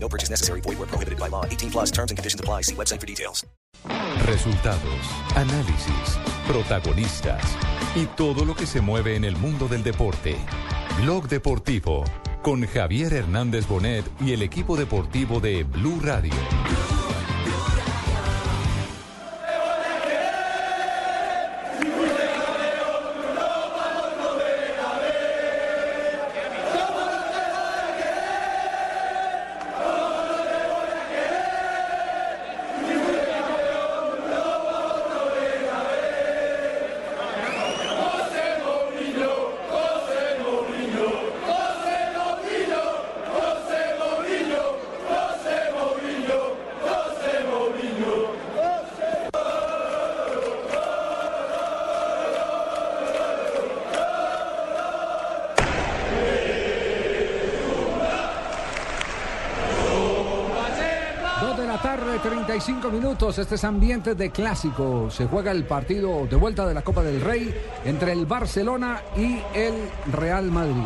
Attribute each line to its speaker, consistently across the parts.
Speaker 1: No purchase necessary. Void where prohibited by law. 18 plus terms and conditions apply. See website for details.
Speaker 2: Resultados, análisis, protagonistas y todo lo que se mueve en el mundo del deporte. Blog Deportivo con Javier Hernández Bonet y el equipo deportivo de Blue Radio.
Speaker 3: Dos de la tarde, 35 minutos. Este es ambiente de clásico. Se juega el partido de vuelta de la Copa del Rey entre el Barcelona y el Real Madrid.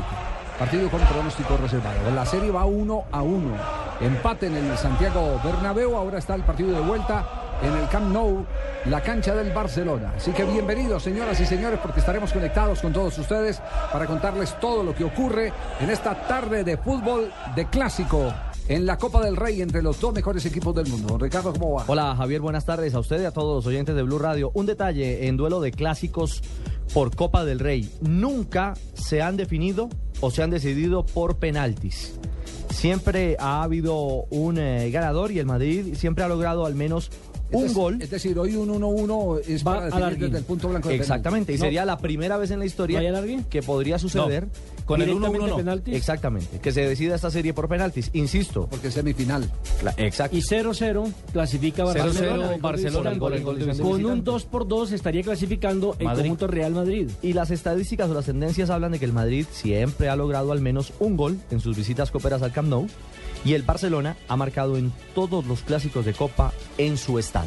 Speaker 3: Partido con pronóstico reservado. La serie va uno a uno. Empate en el Santiago Bernabéu. Ahora está el partido de vuelta en el Camp Nou, la cancha del Barcelona. Así que bienvenidos, señoras y señores, porque estaremos conectados con todos ustedes para contarles todo lo que ocurre en esta tarde de fútbol de clásico en la Copa del Rey entre los dos mejores equipos del mundo. Don Ricardo, ¿cómo va?
Speaker 4: Hola Javier, buenas tardes a usted y a todos los oyentes de Blue Radio. Un detalle en duelo de clásicos por Copa del Rey. Nunca se han definido o se han decidido por penaltis. Siempre ha habido un eh, ganador y el Madrid siempre ha logrado al menos un
Speaker 3: Es-
Speaker 4: gol.
Speaker 3: Es decir, hoy un 1-1 es
Speaker 5: Va
Speaker 3: para
Speaker 5: a
Speaker 3: definir
Speaker 5: Larguín.
Speaker 3: desde el punto blanco de
Speaker 4: Exactamente, y
Speaker 5: No.
Speaker 4: sería la primera vez en la
Speaker 5: ¿No hay
Speaker 4: historia
Speaker 5: alargue?
Speaker 4: que podría suceder con el
Speaker 5: Directamente
Speaker 4: 1-1. no.
Speaker 5: penaltis.
Speaker 4: Exactamente, que se decida esta serie por penaltis, insisto.
Speaker 3: penalti, porque es semifinal.
Speaker 4: la- exacto.
Speaker 5: Y 0-0 clasifica Barcelona,
Speaker 6: 0-0 Barcelona
Speaker 4: Con
Speaker 6: por el gol de visitante.
Speaker 5: Con un 2 por 2 estaría clasificando el
Speaker 4: Madrid.
Speaker 5: conjunto Real Madrid.
Speaker 4: Y las estadísticas o las tendencias hablan de que el Madrid siempre ha logrado al menos un gol en sus visitas coperas al Camp Nou y el Barcelona ha marcado en todos los clásicos de Copa en su estadio.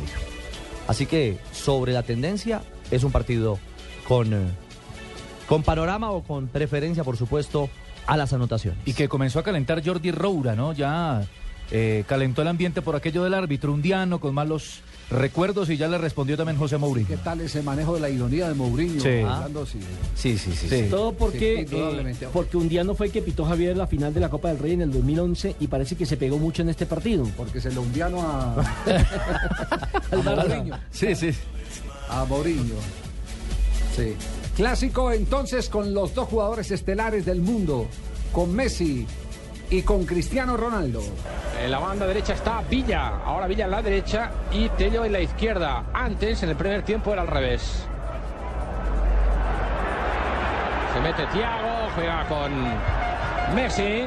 Speaker 4: Así que sobre la tendencia es un partido con, eh, con panorama o con preferencia, por supuesto, a las anotaciones.
Speaker 6: Y que comenzó a calentar Jordi Roura, ¿no? Ya eh, calentó el ambiente por aquello del árbitro undiano con malos recuerdos y ya le respondió también José
Speaker 3: ¿Qué
Speaker 6: Mourinho.
Speaker 3: tal ese manejo de la ironía de Mourinho?
Speaker 6: Sí.
Speaker 3: Hablando así.
Speaker 4: Sí, sí, sí.
Speaker 6: Sí.
Speaker 5: Todo
Speaker 3: Sí,
Speaker 5: porque,
Speaker 3: indudablemente.
Speaker 5: eh, porque un día no fue el que pitó Javier la final de la Copa del Rey en el 2011 y parece que se pegó mucho en este partido.
Speaker 3: Porque se lo hundiano a, a Mourinho.
Speaker 6: Sí, sí.
Speaker 3: A Mourinho. Sí. Clásico entonces con los dos jugadores estelares del mundo, con Messi y con Cristiano Ronaldo.
Speaker 7: En Eh, la banda derecha está Villa. Ahora Villa en la derecha y Tello en la izquierda. Antes, en el primer tiempo, era al revés. Se mete Thiago, juega con Messi.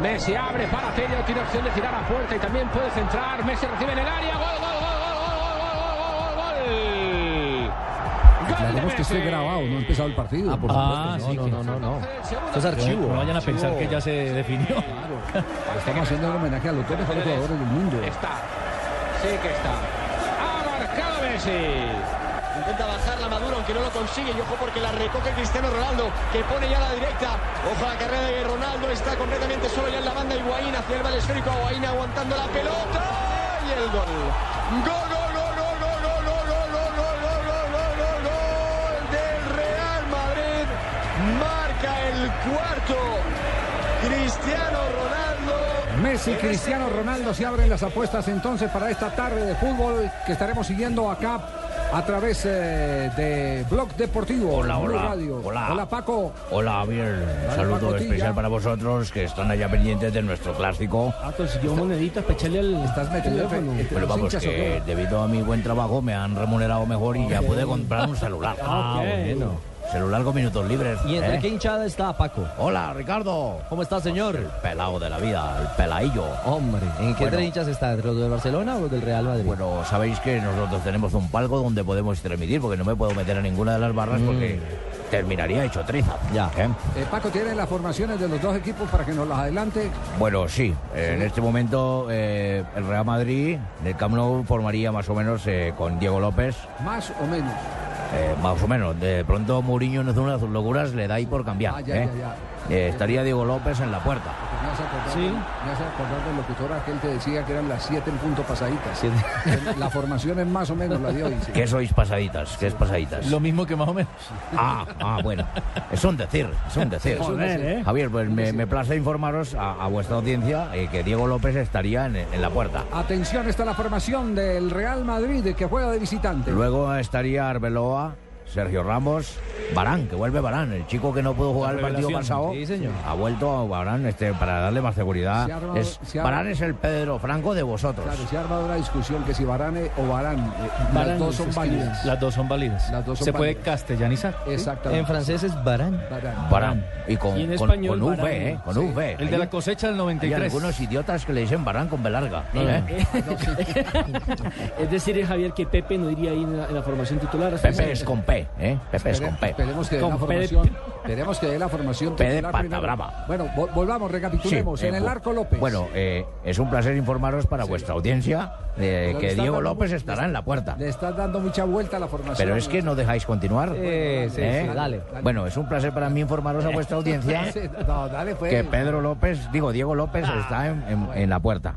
Speaker 7: Messi abre para Tello, tiene opción de tirar a puerta y también puede centrar. Messi recibe en el área. Gol, gol, gol, gol, gol, gol, gol, gol, gol. Gol.
Speaker 3: Aclaremos
Speaker 7: de
Speaker 3: que esté
Speaker 7: Messi.
Speaker 3: grabado, no ha empezado el partido.
Speaker 4: Ah, por supuesto.
Speaker 6: Ah,
Speaker 4: no,
Speaker 6: sí,
Speaker 4: no,
Speaker 6: que-
Speaker 4: no, no, no. Esto es
Speaker 6: No
Speaker 4: archivo.
Speaker 6: vayan a pensar que ya se definió.
Speaker 3: Estamos haciendo un homenaje a los dos mejores jugadores del mundo.
Speaker 7: Está. Sí que está. Ha marcado Messi.
Speaker 8: Intenta bajarla Maduro, aunque no lo consigue. Y ojo porque la recoge Cristiano Ronaldo, que pone ya la directa. Ojo a la carrera de Ronaldo. Está completamente solo ya en la banda. Higuaín hacia el bal esférico. Higuaín aguantando la pelota. Y el gol. Gol, gol, gol, gol, gol, gol, gol, gol, gol, gol, gol, gol, gol, gol, gol del Real Madrid. Marca el cuarto. Cristiano Ronaldo.
Speaker 3: Messi, Cristiano Ronaldo se abren las apuestas entonces para esta tarde de fútbol que estaremos siguiendo acá a través eh, de Blog Deportivo.
Speaker 9: Hola,
Speaker 3: Blue
Speaker 9: hola,
Speaker 3: Radio.
Speaker 9: hola.
Speaker 3: hola Paco.
Speaker 9: Hola, Javier. Un
Speaker 3: Paco
Speaker 9: saludo
Speaker 3: Tilla.
Speaker 9: especial para vosotros que están allá pendientes de nuestro clásico.
Speaker 5: Ah, consiguió moneditas para echarle al
Speaker 3: Estás metido entre-
Speaker 5: teléfono. Este, eh,
Speaker 3: entre
Speaker 9: Pero
Speaker 3: los
Speaker 9: vamos,
Speaker 3: hinchas, ¿o
Speaker 9: que
Speaker 3: qué?
Speaker 9: debido a mi buen trabajo me han remunerado mejor y ya pude comprar un celular.
Speaker 5: Ah, ok.
Speaker 9: Sí, Barcelona largo minutos libres.
Speaker 4: ¿Y entre
Speaker 9: ¿eh?
Speaker 4: qué hinchada está Paco?
Speaker 9: Hola, Ricardo.
Speaker 4: ¿Cómo está, señor?
Speaker 9: El pelado de la vida, el peladillo.
Speaker 4: Hombre, ¿en qué
Speaker 9: Bueno.
Speaker 4: tres hinchas está? ¿Entre los del Barcelona o los del Real Madrid?
Speaker 9: Bueno, sabéis que nosotros tenemos un palco donde podemos transmitir, porque no me puedo meter a ninguna de las barras porque terminaría hecho triza.
Speaker 4: Mm. Ya.
Speaker 9: ¿eh?
Speaker 3: Eh, Paco, ¿tiene las formaciones de los dos equipos para que nos las adelante?
Speaker 9: Bueno, sí, eh, en este momento eh, el Real Madrid del Camp Nou formaría más o menos eh, con Diego López,
Speaker 3: Más o menos.
Speaker 9: eh, más o menos. De pronto Mourinho no hace unas locuras, le da ahí por cambiar.
Speaker 3: Ah, ya,
Speaker 9: ¿eh?
Speaker 3: ya,
Speaker 9: Eh, estaría Diego López en la puerta.
Speaker 3: Porque me hace acordar,
Speaker 4: Sí.
Speaker 3: me hace acordar del locutor aquel que decía que eran las 7 en punto pasaditas.
Speaker 4: Sí.
Speaker 3: La formación es más o menos la de hoy. sí.
Speaker 9: ¿Qué sois pasaditas? ¿Qué es pasaditas?
Speaker 6: Lo mismo que más o menos.
Speaker 9: Ah, ah, bueno. Es un decir, es un decir.
Speaker 3: Joder,
Speaker 5: ¿eh?
Speaker 9: Javier, pues me, me place informaros a, a vuestra audiencia eh, que Diego López estaría en, en la puerta.
Speaker 3: Atención, está la formación del Real Madrid de que juega de visitante.
Speaker 9: Luego estaría Arbeloa, Sergio Ramos, Barán, que vuelve Barán, el chico que no pudo jugar el partido
Speaker 6: revelación.
Speaker 9: pasado.
Speaker 4: Sí, señor.
Speaker 9: Ha vuelto Barán este, para darle más seguridad.
Speaker 3: Se ha armado-
Speaker 9: Es,
Speaker 3: se ha-
Speaker 9: Barán es el Pedro Franco de vosotros.
Speaker 3: Claro, se ha armado una discusión que si Barane o Barán, eh, las
Speaker 6: Varane,
Speaker 3: dos son
Speaker 6: es que
Speaker 3: válidas.
Speaker 6: Las dos son válidas.
Speaker 3: Las dos son
Speaker 6: Se puede
Speaker 3: válidas.
Speaker 6: castellanizar.
Speaker 3: Exactamente.
Speaker 4: en francés es Barán.
Speaker 3: Varane.
Speaker 9: Barán. Y con,
Speaker 5: Y en
Speaker 9: con-
Speaker 5: español,
Speaker 9: con
Speaker 5: Varane.
Speaker 9: V, ¿eh? Con
Speaker 5: Sí.
Speaker 9: V.
Speaker 6: El de
Speaker 9: Hay-
Speaker 6: la cosecha del
Speaker 9: hay
Speaker 6: 93.
Speaker 9: algunos idiotas que le dicen Barán con B larga. ¿eh?
Speaker 5: Es decir, eh, Javier, que Pepe no iría ahí en la, en la formación titular. hasta
Speaker 9: Pepe
Speaker 5: ese-
Speaker 9: es con P, ¿eh? Pepe es con P.
Speaker 3: Esperemos que dé
Speaker 5: Con
Speaker 3: la
Speaker 5: P de-
Speaker 3: formación. Esperemos que dé la formación.
Speaker 9: P de
Speaker 3: titular
Speaker 9: pata
Speaker 3: primero.
Speaker 9: brava.
Speaker 3: Bueno, vol- volvamos, recapitulemos.
Speaker 9: Sí,
Speaker 3: en
Speaker 9: eh,
Speaker 3: el
Speaker 9: bu-
Speaker 3: arco López.
Speaker 9: Bueno, eh, es un placer informaros para vuestra audiencia eh,
Speaker 3: Pero le
Speaker 9: que
Speaker 3: estás
Speaker 9: Diego
Speaker 3: dando
Speaker 9: López
Speaker 3: mu-
Speaker 9: estará en la puerta.
Speaker 3: Le estás dando mucha vuelta a la formación.
Speaker 9: Pero es que no dejáis continuar.
Speaker 4: Eh, sí, sí, dale.
Speaker 9: Bueno, es un placer para mí informaros a vuestra audiencia
Speaker 3: Sí, No, dale, pues.
Speaker 9: que Pedro López, digo, Diego López
Speaker 3: Ah,
Speaker 9: está en, en- en la puerta.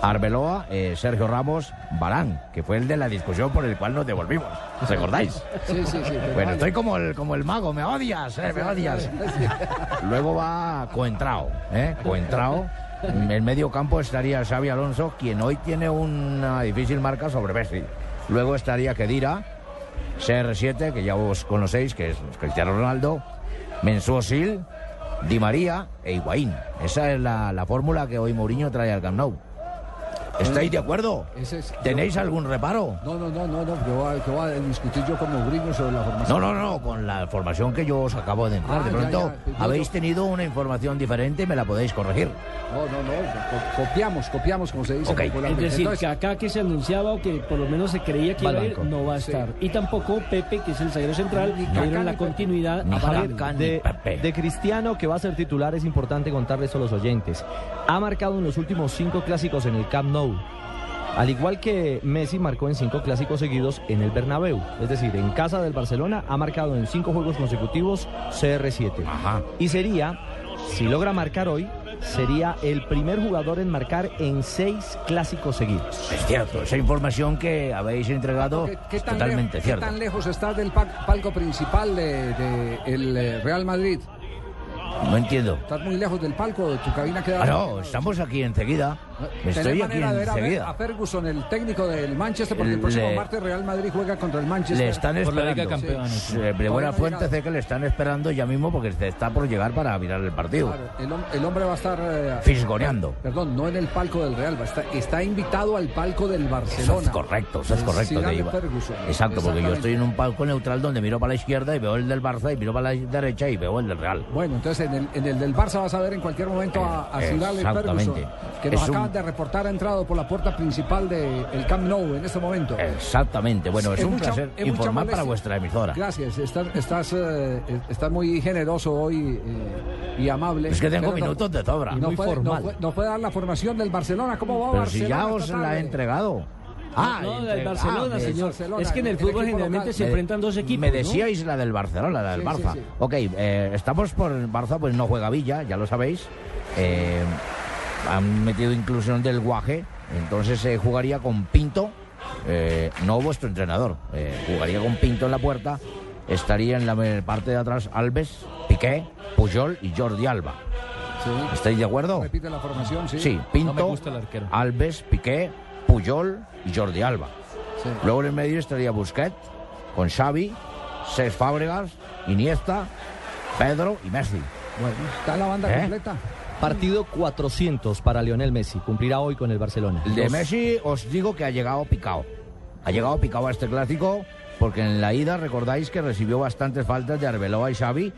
Speaker 9: Arbeloa, eh, Sergio Ramos, Barán, que fue el de la discusión por el cual nos devolvimos. ¿Os acordáis?
Speaker 3: Sí, sí, sí. pero
Speaker 9: Bueno,
Speaker 3: vale.
Speaker 9: estoy como el, como el mago, me odias, eh, me odias. Luego va Coentrao, ¿eh? Coentrao. En el medio campo estaría Xavi Alonso, quien hoy tiene una difícil marca sobre Messi. Luego estaría Kedira, CR7, que ya vos conocéis, que es Cristiano Ronaldo, Mensuosil, Di María e Higuaín. Esa es la, la fórmula que hoy Mourinho trae al Camp Nou. ¿Estáis de acuerdo?
Speaker 3: Ese es-
Speaker 9: ¿Tenéis algún reparo?
Speaker 3: No, no, no, no, no. Que voy a, que voy a discutir yo como gringo sobre la
Speaker 9: No,
Speaker 3: formación.
Speaker 9: no, no, con la información que yo os acabo de
Speaker 3: Ah,
Speaker 9: entrar. De
Speaker 3: ya,
Speaker 9: pronto
Speaker 3: ya, yo-
Speaker 9: habéis
Speaker 3: yo-
Speaker 9: tenido una información diferente y me la podéis corregir.
Speaker 3: No, no, no. co- copiamos, copiamos, como se dice
Speaker 9: Ok.
Speaker 5: Es
Speaker 3: popularmente.
Speaker 5: decir, que
Speaker 3: Entonces,
Speaker 5: acá que se anunciaba o que por lo menos se creía que
Speaker 4: Va
Speaker 5: iba a
Speaker 4: al
Speaker 5: ir,
Speaker 4: banco.
Speaker 5: no va a
Speaker 3: Sí.
Speaker 5: estar. Y tampoco Pepe, que es el zaguero central,
Speaker 3: Ni
Speaker 5: que
Speaker 3: Kaká
Speaker 5: dieron
Speaker 3: ni
Speaker 5: la
Speaker 3: Pepe.
Speaker 5: continuidad
Speaker 9: Ni
Speaker 5: a Varane.
Speaker 9: Kaká ni
Speaker 4: De,
Speaker 9: Pepe.
Speaker 4: de Cristiano, que va a ser titular, es importante contarles a los oyentes. Ha marcado en los últimos cinco clásicos en el Camp Nou. Al igual que Messi marcó en cinco clásicos seguidos en el Bernabéu. Es decir, en casa del Barcelona ha marcado en cinco juegos consecutivos CR7.
Speaker 9: Ajá.
Speaker 4: Y sería, si logra marcar hoy, sería el primer jugador en marcar en seis clásicos seguidos.
Speaker 9: Es cierto, esa información que habéis entregado
Speaker 3: ¿qué- qué
Speaker 9: es
Speaker 3: tan
Speaker 9: totalmente
Speaker 3: lejos- ¿Qué
Speaker 9: cierta.
Speaker 3: tan lejos está del pa- palco principal del de, el, eh, Real Madrid?
Speaker 9: No entiendo.
Speaker 3: ¿Estás muy lejos del palco? ¿Tu cabina queda.?
Speaker 9: Ah, no, estamos aquí enseguida.
Speaker 3: ¿Tenés
Speaker 9: Estoy aquí
Speaker 3: manera de ver a, Fer- a
Speaker 9: enseguida.
Speaker 3: Ferguson, el técnico del Manchester, porque el
Speaker 9: Le-
Speaker 3: próximo martes Real Madrid juega contra el Manchester.
Speaker 9: Le están
Speaker 6: Por la Liga de
Speaker 9: esperando.
Speaker 6: Campeones.
Speaker 9: Sí, eh, De buena
Speaker 3: Todavía no ha
Speaker 9: fuente
Speaker 3: llegado.
Speaker 9: sé que le están esperando ya mismo porque se está por llegar para mirar el partido.
Speaker 3: Claro, el, hom- el hombre va a estar. eh,
Speaker 9: Fisgoneando.
Speaker 3: Perdón, no en el palco del Real, va a estar- está invitado al palco del
Speaker 9: Eso
Speaker 3: Barcelona.
Speaker 9: es correcto, eso es
Speaker 3: Del
Speaker 9: correcto.
Speaker 3: Sir
Speaker 9: de
Speaker 3: Alex
Speaker 9: Iba.
Speaker 3: Ferguson.
Speaker 9: Exacto, porque yo
Speaker 3: Exactamente.
Speaker 9: estoy en un palco neutral donde miro para la izquierda y veo el del Barça y miro para la derecha y veo el del Real.
Speaker 3: Bueno, entonces en el, en el del Barça vas a ver en cualquier momento a, a
Speaker 9: Eh,
Speaker 3: Sir Alex
Speaker 9: exactamente.
Speaker 3: Ferguson, que nos
Speaker 9: Es un-
Speaker 3: acaban de reportar ha entrado por la puerta principal del Camp Nou en este momento.
Speaker 9: Eh, Exactamente, bueno, es, un
Speaker 3: mucha-
Speaker 9: placer
Speaker 3: es mucha
Speaker 9: informar para
Speaker 3: molestia.
Speaker 9: vuestra emisora.
Speaker 3: Gracias, estás, estás, eh, estás muy generoso hoy eh, y amable.
Speaker 9: Es que tengo
Speaker 3: Pero no-
Speaker 9: minutos de sobra.
Speaker 3: No
Speaker 9: Muy
Speaker 3: puede, no
Speaker 9: formal.
Speaker 3: puede- no puede dar la formación del Barcelona. ¿Cómo va
Speaker 9: Pero si
Speaker 3: Barcelona?
Speaker 9: ya
Speaker 3: esta
Speaker 9: os la
Speaker 3: tarde?
Speaker 9: he entregado. Ah,
Speaker 5: No,
Speaker 9: entre-
Speaker 5: del Barcelona,
Speaker 9: ah,
Speaker 5: señor.
Speaker 3: Barcelona,
Speaker 5: es que en el
Speaker 3: el
Speaker 5: fútbol
Speaker 3: equipo
Speaker 5: generalmente
Speaker 3: local.
Speaker 5: se
Speaker 9: me-
Speaker 5: enfrentan dos equipos.
Speaker 9: Me
Speaker 5: ¿no?
Speaker 9: decíais la del Barcelona, la del
Speaker 3: Sí, sí,
Speaker 9: Barça.
Speaker 3: sí.
Speaker 9: Ok, eh, estamos por el Barça, pues no juega Villa, ya lo sabéis. Eh, han metido inclusión del Guaje, entonces se jugaría con Pinto, eh, no vuestro entrenador, eh, jugaría con Pinto en la puerta. Estaría en la me- parte de atrás Alves, Piqué, Puyol y Jordi Alba.
Speaker 3: Sí.
Speaker 9: ¿Estáis de acuerdo?
Speaker 3: Repite la formación, sí.
Speaker 9: Sí, Pinto,
Speaker 6: me gusta el arquero.
Speaker 9: Alves, Piqué, Puyol y Jordi Alba.
Speaker 3: Sí.
Speaker 9: Luego en el medio estaría Busquets con Xavi, Cesc Fábregas, Iniesta, Pedro y Messi.
Speaker 3: Bueno, está la banda
Speaker 9: ¿Eh?
Speaker 3: completa.
Speaker 4: Partido 400 para Lionel Messi. Cumplirá hoy con el Barcelona.
Speaker 9: El de
Speaker 4: Los-
Speaker 9: Messi os digo que ha llegado picado. Ha llegado picado a este clásico porque en la ida recordáis que recibió bastantes faltas de Arbeloa y Xavi,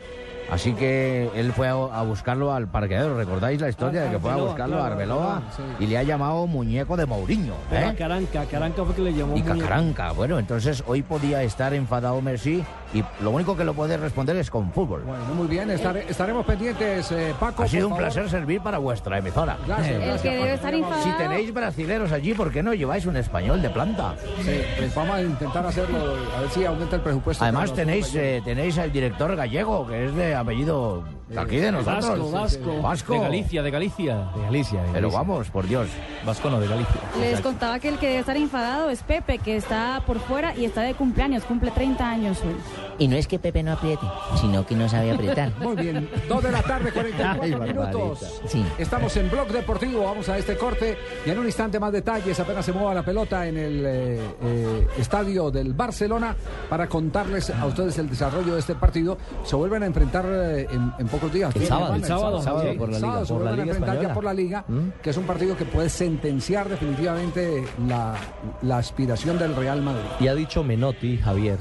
Speaker 9: así que él fue a, a buscarlo al parqueadero. ¿Recordáis la historia
Speaker 5: Ah,
Speaker 9: de que fue a
Speaker 5: Arbeloa,
Speaker 9: buscarlo a
Speaker 5: claro,
Speaker 9: Arbeloa
Speaker 5: Arbeloa, sí.
Speaker 9: y le ha llamado muñeco de Mourinho?
Speaker 5: Pero
Speaker 9: ¿eh?
Speaker 5: a Caranca, Caranca fue que le llamó.
Speaker 9: Y
Speaker 5: muy-
Speaker 9: Cacaranca, bueno, entonces hoy podía estar enfadado Messi y lo único que lo puede responder es con fútbol. Eh.
Speaker 3: Bueno, muy bien, estare- estaremos pendientes, eh, Paco.
Speaker 9: Ha sido un
Speaker 3: por favor.
Speaker 9: placer servir para vuestra emisora. Eh.
Speaker 3: Gracias, El gracias, que debe Paco. estar enfadado.
Speaker 9: Si tenéis brasileros allí, ¿por qué no lleváis un español de planta?
Speaker 3: Sí, pues vamos a intentar hacerlo, a ver si aumenta el presupuesto.
Speaker 9: Además
Speaker 3: Claro,
Speaker 9: tenéis
Speaker 3: compañero.
Speaker 9: eh, tenéis al director gallego, que es de apellido de aquí de nosotros.
Speaker 10: Vasco, Vasco.
Speaker 9: Vasco.
Speaker 10: De Galicia, de Galicia. De Galicia,
Speaker 9: Pero vamos, por Dios.
Speaker 10: Vasco no, de Galicia.
Speaker 11: Les contaba que el que debe estar enfadado es Pepe, que está por fuera y está de cumpleaños, cumple 30 años hoy.
Speaker 12: Y no es que Pepe no apriete, sino que no sabe apretar.
Speaker 3: Muy bien, 2 de la tarde, 44 minutos.
Speaker 12: Sí.
Speaker 3: Estamos en Blog Deportivo, vamos a este corte y en un instante más detalles, apenas se mueva la pelota en el eh, eh, estadio del Barcelona para contarles a ustedes el desarrollo de este partido. Se vuelven a enfrentar eh, en, en pocos días.
Speaker 4: El sábado,
Speaker 3: el sábado,
Speaker 4: el sábado
Speaker 3: sí.
Speaker 4: por la
Speaker 3: El
Speaker 4: Liga,
Speaker 3: sábado se
Speaker 4: por la
Speaker 3: vuelven a
Speaker 4: Liga
Speaker 3: enfrentar ya
Speaker 4: Española.
Speaker 3: por la Liga,
Speaker 4: ¿Mm?
Speaker 3: que es un partido que puede sentenciar definitivamente la, la aspiración del Real Madrid.
Speaker 4: Y ha dicho Menotti, Javier.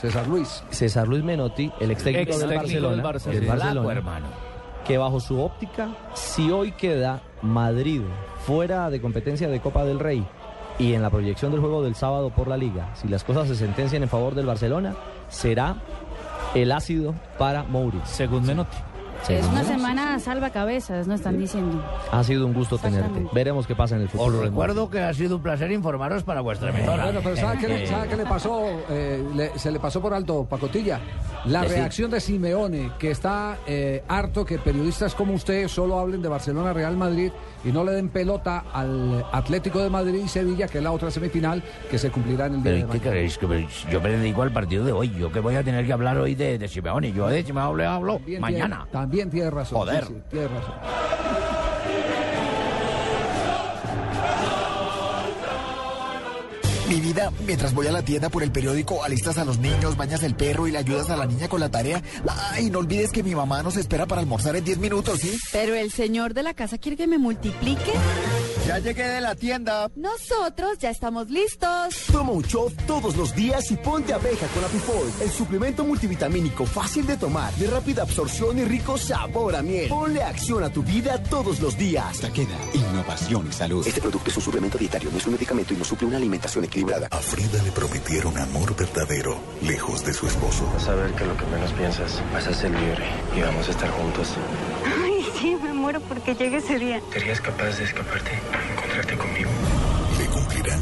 Speaker 3: César Luis.
Speaker 4: César Luis Menotti, el ex técnico,
Speaker 10: Ex
Speaker 4: del,
Speaker 10: técnico
Speaker 4: Barcelona,
Speaker 10: del Barcelona.
Speaker 4: del
Speaker 10: Flaco,
Speaker 4: Barcelona,
Speaker 10: hermano.
Speaker 4: Que bajo su óptica, si hoy queda Madrid fuera de competencia de Copa del Rey y en la proyección del juego del sábado por la Liga, si las cosas se sentencian en favor del Barcelona, será el ácido para Mouri.
Speaker 10: Según Menotti.
Speaker 11: es una semana salva cabezas, nos están diciendo.
Speaker 4: Ha sido un gusto tenerte. Veremos qué pasa en el futuro.
Speaker 5: Pues
Speaker 9: Os recuerdo que ha sido un placer informaros para vuestra
Speaker 5: Eh,
Speaker 9: emisora.
Speaker 3: Bueno, pero ¿sabe qué le,
Speaker 9: Eh,
Speaker 3: sabe qué le pasó? Eh, le- se le pasó por alto, Pacotilla. La
Speaker 9: Decí.
Speaker 3: reacción de Simeone, que está eh, harto que periodistas como usted solo hablen de Barcelona, Real Madrid y no le den pelota al Atlético de Madrid y Sevilla, que es la otra semifinal que se cumplirá en el día
Speaker 9: Pero
Speaker 3: de
Speaker 9: ¿y qué
Speaker 3: mañana.
Speaker 9: queréis? Que me- Yo me dedico al partido de hoy. Yo que voy a tener que hablar hoy de, de Simeone. Yo de Simeone hablo
Speaker 3: También
Speaker 9: mañana.
Speaker 3: tiene- también tiene razón.
Speaker 9: Joder.
Speaker 3: sí, sí, tiene razón.
Speaker 7: Mi vida, mientras voy a la tienda por el periódico, alistas a los niños, bañas el perro y le ayudas a la niña con la tarea. Ay, no olvides que mi mamá nos espera para almorzar en 10 minutos, ¿sí?
Speaker 13: Pero el señor de la casa quiere que me multiplique.
Speaker 7: Ya llegué de la tienda.
Speaker 13: Nosotros ya estamos listos.
Speaker 14: Toma un shot todos los días y ponte abeja con Apifol, el suplemento multivitamínico fácil de tomar, de rápida absorción y rico sabor a miel. Ponle acción a tu vida todos los días.
Speaker 7: Queda innovación y salud.
Speaker 15: Este producto es un suplemento dietario, no es un medicamento y no suple una alimentación equilibrada.
Speaker 16: A Frida le prometieron amor verdadero, lejos de su esposo.
Speaker 17: Vas a ver que lo que menos piensas vas a ser libre y vamos a estar juntos.
Speaker 18: Ay, sí, me muero porque llegue ese día.
Speaker 17: ¿Serías capaz de escaparte y encontrarte conmigo?
Speaker 16: Le cumplirán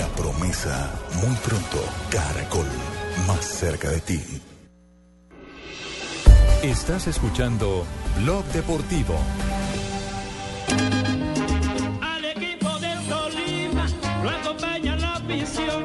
Speaker 16: la promesa muy pronto. Caracol, más cerca de ti.
Speaker 4: ¿Mm?
Speaker 2: Estás escuchando Blog Deportivo.
Speaker 8: Al equipo del Tolima lo acompaña la afición.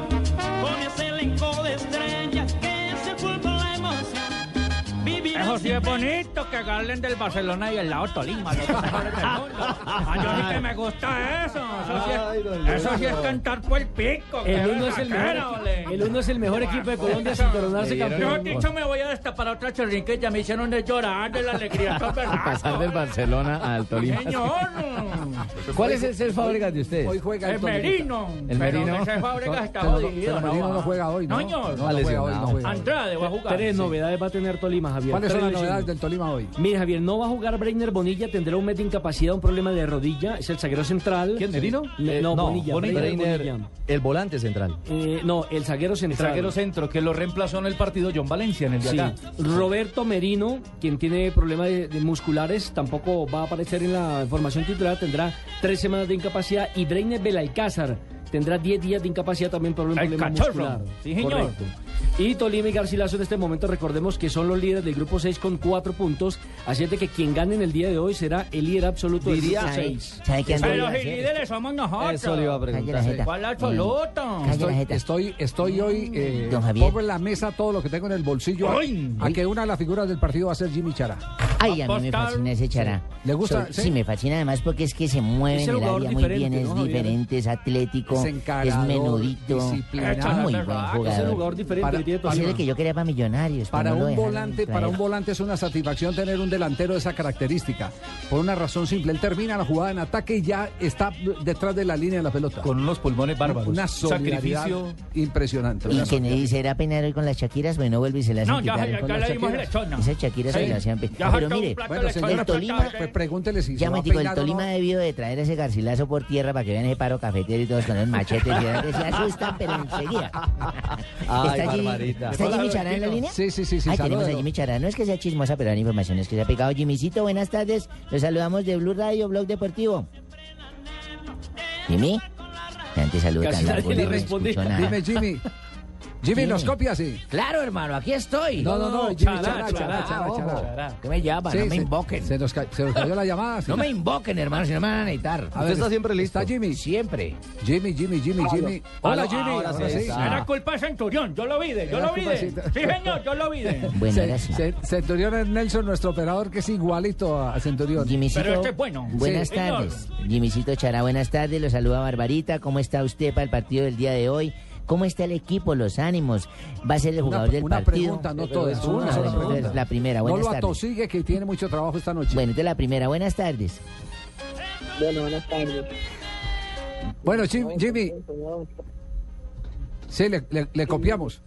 Speaker 8: Con ese elenco de estrellas que es el fútbol la emoción.
Speaker 6: Eso sí es bonito que hablen del Barcelona y el lado Tolima, los mejores del mundo. Ah, yo sí que me gusta eso.
Speaker 5: Ah,
Speaker 6: Eso sí es, eso sí es cantar por el pico.
Speaker 5: El
Speaker 6: que
Speaker 5: uno, es el mejor,
Speaker 6: berraquera, ole.
Speaker 5: el uno es el mejor equipo de Colombia sin coronarse
Speaker 6: Yo
Speaker 5: campeón.
Speaker 6: dicho me voy a destapar otra chorrinca y ya me hicieron de llorar de la alegría. estos berracos.
Speaker 19: Pasar del Barcelona al Tolima.
Speaker 6: Señor.
Speaker 19: ¿Cuál es el Cel Fábregas de ustedes?
Speaker 3: Hoy juega
Speaker 6: el Merino.
Speaker 19: El Merino.
Speaker 6: Pero ese Fábregas está
Speaker 3: Pero no-
Speaker 6: jodido,
Speaker 3: pero Merino no
Speaker 6: va.
Speaker 3: juega hoy, ¿no?
Speaker 6: No, señor.
Speaker 3: No, no juega hoy, no juega hoy.
Speaker 6: Andrade va a jugar.
Speaker 5: Tres
Speaker 6: Sí.
Speaker 5: novedades va a tener Tolima, Javier.
Speaker 3: ¿Cuáles son
Speaker 5: Tres
Speaker 3: las
Speaker 5: lesiones.
Speaker 3: novedades del Tolima hoy?
Speaker 5: Mire, Javier, no va a jugar Breiner Bonilla, tendrá un mes de incapacidad, un problema de rodilla, es el zaguero central.
Speaker 4: ¿Quién, Merino?
Speaker 5: No,
Speaker 4: Eh, no,
Speaker 5: Bonilla.
Speaker 4: Bonilla.
Speaker 5: Breiner
Speaker 4: Breiner,
Speaker 5: Bonilla.
Speaker 4: el volante central.
Speaker 5: Eh, no, el zaguero
Speaker 10: El
Speaker 5: central.
Speaker 10: zaguero centro, que lo reemplazó en el partido John Valencia, en el de
Speaker 5: Sí.
Speaker 10: acá.
Speaker 5: Roberto Merino, quien tiene problemas de- de musculares, tampoco va a aparecer en la formación titular, tendrá tres semanas de incapacidad. Y Breiner Belalcázar tendrá 10 días de incapacidad también por un
Speaker 6: El
Speaker 5: problema
Speaker 6: cachorro.
Speaker 5: muscular.
Speaker 6: Sí, señor.
Speaker 5: Correcto. Y Tolima y Garcilaso en este momento recordemos que son los líderes del grupo 6 con 4 puntos. Así es de que quien gane en el día de hoy será el líder absoluto del
Speaker 6: Diría-
Speaker 5: grupo
Speaker 6: ¿Sabe-
Speaker 5: 6.
Speaker 6: sabe qué Pero si líderes somos nosotros.
Speaker 3: Eso le iba a preguntar. Calle la jeta.
Speaker 12: Mm.
Speaker 6: ¿Cuál absoluto?
Speaker 3: Estoy, estoy, estoy hoy, eh,
Speaker 6: Don Javier.
Speaker 3: pongo en la mesa todo lo que tengo en el bolsillo a,
Speaker 6: ¡Ay!
Speaker 3: a que una de las figuras del partido va a ser Jimmy Chará.
Speaker 12: Ay, a mí me fascina ese chará.
Speaker 3: ¿Le gusta?
Speaker 12: So-
Speaker 3: Sí.
Speaker 12: sí, me fascina además porque es que se mueve
Speaker 3: Es
Speaker 12: en
Speaker 3: el
Speaker 12: el
Speaker 3: jugador
Speaker 12: área muy
Speaker 3: diferente,
Speaker 12: bien,
Speaker 3: ¿no,
Speaker 12: es
Speaker 3: Javier?
Speaker 12: diferente, es atlético, es
Speaker 3: encarador,
Speaker 12: menudito.
Speaker 3: disciplinado.
Speaker 12: Muy buen
Speaker 3: Es un
Speaker 12: jugador.
Speaker 3: jugador diferente,
Speaker 12: Para,
Speaker 3: tiene toda
Speaker 12: ese
Speaker 3: la-
Speaker 12: era que yo quería para millonarios. pero
Speaker 3: Para
Speaker 12: no lo
Speaker 3: un
Speaker 12: dejaron
Speaker 3: volante,
Speaker 12: traer.
Speaker 3: para un volante es una satisfacción tener un delantero de esa característica. Por una razón simple, él termina la jugada en ataque y ya está detrás de la línea de la pelota.
Speaker 6: Con unos pulmones bárbaros.
Speaker 3: Una solidaridad
Speaker 6: Sacrificio.
Speaker 3: impresionante.
Speaker 12: Y que me dice, era peinar hoy con las Shakiras, bueno, vuelve y se las
Speaker 3: No,
Speaker 12: han
Speaker 3: ya-
Speaker 12: quitado
Speaker 3: ya-
Speaker 12: con
Speaker 3: ya
Speaker 12: las
Speaker 3: le dimos
Speaker 12: Shakiras.
Speaker 3: lechona.
Speaker 12: Esas Shakiras
Speaker 3: Sí.
Speaker 12: se las han
Speaker 9: pues.
Speaker 12: pe-
Speaker 3: Ya
Speaker 12: Pero
Speaker 3: sacó un
Speaker 12: mire,
Speaker 3: plato de lechona,
Speaker 12: el
Speaker 3: plato de
Speaker 12: Tolima,
Speaker 3: pues pregúntele si se
Speaker 12: ya
Speaker 3: lo
Speaker 12: me
Speaker 3: ha
Speaker 12: digo, el
Speaker 3: peinado o no.
Speaker 12: Tolima debió de traer ese garcilazo por tierra para que vean ese paro cafetero y todos con los machetes. y era que se asustan, pero enseguida. ¿Está allí, ¿está allí Micharán en la línea?
Speaker 3: Sí, sí, sí. sí
Speaker 12: Ahí tenemos
Speaker 3: saluda,
Speaker 12: a
Speaker 3: don-
Speaker 12: Jimmy Chará. No es que sea chismosa, pero la información es que se ha pegado. Jimmycito, buenas tardes. Los saludamos de Blue Radio, Blog Deportivo. Jimmy, antes saludo
Speaker 3: Casi
Speaker 12: tan largo,
Speaker 3: nadie le
Speaker 12: no me
Speaker 3: respondió.
Speaker 12: escuchó nada.
Speaker 3: Dime, Jimmy. Jimmy, ¿nos
Speaker 12: Sí.
Speaker 3: copia, sí?
Speaker 9: Claro, hermano, aquí estoy.
Speaker 3: No, no, no, Jimmy, chará, chará,
Speaker 9: Ah,
Speaker 3: chará,
Speaker 9: ojo.
Speaker 3: chará.
Speaker 9: ¿Qué me llama?
Speaker 3: Sí,
Speaker 9: Ah, no me
Speaker 3: se-
Speaker 9: invoquen.
Speaker 3: Se nos, ca- se nos cayó la llamada. sí.
Speaker 9: No me invoquen, hermano, si no me van a necesitar.
Speaker 3: A ver, ¿Está Jimmy?
Speaker 9: Siempre.
Speaker 3: Jimmy, Jimmy, Jimmy, Jimmy. Hola, Jimmy. Ahora sí. Ah.
Speaker 20: Era culpa de Centurión, yo lo vi, de- yo
Speaker 3: Era
Speaker 20: lo vi. de-
Speaker 3: culpa de
Speaker 20: Sí,
Speaker 3: Centurión.
Speaker 20: señor, yo lo vi. de-
Speaker 12: Bueno,
Speaker 3: Se-
Speaker 12: gracias.
Speaker 3: se- Centurión es Nelson, nuestro operador, que es igualito a a Centurión.
Speaker 12: Jimmycito,
Speaker 20: Pero este es bueno.
Speaker 12: Buenas
Speaker 20: Sí, señor.
Speaker 12: tardes. Jimmycito Chará, buenas tardes. Lo saluda Barbarita. ¿Cómo está usted para el partido del día de hoy? ¿Cómo está el equipo, los ánimos? ¿Va a ser el
Speaker 3: Una-
Speaker 12: jugador del
Speaker 3: una
Speaker 12: partido?
Speaker 3: pregunta, no todas,
Speaker 12: Ah,
Speaker 3: una sola
Speaker 12: bueno, entonces,
Speaker 3: pregunta.
Speaker 12: La primera,
Speaker 3: No
Speaker 12: buenas
Speaker 3: lo
Speaker 12: tardes.
Speaker 3: atosigue, que tiene mucho trabajo esta noche.
Speaker 12: Bueno, entonces la primera, buenas tardes.
Speaker 1: Bueno, buenas tardes.
Speaker 3: Bueno, Jim- Jimmy, sí, le, le- le copiamos.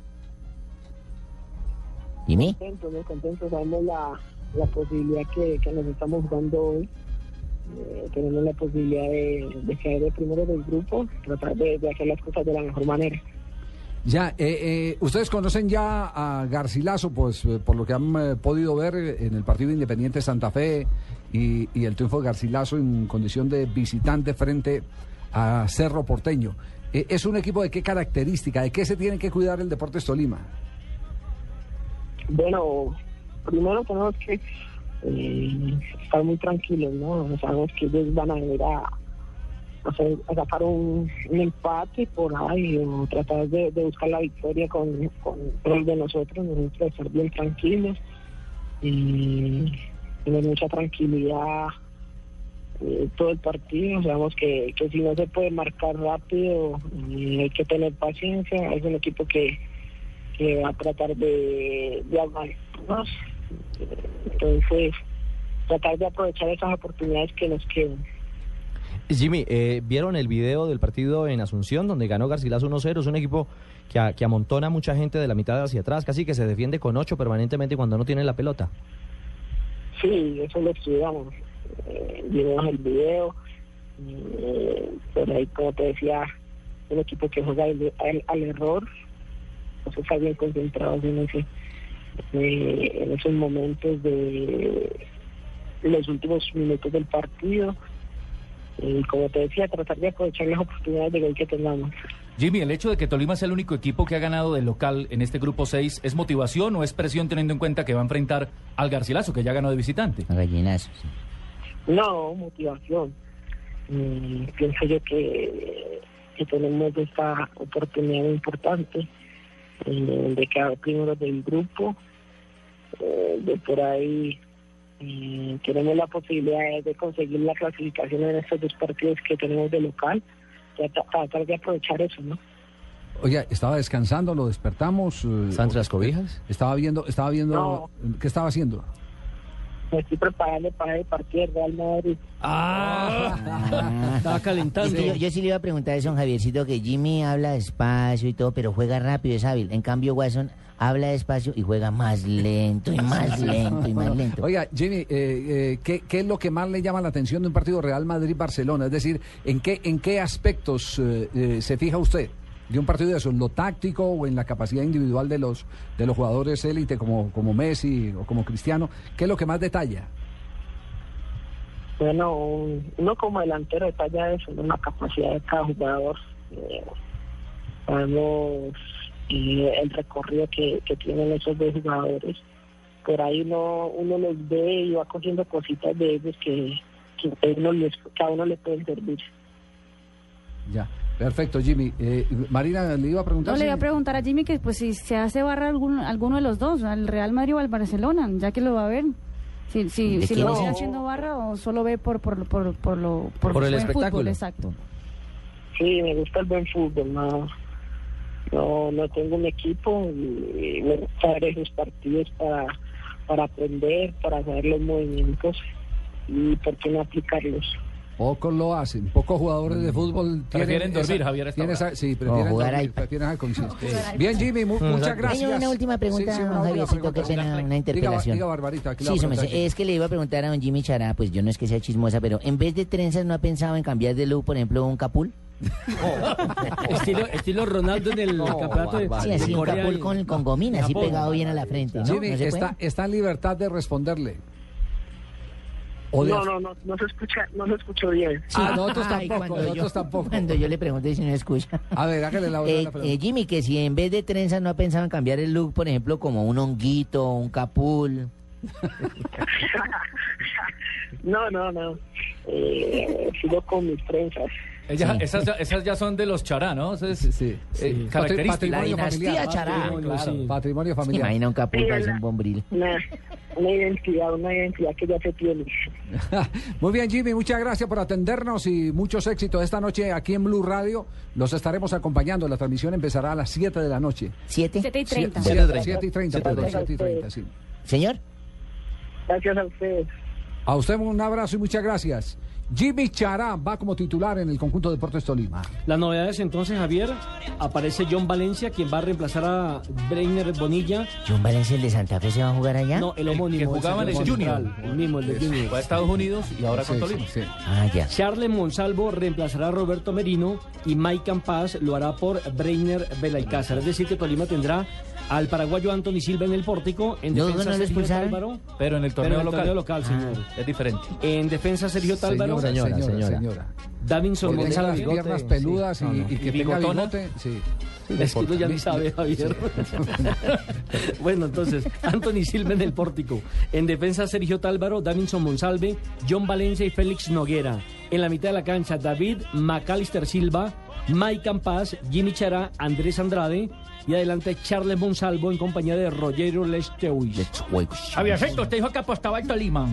Speaker 12: Jimmy,
Speaker 1: Contento, muy contento. Sabemos la, la posibilidad que, que nos estamos jugando hoy. Eh, tenemos la posibilidad de, de caer de primero del grupo, tratar de, de hacer las cosas de la mejor manera.
Speaker 3: Ya, eh, eh, ustedes conocen ya a Garcilaso, pues eh, por lo que han eh, podido ver eh, en el partido Independiente Santa Fe y, y el triunfo de Garcilaso en condición de visitante frente a Cerro Porteño. Eh, ¿Es un equipo de qué característica? ¿De qué se tiene que cuidar el Deportes Tolima?
Speaker 1: Bueno, primero tenemos que eh, estar muy tranquilos, ¿no? Sabemos que ellos van a venir a, hacer- a sacar un, un empate por ahí o tratar de, de buscar la victoria con, con el de nosotros, nosotros estar bien tranquilos y tener mucha tranquilidad eh, todo el partido, sabemos que, que si no se puede marcar rápido eh, hay que tener paciencia, es un equipo que, que va a tratar de, de aguantarnos. Entonces, tratar de aprovechar esas oportunidades que nos quedan.
Speaker 4: Jimmy, eh, ¿vieron el video del partido en Asunción donde ganó Garcilaso 1-0? Es un equipo que, a- que amontona mucha gente de la mitad hacia atrás, casi que se defiende con 8 permanentemente cuando no tiene la pelota.
Speaker 1: Sí, eso lo estudiamos. Eh, vimos el video. eh, por ahí, como te decía, un equipo que juega al, al- al error. Entonces, está bien concentrados en, ese, eh, en esos momentos de los últimos minutos del partido. Y como te decía, tratar de aprovechar las oportunidades de gol que tengamos.
Speaker 6: Jimmy, el hecho de que Tolima sea el único equipo que ha ganado del local en este grupo 6, ¿es motivación o es presión teniendo en cuenta que va a enfrentar al Garcilaso, que ya ganó de visitante?
Speaker 12: Gallinazo.
Speaker 1: No, motivación. Mm, pienso yo que, que tenemos esta oportunidad importante eh, de quedar primero del grupo. Eh, de por ahí eh, tenemos la posibilidad de conseguir la clasificación en estos dos partidos que tenemos de local. Ya tra- tratar de aprovechar eso, ¿no?
Speaker 3: Oye, estaba descansando, lo despertamos. ¿Está entre las cobijas? Estaba viendo, estaba viendo, ¿qué estaba haciendo?
Speaker 1: Me estoy preparando para el partido del Real Madrid.
Speaker 12: Estaba calentando. yo, yo sí le iba a preguntar eso a don Javiercito, que Jimmy habla despacio y todo, pero juega rápido, es hábil. En cambio, Watson habla despacio y juega más lento y más lento y más lento.
Speaker 3: Oiga, Jimmy, eh, eh, ¿qué, qué es lo que más le llama la atención de un partido Real Madrid-Barcelona? Es decir, ¿en qué, en qué aspectos eh, eh, se fija usted de un partido de eso? ¿En lo táctico o en la capacidad individual de los, de los jugadores élite como, como Messi o como Cristiano? ¿Qué es lo que más detalla?
Speaker 1: Bueno, un- uno como delantero detalla eso, ¿no? la capacidad de cada jugador. eh, sabemos eh, el recorrido que, que tienen esos dos jugadores. Por ahí uno, uno los ve y va cogiendo cositas de ellos que, que a uno les- que a uno le pueden servir.
Speaker 3: Ya, perfecto, Jimmy. Eh, Marina, le iba a preguntar.
Speaker 11: No, le
Speaker 3: si-
Speaker 11: voy a preguntar a Jimmy que pues si se hace barra algún- alguno de los dos, al Real Madrid o al Barcelona, ya que lo va a ver. Si, si,
Speaker 12: ¿De
Speaker 11: si
Speaker 12: quién
Speaker 11: lo
Speaker 12: es?
Speaker 11: sigue haciendo barra o solo ve por, por, por, por lo...
Speaker 12: Por el
Speaker 11: fútbol,
Speaker 12: espectáculo.
Speaker 11: exacto.
Speaker 1: Sí, me gusta el buen fútbol, no, no, no tengo un equipo y me gusta ver esos partidos para, para aprender, para saber los movimientos y por qué no aplicarlos.
Speaker 3: Pocos lo hacen, pocos jugadores de fútbol tienen
Speaker 6: Prefieren dormir,
Speaker 3: esa-
Speaker 6: Javier, a esta
Speaker 3: tienen
Speaker 6: hora.
Speaker 3: esa- sí,
Speaker 6: No,
Speaker 3: prefieren
Speaker 6: jugar
Speaker 3: dormir,
Speaker 6: iPad.
Speaker 3: prefieren esa conciencia.
Speaker 21: Sí. Jugar
Speaker 3: Bien, Jimmy, mu-
Speaker 21: Mm,
Speaker 3: muchas
Speaker 21: exacto.
Speaker 3: gracias.
Speaker 21: Venga, una última pregunta,
Speaker 3: Sí, sí,
Speaker 21: don
Speaker 3: una última
Speaker 21: Javiercito, qué
Speaker 3: pregunta.
Speaker 21: pena, una
Speaker 3: Diga,
Speaker 21: interpelación.
Speaker 3: diga Barbarita, aquí la
Speaker 21: sí,
Speaker 3: voy a
Speaker 21: su merced,
Speaker 3: preguntar.
Speaker 21: es que le iba a preguntar a don Jimmy Chará, pues yo no es que sea chismosa, pero en vez de trenzas, ¿no ha pensado en cambiar de look, por ejemplo, un capul?
Speaker 5: estilo, estilo Ronaldo en el campeonato de,
Speaker 21: Sí, así
Speaker 5: de
Speaker 21: un
Speaker 5: Corea
Speaker 21: capul
Speaker 5: y-
Speaker 21: con, con gomina, así
Speaker 5: Japón.
Speaker 21: pegado bien a la frente, ¿no?
Speaker 3: Jimmy,
Speaker 21: ¿No se
Speaker 3: está,
Speaker 21: puede?
Speaker 3: está en libertad de responderle. O de-
Speaker 1: No, no, no, no se escucha, no se escuchó bien.
Speaker 3: Ah, nosotros
Speaker 21: Ay,
Speaker 3: tampoco,
Speaker 21: cuando
Speaker 3: nosotros
Speaker 21: yo-
Speaker 3: tampoco.
Speaker 21: Cuando yo le pregunté si no escucha.
Speaker 3: A ver, hágale la otra
Speaker 21: Eh,
Speaker 3: la pregunta.
Speaker 21: eh, Jimmy, que si en vez de trenzas no ha pensado en cambiar el look, por ejemplo, como un honguito, un capul.
Speaker 1: No, no, no. Eh, sigo con mis trenzas.
Speaker 6: Ella-
Speaker 1: Sí.
Speaker 6: esas, ya, esas ya son de los chará, ¿no? Eso es, eh,
Speaker 3: Sí.
Speaker 6: característica.
Speaker 3: Patrimonio familiar. Patrimonio,
Speaker 6: Claro.
Speaker 3: sí. Patrimonio familiar.
Speaker 21: Imagina un capul,
Speaker 1: Sí,
Speaker 21: parece un
Speaker 1: la-
Speaker 21: bombril.
Speaker 1: Una, una identidad, una identidad que ya se tiene.
Speaker 3: Muy bien, Jimmy, muchas gracias por atendernos y muchos éxitos esta noche aquí en Blue Radio. Los estaremos acompañando. La transmisión empezará a las 7 de la noche.
Speaker 21: ¿Siete?
Speaker 22: Siete y treinta.
Speaker 3: 7 y 30, perdón,
Speaker 1: Siete
Speaker 3: 7
Speaker 1: y
Speaker 3: y 30, sí.
Speaker 21: Señor.
Speaker 1: Gracias a ustedes.
Speaker 3: A usted un abrazo y muchas gracias. Jimmy Chará va como titular en el conjunto Deportes Tolima.
Speaker 5: Las novedades entonces, Javier, aparece John Valencia, quien va a reemplazar a Breiner Bonilla.
Speaker 21: ¿John Valencia, el de Santa Fe, se va a jugar allá?
Speaker 5: No, el
Speaker 6: El
Speaker 5: homónimo.
Speaker 6: que jugaba en el
Speaker 5: central,
Speaker 6: Junior.
Speaker 5: El mismo, el de Junior.
Speaker 6: Fue a Estados Unidos y ahora con Tolima.
Speaker 21: Ah, ya.
Speaker 5: Charles Monsalvo reemplazará a Roberto Merino y Mike Campas lo hará por Breiner Belalcázar. Es decir, que Tolima tendrá al paraguayo Anthony Silva en el pórtico. En
Speaker 21: No,
Speaker 5: defensa
Speaker 21: no lo
Speaker 5: Sergio
Speaker 21: expulsaron.
Speaker 5: Tálvaro,
Speaker 6: Pero en el
Speaker 5: pero en
Speaker 6: torneo
Speaker 5: el
Speaker 6: local. Ah,
Speaker 5: torneo local, señor.
Speaker 6: Es diferente.
Speaker 5: En defensa Sergio Tálvaro.
Speaker 3: señora, señora.
Speaker 5: Davinson
Speaker 3: Que tenga
Speaker 5: Monsalvo.
Speaker 3: las piernas peludas y, y que
Speaker 5: Y
Speaker 3: tenga
Speaker 5: bigotona.
Speaker 3: bigote. Sí.
Speaker 5: Es que uno ya ni sabe, Javier. bueno, entonces, Anthony Silva en el pórtico. En defensa, Sergio Tálvaro, Davinson Monsalve, John Valencia y Félix Noguera. En la mitad de la cancha, David Macalister Silva, Mike Campas, Jimmy Chara, Andrés Andrade. Y adelante, Charles Monsalvo en compañía de Rogero Lesteuis.
Speaker 6: Javiercito, usted dijo que apostaba al Tolima.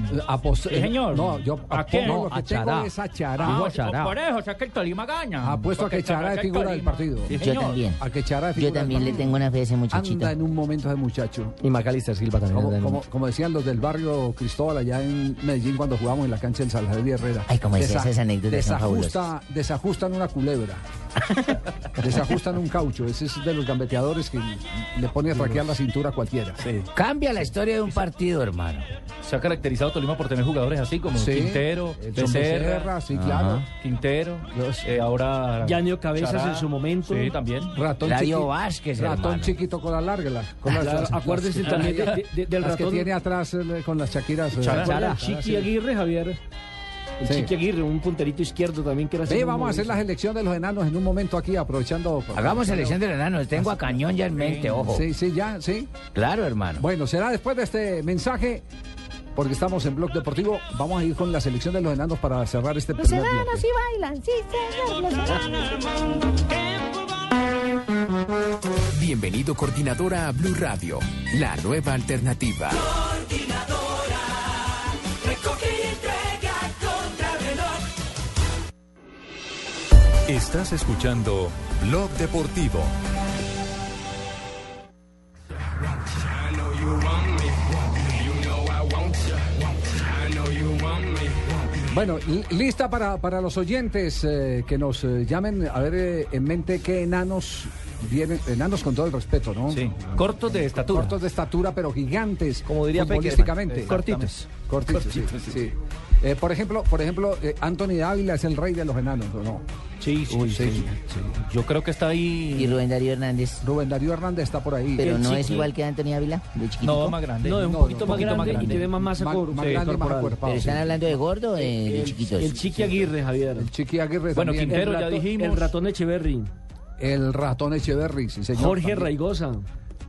Speaker 6: Sí,
Speaker 3: Apos-
Speaker 6: señor.
Speaker 3: No, yo
Speaker 6: ¿A
Speaker 3: apongo
Speaker 6: quién?
Speaker 3: lo
Speaker 6: No,
Speaker 3: que
Speaker 6: a
Speaker 3: tengo
Speaker 6: Chará.
Speaker 3: es a Chará.
Speaker 6: Ah, por eso, o sea que el Tolima gana.
Speaker 3: Apuesto a
Speaker 6: Porque
Speaker 3: que Chará
Speaker 6: Chará
Speaker 3: es
Speaker 6: el
Speaker 3: figura del
Speaker 6: Tolima.
Speaker 3: partido.
Speaker 6: Sí,
Speaker 21: Yo
Speaker 6: señor.
Speaker 21: también.
Speaker 3: A que Chará es
Speaker 21: Yo
Speaker 3: figura del
Speaker 21: también le
Speaker 3: partido.
Speaker 21: tengo una fe a ese muchachito.
Speaker 3: Anda en un momento de muchacho.
Speaker 4: Y Macalister Silva también.
Speaker 3: Como,
Speaker 4: anda en-
Speaker 3: como- como decían los del barrio Cristóbal allá en Medellín cuando jugábamos en la cancha del Salvador de Herrera.
Speaker 21: Ay, como decía,
Speaker 3: Desa-
Speaker 21: esas anécdotas son
Speaker 3: desajusta, desajustan una culebra. desajustan un caucho. Ese es de los gambeteadores que le pone a traquear la cintura a cualquiera.
Speaker 9: Cambia la historia de un partido, hermano.
Speaker 6: Se ha caracterizado Tolima por tener jugadores así como
Speaker 3: Sí,
Speaker 6: Quintero,
Speaker 3: el Son
Speaker 6: Becerra,
Speaker 3: Becerra, sí, claro.
Speaker 6: Ajá. Quintero, eh, ahora
Speaker 5: Yanio Cabezas
Speaker 6: Chará.
Speaker 5: en su momento.
Speaker 6: Sí, también.
Speaker 3: Ratón
Speaker 9: Radio
Speaker 3: chiqui-
Speaker 9: Vázquez,
Speaker 3: ratón
Speaker 9: hermano.
Speaker 3: chiquito con la larga. la- con las-
Speaker 5: Claro,
Speaker 3: las-
Speaker 5: acuérdese
Speaker 3: las que
Speaker 5: también
Speaker 3: tiene
Speaker 5: de-
Speaker 3: ahí,
Speaker 5: de- del
Speaker 3: las
Speaker 5: ratón.
Speaker 3: que tiene atrás eh, con las chaquiras. eh,
Speaker 5: ¿Recuerda
Speaker 3: Chará,
Speaker 5: el Chiqui
Speaker 3: sí.
Speaker 5: Aguirre, Javier. El
Speaker 3: Sí.
Speaker 5: Chiqui Aguirre, un punterito izquierdo también que era
Speaker 3: Ve,
Speaker 5: así
Speaker 3: vamos
Speaker 5: como-
Speaker 3: a hacer la selección de los enanos en un momento aquí, aprovechando.
Speaker 9: Hagamos selección del enano. Tengo a Cañón ya en mente, ojo.
Speaker 3: Sí, sí, ya, sí.
Speaker 9: Claro, hermano.
Speaker 3: Bueno, será después de este mensaje, porque estamos en Blog Deportivo. Vamos a ir con la selección de los enanos para cerrar este
Speaker 23: Pues
Speaker 24: Los
Speaker 3: primer bloque.
Speaker 24: enanos sí bailan, sí, señor, los enanos.
Speaker 25: Bienvenido coordinadora a Blue Radio, la nueva alternativa.
Speaker 2: Estás escuchando Blog Deportivo.
Speaker 3: Bueno, li- lista para, para los oyentes eh, que nos eh, llamen a ver eh, en mente qué enanos vienen. Enanos con todo el respeto, ¿no? Ah, eh,
Speaker 6: Sí, cortos de estatura.
Speaker 3: Cortos de estatura, pero gigantes.
Speaker 4: Como diría Peckerman.
Speaker 3: futbolísticamente.
Speaker 4: Exactamente.
Speaker 3: Cortitos. sí,
Speaker 4: Cortitos, sí,
Speaker 3: sí. Eh, por ejemplo, por ejemplo eh, Anthony Dávila es el rey de los enanos, ¿o no?
Speaker 6: Sí, sí,
Speaker 3: Uy,
Speaker 6: sí.
Speaker 3: sí.
Speaker 6: Yo creo que está
Speaker 21: Y
Speaker 6: ahí.
Speaker 21: Rubén Darío Hernández.
Speaker 3: Rubén Darío Hernández está por ahí.
Speaker 21: Pero
Speaker 3: El
Speaker 21: no
Speaker 3: chiqui-
Speaker 21: es igual que Anthony Ávila, de chiquitico.
Speaker 6: No, más grande.
Speaker 5: No, es un
Speaker 3: No,
Speaker 5: poquito,
Speaker 3: no,
Speaker 5: más,
Speaker 3: un poquito
Speaker 5: grande
Speaker 3: más
Speaker 5: y
Speaker 3: grande.
Speaker 5: tiene más masa
Speaker 3: Más-
Speaker 5: cor-
Speaker 3: más
Speaker 5: sí,
Speaker 3: grande y más
Speaker 5: corporal.
Speaker 3: acuerpado.
Speaker 21: Pero
Speaker 3: sí.
Speaker 21: están hablando de gordo, eh, de
Speaker 5: El,
Speaker 21: chiquitos.
Speaker 5: el Chiqui Aguirre, Javier.
Speaker 3: El Chiqui Aguirre
Speaker 6: Bueno,
Speaker 3: también.
Speaker 6: Quintero
Speaker 5: el,
Speaker 6: ya
Speaker 5: ratón,
Speaker 6: dijimos.
Speaker 5: el ratón Echeverry.
Speaker 3: El ratón Echeverry, sí, señor.
Speaker 5: Jorge
Speaker 3: también.
Speaker 5: Raigosa.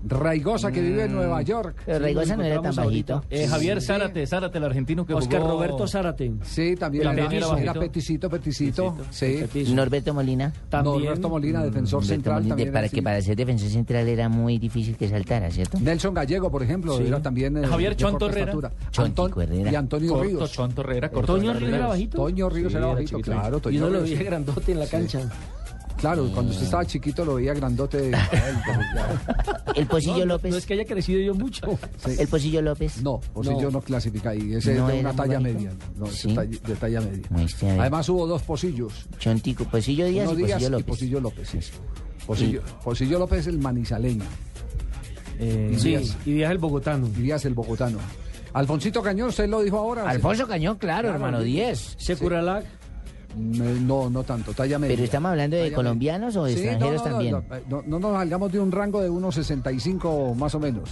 Speaker 3: Raigosa, que vive en Nueva York.
Speaker 21: Mm. Pero Raigosa no era tan
Speaker 5: encontramos ahorita.
Speaker 21: bajito.
Speaker 6: Eh, Javier Zárate, Zárate, el argentino que
Speaker 5: Oscar
Speaker 6: jugó-
Speaker 5: Roberto Zárate.
Speaker 3: Sí, también
Speaker 6: También
Speaker 3: era,
Speaker 6: era
Speaker 3: era,
Speaker 6: bajito.
Speaker 3: peticito, peticito. Sí.
Speaker 5: Petiso.
Speaker 21: Norberto Molina.
Speaker 5: También.
Speaker 3: Norberto Molina, defensor
Speaker 21: Norberto
Speaker 3: central.
Speaker 21: Molina,
Speaker 3: también
Speaker 21: para
Speaker 3: era
Speaker 21: que
Speaker 3: así.
Speaker 21: para ser defensor central era muy difícil que saltara, ¿cierto?
Speaker 3: Nelson Gallego, por ejemplo,
Speaker 5: Sí.
Speaker 3: era también. eh,
Speaker 6: Javier
Speaker 3: de
Speaker 6: Chonto
Speaker 3: corta
Speaker 6: Herrera.
Speaker 3: estatura.
Speaker 21: Chontico
Speaker 3: Antón-
Speaker 21: Herrera.
Speaker 3: Y Antonio
Speaker 6: Corto,
Speaker 3: Ríos.
Speaker 6: Chonto Herrera, corto.
Speaker 5: Toño Herrera
Speaker 6: Herrera.
Speaker 5: bajito.
Speaker 3: Toño Ríos
Speaker 6: Sí,
Speaker 3: era
Speaker 6: era
Speaker 3: bajito,
Speaker 6: chiquito.
Speaker 3: claro.
Speaker 5: Y
Speaker 3: Toño
Speaker 5: no lo
Speaker 3: Ríos.
Speaker 5: vi grandote en la cancha.
Speaker 3: Claro, cuando
Speaker 21: Eh.
Speaker 3: usted estaba chiquito lo veía grandote.
Speaker 21: El Pocillo
Speaker 5: No, no,
Speaker 21: López.
Speaker 5: No es que haya crecido yo mucho.
Speaker 21: El Pocillo López.
Speaker 3: No, Pocillo no, clasifica ahí. Ese
Speaker 21: No
Speaker 3: es de
Speaker 21: era
Speaker 3: una
Speaker 21: muy
Speaker 3: talla
Speaker 21: bajito.
Speaker 3: media. No, ese
Speaker 21: Sí.
Speaker 3: talla- de talla media.
Speaker 21: Muestre, a ver.
Speaker 3: Además hubo dos pocillos.
Speaker 21: Chontico, Pocillo Díaz
Speaker 3: Uno
Speaker 21: y Pocillo
Speaker 3: y
Speaker 21: López.
Speaker 3: Pocillo López. sí. Pocillo, Pocillo López es el manizaleño.
Speaker 5: Eh, sí, y Díaz el bogotano.
Speaker 3: Y Díaz el bogotano. Alfonsito Cañón, usted lo dijo ahora.
Speaker 9: Alfonso Cañón, claro, hermano, 10.
Speaker 5: Securalac.
Speaker 3: No, no tanto, talla media.
Speaker 21: Pero estamos hablando de
Speaker 3: Talla
Speaker 21: colombianos o de
Speaker 3: Sí, no,
Speaker 21: extranjeros
Speaker 3: no, no,
Speaker 21: también.
Speaker 3: No, no, no nos salgamos de un rango de 1,65 más o menos.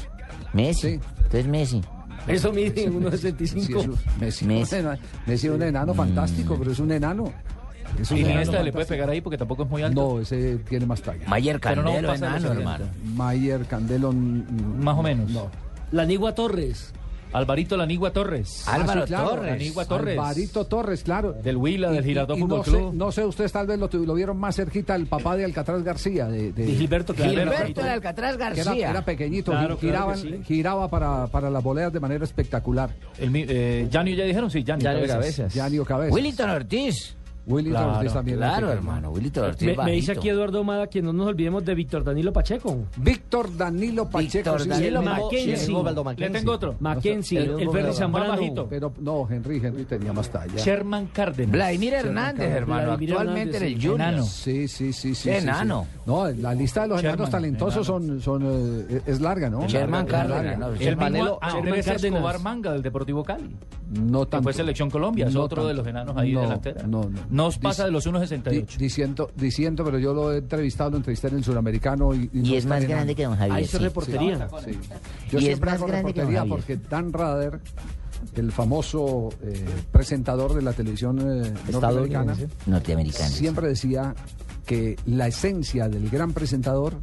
Speaker 21: Messi. Entonces Messi.
Speaker 5: Eso mide
Speaker 3: Sí,
Speaker 5: 1.75.
Speaker 3: es un- Messi,
Speaker 21: Messi. Mm.
Speaker 3: un enano- Messi es un enano fantástico, pero es un enano. Es un
Speaker 6: Y
Speaker 3: enano
Speaker 6: esta le
Speaker 3: fantástico.
Speaker 6: puede pegar ahí porque tampoco es muy alto.
Speaker 3: No, ese tiene más talla.
Speaker 9: Mayer
Speaker 6: Pero no
Speaker 9: Candelo,
Speaker 6: pasa los
Speaker 9: hermano,
Speaker 6: 70.
Speaker 9: hermano.
Speaker 3: Mayer, Candelo. mm,
Speaker 6: Más o menos.
Speaker 3: No.
Speaker 5: La Nigua Torres.
Speaker 6: Alvarito Lanigua Torres.
Speaker 9: Ah, Álvaro Torres.
Speaker 6: Lanigua Torres.
Speaker 3: Alvarito Torres, claro.
Speaker 6: Del Huila, del
Speaker 3: Y-
Speaker 6: Girardot
Speaker 3: y- y
Speaker 6: Fútbol
Speaker 3: no
Speaker 6: Club.
Speaker 3: Sé, no sé, ustedes tal vez lo, tu- lo vieron más cerquita al papá de Alcatraz García. De, de-
Speaker 5: De Gilberto Claver.
Speaker 9: Gilberto de Alcatraz
Speaker 3: que era,
Speaker 9: García.
Speaker 3: era pequeñito,
Speaker 5: Claro,
Speaker 3: gi-
Speaker 5: claro que
Speaker 3: giraban-
Speaker 5: sí.
Speaker 3: giraba para, para las voleas de manera espectacular.
Speaker 6: El mi- eh, Janio ya dijeron, sí, Janio.
Speaker 4: Janio
Speaker 6: Cabezas.
Speaker 4: Cabezas.
Speaker 3: Yanio Cabeza.
Speaker 9: Willington Ortiz.
Speaker 3: Willington
Speaker 6: Claro,
Speaker 3: Ortiz también. era
Speaker 9: Claro,
Speaker 3: pequeño.
Speaker 9: hermano, Willington Ortiz.
Speaker 5: Me, me dice
Speaker 9: bajito.
Speaker 5: aquí Eduardo Omada que no nos olvidemos de Víctor Danilo Pacheco.
Speaker 3: Víctor Danilo Pacheco.
Speaker 4: Daniel
Speaker 3: sí, sí,
Speaker 5: Danilo
Speaker 3: sí.
Speaker 4: Ocampo,
Speaker 5: Mackenzie.
Speaker 4: Diego Osvaldo
Speaker 6: Le
Speaker 4: Mackenzie.
Speaker 6: tengo otro.
Speaker 5: Mackenzie,
Speaker 4: el-
Speaker 5: el, Ferry
Speaker 4: más
Speaker 5: Zambrano.
Speaker 6: bajito.
Speaker 3: Pero no, Henry, Henry tenía más talla.
Speaker 6: Sherman Cárdenas.
Speaker 9: Vladimir Hernández, hermano,
Speaker 5: Vladimir
Speaker 9: actualmente
Speaker 5: Hernández,
Speaker 9: en el
Speaker 5: sí.
Speaker 9: Junior.
Speaker 6: Enano.
Speaker 3: Sí, sí, sí, sí.
Speaker 9: Qué
Speaker 3: sí, sí.
Speaker 9: enano.
Speaker 3: No, la lista de los
Speaker 6: Sherman,
Speaker 3: enanos talentosos son, son eh, es larga, ¿no?
Speaker 9: Sherman
Speaker 3: Es larga.
Speaker 9: Cárdenas, no,
Speaker 6: El
Speaker 9: Manelo-
Speaker 6: Manelo
Speaker 9: ah,
Speaker 6: Andrés
Speaker 5: Sherman Cárdenas.
Speaker 6: Escobar Manga del Deportivo Cali.
Speaker 3: No
Speaker 6: Que
Speaker 3: tanto.
Speaker 6: fue selección Colombia, es
Speaker 3: No
Speaker 6: otro de
Speaker 3: tanto.
Speaker 6: los enanos ahí
Speaker 3: No,
Speaker 6: delantera.
Speaker 3: no, no.
Speaker 6: Nos pasa
Speaker 3: Dice-
Speaker 6: de los
Speaker 3: Di-
Speaker 6: 1.68.
Speaker 3: diciendo, diciendo, pero yo lo he entrevistado, lo entrevisté en el suramericano. Y,
Speaker 21: Y es más grande que don Javier.
Speaker 5: Ahí se
Speaker 21: sí.
Speaker 5: reportería.
Speaker 3: Sí. Yo
Speaker 21: Y es
Speaker 3: siempre
Speaker 21: más
Speaker 3: hago
Speaker 21: grande que don
Speaker 3: reportería
Speaker 21: Javier.
Speaker 3: porque Dan Rader, el famoso eh, presentador de la televisión eh, norteamericana,
Speaker 4: Estadounidense.
Speaker 21: Norteamericano.
Speaker 3: siempre decía que la esencia del gran presentador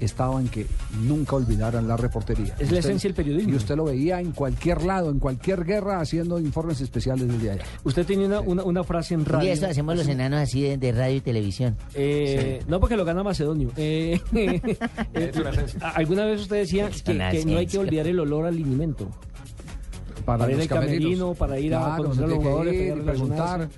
Speaker 3: estaba en que nunca olvidaran la reportería.
Speaker 5: Es la esencia del periodismo.
Speaker 3: Y usted lo veía en cualquier lado, en cualquier guerra, haciendo informes especiales desde allá.
Speaker 5: Usted tenía una, una, una frase en
Speaker 21: Un
Speaker 5: radio.
Speaker 21: día esto hacemos los enanos así de, de radio y televisión.
Speaker 5: Eh, No, porque lo gana Macedonio. Eh, alguna vez usted decía que, que no hay que olvidar el olor al alimento. Para ir
Speaker 3: los
Speaker 5: al camerino,
Speaker 3: camerinos.
Speaker 5: para ir a
Speaker 3: Claro,
Speaker 5: conocer a los
Speaker 3: tiene que
Speaker 5: jugadores,
Speaker 3: ir y
Speaker 5: pegarle las
Speaker 3: preguntar.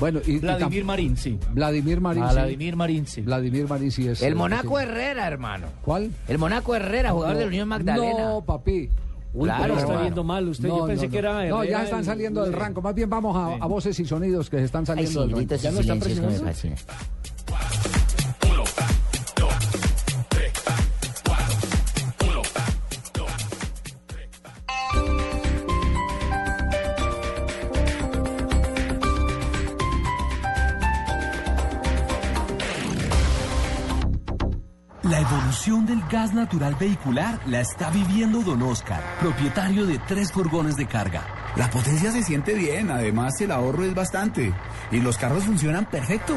Speaker 3: Bueno, y, y
Speaker 6: Vladimir
Speaker 3: tam-
Speaker 6: Marín, sí.
Speaker 3: Vladimir Marín.
Speaker 6: A
Speaker 3: sí.
Speaker 6: Vladimir Marín, sí.
Speaker 3: Vladimir Marín sí es.
Speaker 9: El
Speaker 3: eh,
Speaker 9: Monaco
Speaker 3: sí.
Speaker 9: Herrera, hermano.
Speaker 3: ¿Cuál?
Speaker 9: El Monaco Herrera, jugador de la Unión Magdalena.
Speaker 3: No, papi.
Speaker 9: Uy,
Speaker 5: Claro,
Speaker 9: pero
Speaker 5: está
Speaker 9: hermano.
Speaker 5: viendo mal usted. Yo pensé que era
Speaker 3: No,
Speaker 5: Herrera
Speaker 3: ya están
Speaker 5: el-
Speaker 3: saliendo del rango. Más bien vamos a, a voces y sonidos que se están
Speaker 21: Ay,
Speaker 3: saliendo
Speaker 21: sí,
Speaker 3: del rango.
Speaker 21: gritos y
Speaker 5: no está
Speaker 21: silencios que me
Speaker 5: presionando?
Speaker 21: fascinan.
Speaker 7: La evolución del gas natural vehicular la está viviendo Don Oscar, propietario de tres furgones de carga.
Speaker 8: La potencia se siente bien, además el ahorro es bastante y los carros funcionan perfecto.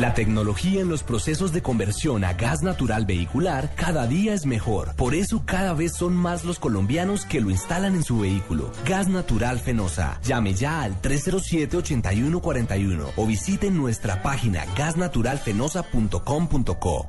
Speaker 7: La tecnología en los procesos de conversión a gas natural vehicular cada día es mejor. Por eso cada vez son más los colombianos que lo instalan en su vehículo. Gas natural Fenosa. Llame ya al 307-8141 o visite nuestra página gasnaturalfenosa.com.co.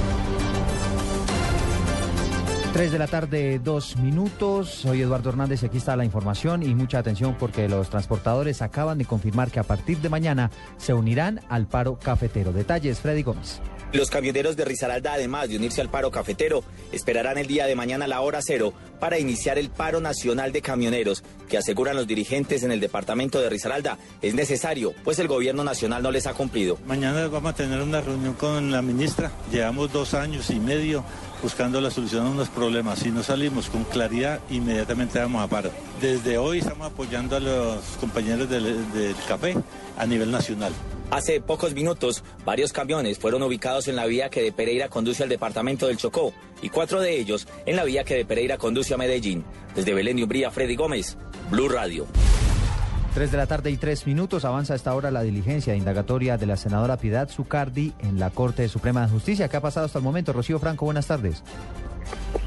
Speaker 4: 3 de la tarde, 2 minutos. Soy Eduardo Hernández y aquí está la información y mucha atención porque los transportadores acaban de confirmar que a partir de mañana se unirán al paro cafetero. Detalles, Freddy Gómez.
Speaker 26: Los camioneros de Risaralda, además de unirse al paro cafetero, esperarán el día de mañana a la hora cero para iniciar el paro nacional de camioneros, que aseguran los dirigentes en el departamento de Risaralda es necesario, pues el gobierno nacional no les ha cumplido.
Speaker 27: Mañana vamos a tener una reunión con la ministra. Llevamos dos años y medio buscando la solución a unos problemas. Si no salimos con claridad, inmediatamente vamos a paro. Desde hoy estamos apoyando a los compañeros del, del café a nivel nacional.
Speaker 26: Hace pocos minutos, varios camiones fueron ubicados en la vía que de Pereira conduce al departamento del Chocó y cuatro de ellos en la vía que de Pereira conduce a Medellín. Desde Belén y Umbría, Freddy Gómez, Blue Radio.
Speaker 28: 3 de la tarde y 3 minutos avanza a esta hora la diligencia indagatoria de la senadora Piedad Zucardi en la Corte Suprema de Justicia. ¿Qué ha pasado hasta el momento? Rocío Franco, buenas tardes.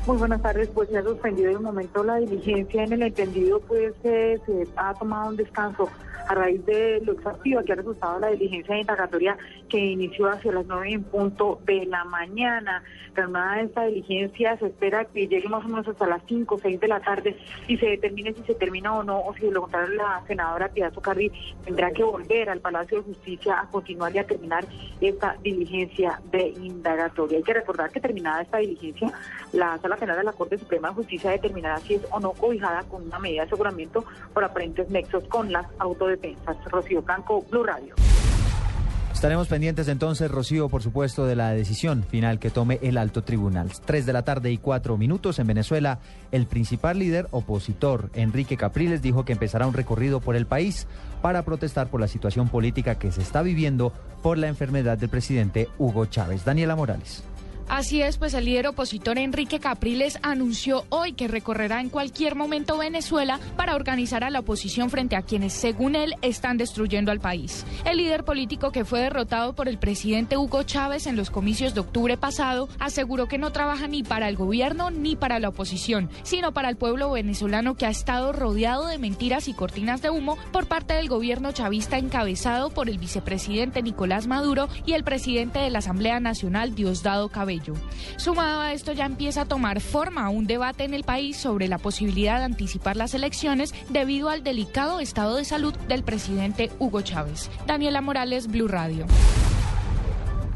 Speaker 29: Muy buenas tardes, pues se ha suspendido de momento la diligencia en el entendido, pues eh, se ha tomado un descanso a raíz de lo exhaustivo que ha resultado la diligencia indagatoria que inició hacia las 9 en punto de la mañana. Terminada esta diligencia, se espera que llegue más o menos hasta las 5 o 6 de la tarde y se determine si se termina o no, o si de lo contrario la senadora Piedad Socarri tendrá que volver al Palacio de Justicia a continuar y a terminar esta diligencia de indagatoria. Hay que recordar que terminada esta diligencia, la sala penal de la Corte Suprema de Justicia determinará si es o no cobijada con una medida de aseguramiento por aparentes nexos con las autodefensas. Rocío Franco, Blue Radio.
Speaker 28: Estaremos pendientes entonces, Rocío, por supuesto, de la decisión final que tome el alto tribunal. Tres de la tarde y cuatro minutos en Venezuela. El principal líder opositor, Enrique Capriles, dijo que empezará un recorrido por el país para protestar por la situación política que se está viviendo por la enfermedad del presidente Hugo Chávez. Daniela Morales.
Speaker 30: Así es, pues el líder opositor Enrique Capriles anunció hoy que recorrerá en cualquier momento Venezuela para organizar a la oposición frente a quienes, según él, están destruyendo al país. El líder político que fue derrotado por el presidente Hugo Chávez en los comicios de octubre pasado aseguró que no trabaja ni para el gobierno ni para la oposición, sino para el pueblo venezolano que ha estado rodeado de mentiras y cortinas de humo por parte del gobierno chavista encabezado por el vicepresidente Nicolás Maduro y el presidente de la Asamblea Nacional, Diosdado Cabello. Sumado a esto ya empieza a tomar forma un debate en el país sobre la posibilidad de anticipar las elecciones debido al delicado estado de salud del presidente Hugo Chávez. Daniela Morales, Blue Radio.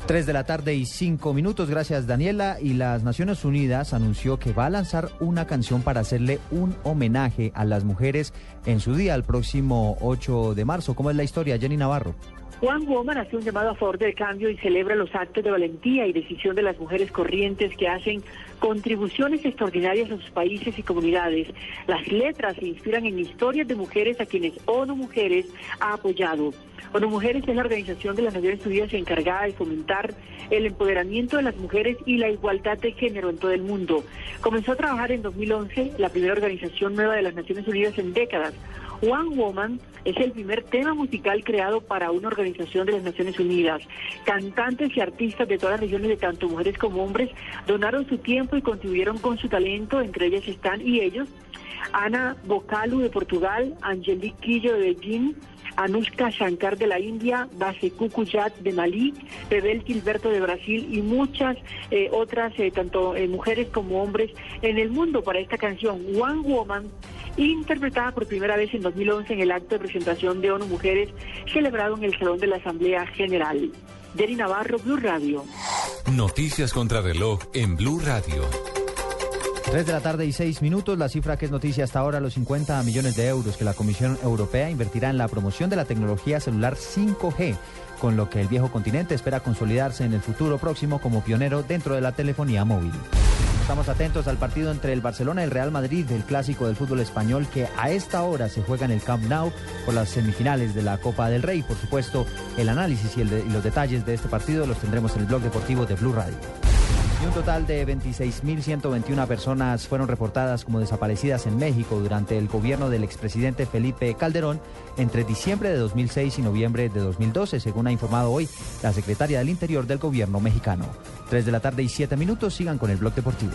Speaker 28: 3 de la tarde y 5 minutos, gracias Daniela. Y las Naciones Unidas anunció que va a lanzar una canción para hacerle un homenaje a las mujeres en su día, el próximo 8 de marzo. ¿Cómo es la historia, Jenny Navarro?
Speaker 31: Juan Woman hace un llamado a favor del cambio y celebra los actos de valentía y decisión de las mujeres corrientes que hacen contribuciones extraordinarias a sus países y comunidades. Las letras se inspiran en historias de mujeres a quienes ONU Mujeres ha apoyado. ONU Mujeres es la organización de las Naciones Unidas encargada de fomentar el empoderamiento de las mujeres y la igualdad de género en todo el mundo. Comenzó a trabajar en 2011, la primera organización nueva de las Naciones Unidas en décadas. One Woman es el primer tema musical creado para una organización de las Naciones Unidas. Cantantes y artistas de todas las regiones, de tanto mujeres como hombres, donaron su tiempo y contribuyeron con su talento, entre ellas están y ellos. Ana Bocalu de Portugal, Angelique Quillo de Beijing, Anushka Shankar de la India, Baseku Kuyat de Malí, Bebel Gilberto de Brasil y muchas eh, otras, eh, tanto eh, mujeres como hombres, en el mundo para esta canción One Woman interpretada por primera vez en 2011 en el acto de presentación de ONU Mujeres celebrado en el Salón de la Asamblea General. Jerry Navarro, Blue Radio.
Speaker 2: Noticias contra reloj en Blue Radio.
Speaker 28: 3 de la tarde y 6 minutos, la cifra que es noticia hasta ahora, los 50 millones de euros que la Comisión Europea invertirá en la promoción de la tecnología celular 5G, con lo que el viejo continente espera consolidarse en el futuro próximo como pionero dentro de la telefonía móvil. Estamos atentos al partido entre el Barcelona y el Real Madrid del clásico del fútbol español que a esta hora se juega en el Camp Nou por las semifinales de la Copa del Rey. Por supuesto, el análisis y, el de, y los detalles de este partido los tendremos en el blog deportivo de Blue Radio. Y un total de 26.121 personas fueron reportadas como desaparecidas en México durante el gobierno del expresidente Felipe Calderón entre diciembre de 2006 y noviembre de 2012, según ha informado hoy la secretaria del Interior del gobierno mexicano. 3 de la tarde y 7 minutos sigan con el blog deportivo.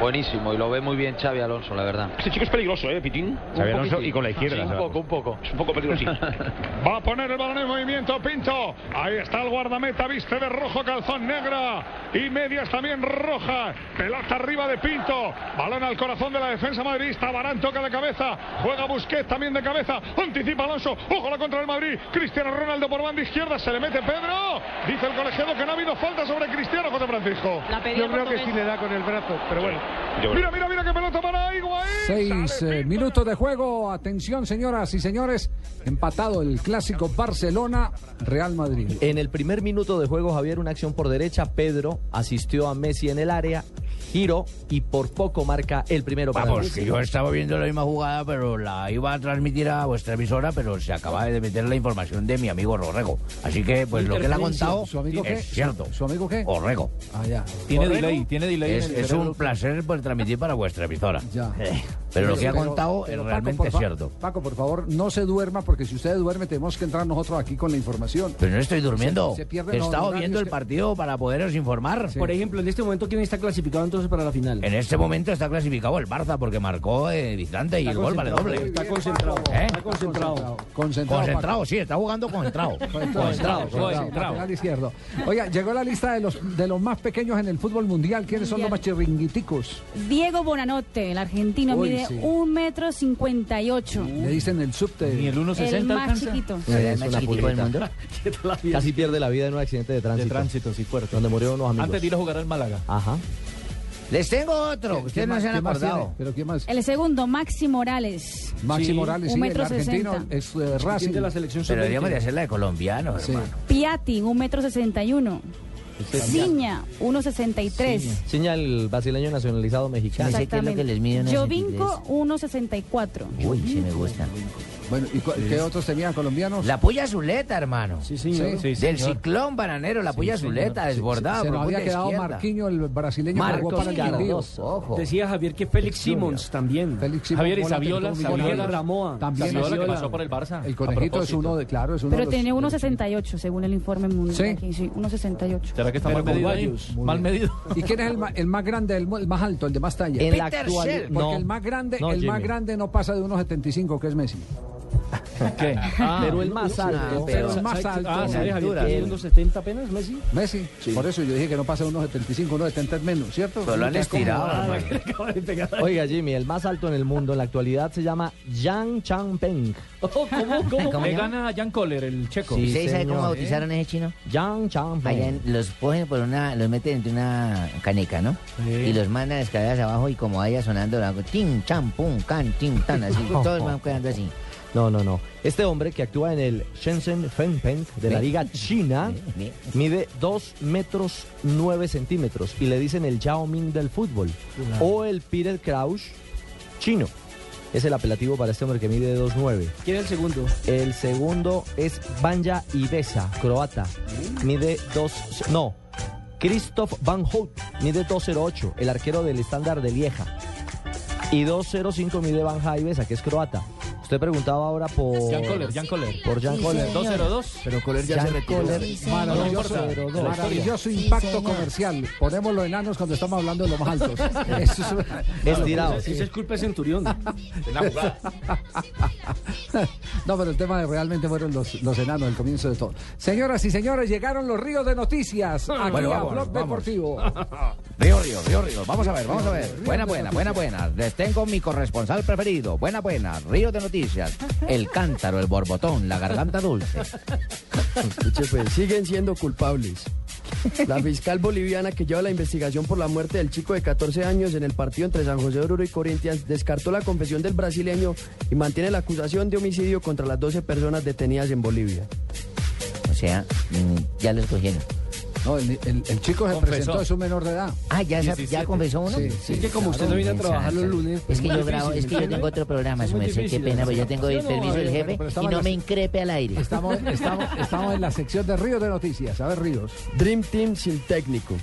Speaker 1: Buenísimo, y lo ve muy bien Xavi Alonso, la verdad.
Speaker 22: Este chico es peligroso, ¿eh, Pitín?
Speaker 1: Xavi Alonso y con la izquierda,
Speaker 22: Sí, un
Speaker 1: ¿sabes?
Speaker 22: poco, un poco. Es un poco peligrosito. Va a poner el balón en movimiento, Pinto. Ahí está el guardameta, viste de rojo, calzón negra. Y medias también rojas. Pelota arriba de Pinto. Balón al corazón de la defensa madridista. Barán toca de cabeza. Juega Busquets también de cabeza. Anticipa Alonso. Ojo la contra el Madrid. Cristiano Ronaldo por banda izquierda. Se le mete Pedro. Dice el colegiado que no ha habido falta sobre Cristiano José Francisco.
Speaker 32: Yo creo que sí le da con el brazo, pero bueno.
Speaker 22: Mira, mira, mira qué pelota para Higuaín.
Speaker 3: Seis eh, minutos de juego. Atención, señoras y señores. Empatado el clásico Barcelona. Real Madrid.
Speaker 4: En el primer minuto de juego, Javier, una acción por derecha. Pedro asistió a Messi en el área, giró y por poco marca el primero para
Speaker 9: Vamos,
Speaker 4: Messi.
Speaker 9: que yo estaba viendo la misma jugada, pero la iba a transmitir a vuestra emisora, pero se acaba de meter la información de mi amigo Rorrego. Así que, pues lo que le ha contado
Speaker 3: ¿Su amigo qué?
Speaker 9: es cierto.
Speaker 3: ¿Su amigo qué?
Speaker 9: Orrego.
Speaker 3: Ah, ya.
Speaker 6: Tiene delay, tiene delay en
Speaker 9: Es,
Speaker 6: el
Speaker 9: es
Speaker 6: cerebro.
Speaker 9: un placer pues, transmitir para vuestra emisora.
Speaker 3: Ya.
Speaker 9: Pero lo que ha
Speaker 3: Pero-
Speaker 9: contado
Speaker 3: pero,
Speaker 9: es
Speaker 3: Paco,
Speaker 9: realmente
Speaker 3: por fa-
Speaker 9: cierto.
Speaker 3: Paco, por favor, no se duerma, porque si usted duerme, tenemos que entrar nosotros aquí con la información.
Speaker 9: Pero Pues, no estoy durmiendo.
Speaker 3: Se- se pierde
Speaker 9: He
Speaker 3: los
Speaker 9: estado
Speaker 3: horarios
Speaker 9: viendo el
Speaker 3: que-
Speaker 9: partido para poderos informar.
Speaker 5: Por ejemplo, en este momento, ¿quién está clasificado entonces para la final?
Speaker 9: En este momento está clasificado el Barça porque marcó eh, distante y el gol vale doble.
Speaker 5: Está concentrado.
Speaker 9: ¿Eh?
Speaker 5: Está concentrado.
Speaker 3: Concentrado.
Speaker 9: Concentrado, sí, está jugando concentrado. Concentrado, concentrado.
Speaker 3: Lateral izquierdo. Oiga, llegó la lista de los, de los más pequeños en el fútbol mundial. ¿Quiénes son los más chiringuiticos?
Speaker 11: Diego Bonanote, el argentino,
Speaker 3: Uy,
Speaker 11: mide
Speaker 3: sí.
Speaker 11: un metro cincuenta y ocho.
Speaker 3: Le dicen el subte.
Speaker 6: Ni el
Speaker 11: El más chiquito.
Speaker 4: Es una pulguita. Casi pierde la vida en un accidente de tránsito.
Speaker 6: tránsito, sí, fuerte.
Speaker 4: Donde murieron unos amigos.
Speaker 6: Antes de ir a jugar al Málaga.
Speaker 4: Ajá.
Speaker 9: Les tengo otro.
Speaker 4: ustedes no se han acordado.
Speaker 3: ¿Pero quién más?
Speaker 11: El segundo, Maxi Morales.
Speaker 3: Maxi Morales,
Speaker 11: un
Speaker 3: sí, el
Speaker 11: metro
Speaker 3: argentino.
Speaker 11: sesenta.
Speaker 3: Es eh, Racing.
Speaker 5: de la selección
Speaker 9: Pero deberíamos de
Speaker 3: sub-veinte.
Speaker 9: hacer la de colombiano, hermano.
Speaker 11: Piatti, un metro sesenta y uno. Ciña, uno sesenta y tres.
Speaker 4: Señal el brasileño nacionalizado mexicano.
Speaker 11: Exactamente. Jovinko,
Speaker 4: 1.63.
Speaker 11: 1.64.
Speaker 4: Uy, sí me gusta.
Speaker 3: Bueno, ¿y cu- qué otros tenían colombianos?
Speaker 9: La puya Zuleta, hermano. Sí,
Speaker 3: señor. Sí,
Speaker 9: Del
Speaker 3: señor.
Speaker 9: ciclón bananero, la puya Zuleta, desbordada.
Speaker 3: Se
Speaker 9: por
Speaker 3: nos había
Speaker 9: punta
Speaker 3: quedado
Speaker 9: izquierda.
Speaker 3: Marquinho, el brasileño. que jugó
Speaker 9: Marcos
Speaker 3: para el Quindío.
Speaker 9: Cardoso, ojo.
Speaker 5: Decía Javier que Félix Simmons también.
Speaker 3: Félix Simón
Speaker 6: Javier y
Speaker 3: Bola, que
Speaker 6: Saviola,
Speaker 3: tuvo
Speaker 6: Saviola.
Speaker 3: millones.
Speaker 6: Ramoa.
Speaker 3: También
Speaker 6: Saviola, que
Speaker 3: Saviola.
Speaker 6: pasó por el Barça.
Speaker 3: El
Speaker 6: A
Speaker 3: conejito es
Speaker 6: propósito.
Speaker 3: uno de, claro, es uno de
Speaker 11: Pero
Speaker 3: los-
Speaker 11: tiene 1.68 según el informe mundial.
Speaker 3: Sí.
Speaker 11: aquí, Sí, 1.68.
Speaker 6: ¿Será que está
Speaker 3: Pero
Speaker 6: mal
Speaker 3: con
Speaker 6: medido? ahí?
Speaker 3: varios. Muy
Speaker 6: Mal
Speaker 3: bien.
Speaker 6: medido.
Speaker 3: ¿Y quién es el ma- el más, grande, el, mu- el más alto, el de más talla?
Speaker 4: En la Peter actualidad- Shell.
Speaker 3: Porque
Speaker 4: No.
Speaker 3: el más grande,
Speaker 4: No,
Speaker 3: el más
Speaker 4: Jimmy.
Speaker 3: grande no pasa de unos 75, que es Messi.
Speaker 6: ¿Qué? Ah,
Speaker 4: Pero el más alto.
Speaker 3: pero el
Speaker 5: ¿Sabe-
Speaker 3: más
Speaker 5: sabe-
Speaker 3: alto.
Speaker 5: Ah, ¿sabes, Javier?
Speaker 3: Altura.
Speaker 5: ¿Tiene unos 70 apenas, Messi?
Speaker 3: Messi, por eso yo dije que no pasa de unos 75, unos 70 es menos, ¿cierto?
Speaker 9: Pero lo han
Speaker 3: Está
Speaker 9: estirado,
Speaker 3: acomodado.
Speaker 9: hermano.
Speaker 4: Oiga, Jimmy, el más alto en el mundo en la actualidad se llama Yang Changpeng.
Speaker 6: Oh,
Speaker 5: ¿Cómo, cómo?
Speaker 6: Le gana a Jan Koller, el checo.
Speaker 4: Sí,
Speaker 21: ¿Ustedes saben
Speaker 4: señor.
Speaker 21: cómo bautizaron
Speaker 3: ¿Eh?
Speaker 21: a ese chino?
Speaker 4: Yang Changpeng.
Speaker 21: Allá en- los cogen por una, los meten entre una caneca, ¿no? Y los mandan a escaleras abajo y como vaya sonando, lo hago tin, cham, pum, can, tin, tan, así. todos van quedando así.
Speaker 4: No, no, no. Este hombre que actúa en el Shenzhen Fengpeng de la
Speaker 21: Ve.
Speaker 4: Liga China
Speaker 21: Ve.
Speaker 4: mide 2 metros 9 centímetros y le dicen el Yao Ming del fútbol o el Peter Crouch chino. Es el apelativo para este hombre que mide 2.9.
Speaker 5: ¿Quién es el segundo?
Speaker 4: El segundo es Banja Ibesa, croata. Mide 2... No. Christoph Van Hout mide 2.08, el arquero del estándar de Lieja. Y 2.05 mide Banja Ibesa, que es croata. Usted preguntaba ahora por...
Speaker 6: Jan Koller, Jan Koller.
Speaker 4: Por Jan
Speaker 6: Sí,
Speaker 4: Koller.
Speaker 6: señor. 2-0-2.
Speaker 4: Pero Koller
Speaker 6: ya se retiró. Sí, señor.
Speaker 3: Maravilloso,
Speaker 6: No importa.
Speaker 3: maravilloso impacto comercial. Ponemos los enanos cuando estamos hablando de los más altos. Eso es una-
Speaker 4: Estirado.
Speaker 5: Esa pues, es culpa de Centurión.
Speaker 3: No, pero el tema de realmente fueron los, los enanos, el comienzo de todo. Señoras y señores, llegaron los ríos de noticias aquí
Speaker 9: Ah, Bueno,
Speaker 3: a
Speaker 9: vamos,
Speaker 3: Blog
Speaker 9: vamos.
Speaker 3: Deportivo.
Speaker 9: Río, río, río, río. Vamos a ver, vamos a ver. Buena, buena, buena, buena. Les tengo mi corresponsal preferido. Buena, buena. Río de noticias. El cántaro, el borbotón, la garganta dulce.
Speaker 13: Escuche, pues, siguen siendo culpables. La fiscal boliviana que lleva la investigación por la muerte del chico de 14 años en el partido entre San José de Oruro y Corinthians descartó la confesión del brasileño y mantiene la acusación de homicidio contra las 12 personas detenidas en Bolivia.
Speaker 21: O sea, mm, ya los cogieron.
Speaker 3: No, el, el- el chico se
Speaker 13: Confesó.
Speaker 3: presentó, es un menor de edad.
Speaker 21: Ah, ya, sab- ya confesó uno.
Speaker 3: Sí, sí. Claro.
Speaker 21: Es que
Speaker 3: Muy
Speaker 21: yo grabo, es
Speaker 3: difícil.
Speaker 21: que yo tengo otro programa,
Speaker 3: Es
Speaker 21: su
Speaker 3: muy
Speaker 21: merced, qué
Speaker 3: difícil.
Speaker 21: pena, pues yo tengo el
Speaker 3: No,
Speaker 21: permiso
Speaker 3: a ver,
Speaker 21: del jefe
Speaker 3: pero estamos
Speaker 21: y no
Speaker 3: en
Speaker 21: me
Speaker 3: las-
Speaker 21: increpe al aire.
Speaker 3: Estamos, estamos, estamos en la sección de Ríos de Noticias. A ver, Ríos.
Speaker 13: Dream Team sin técnico.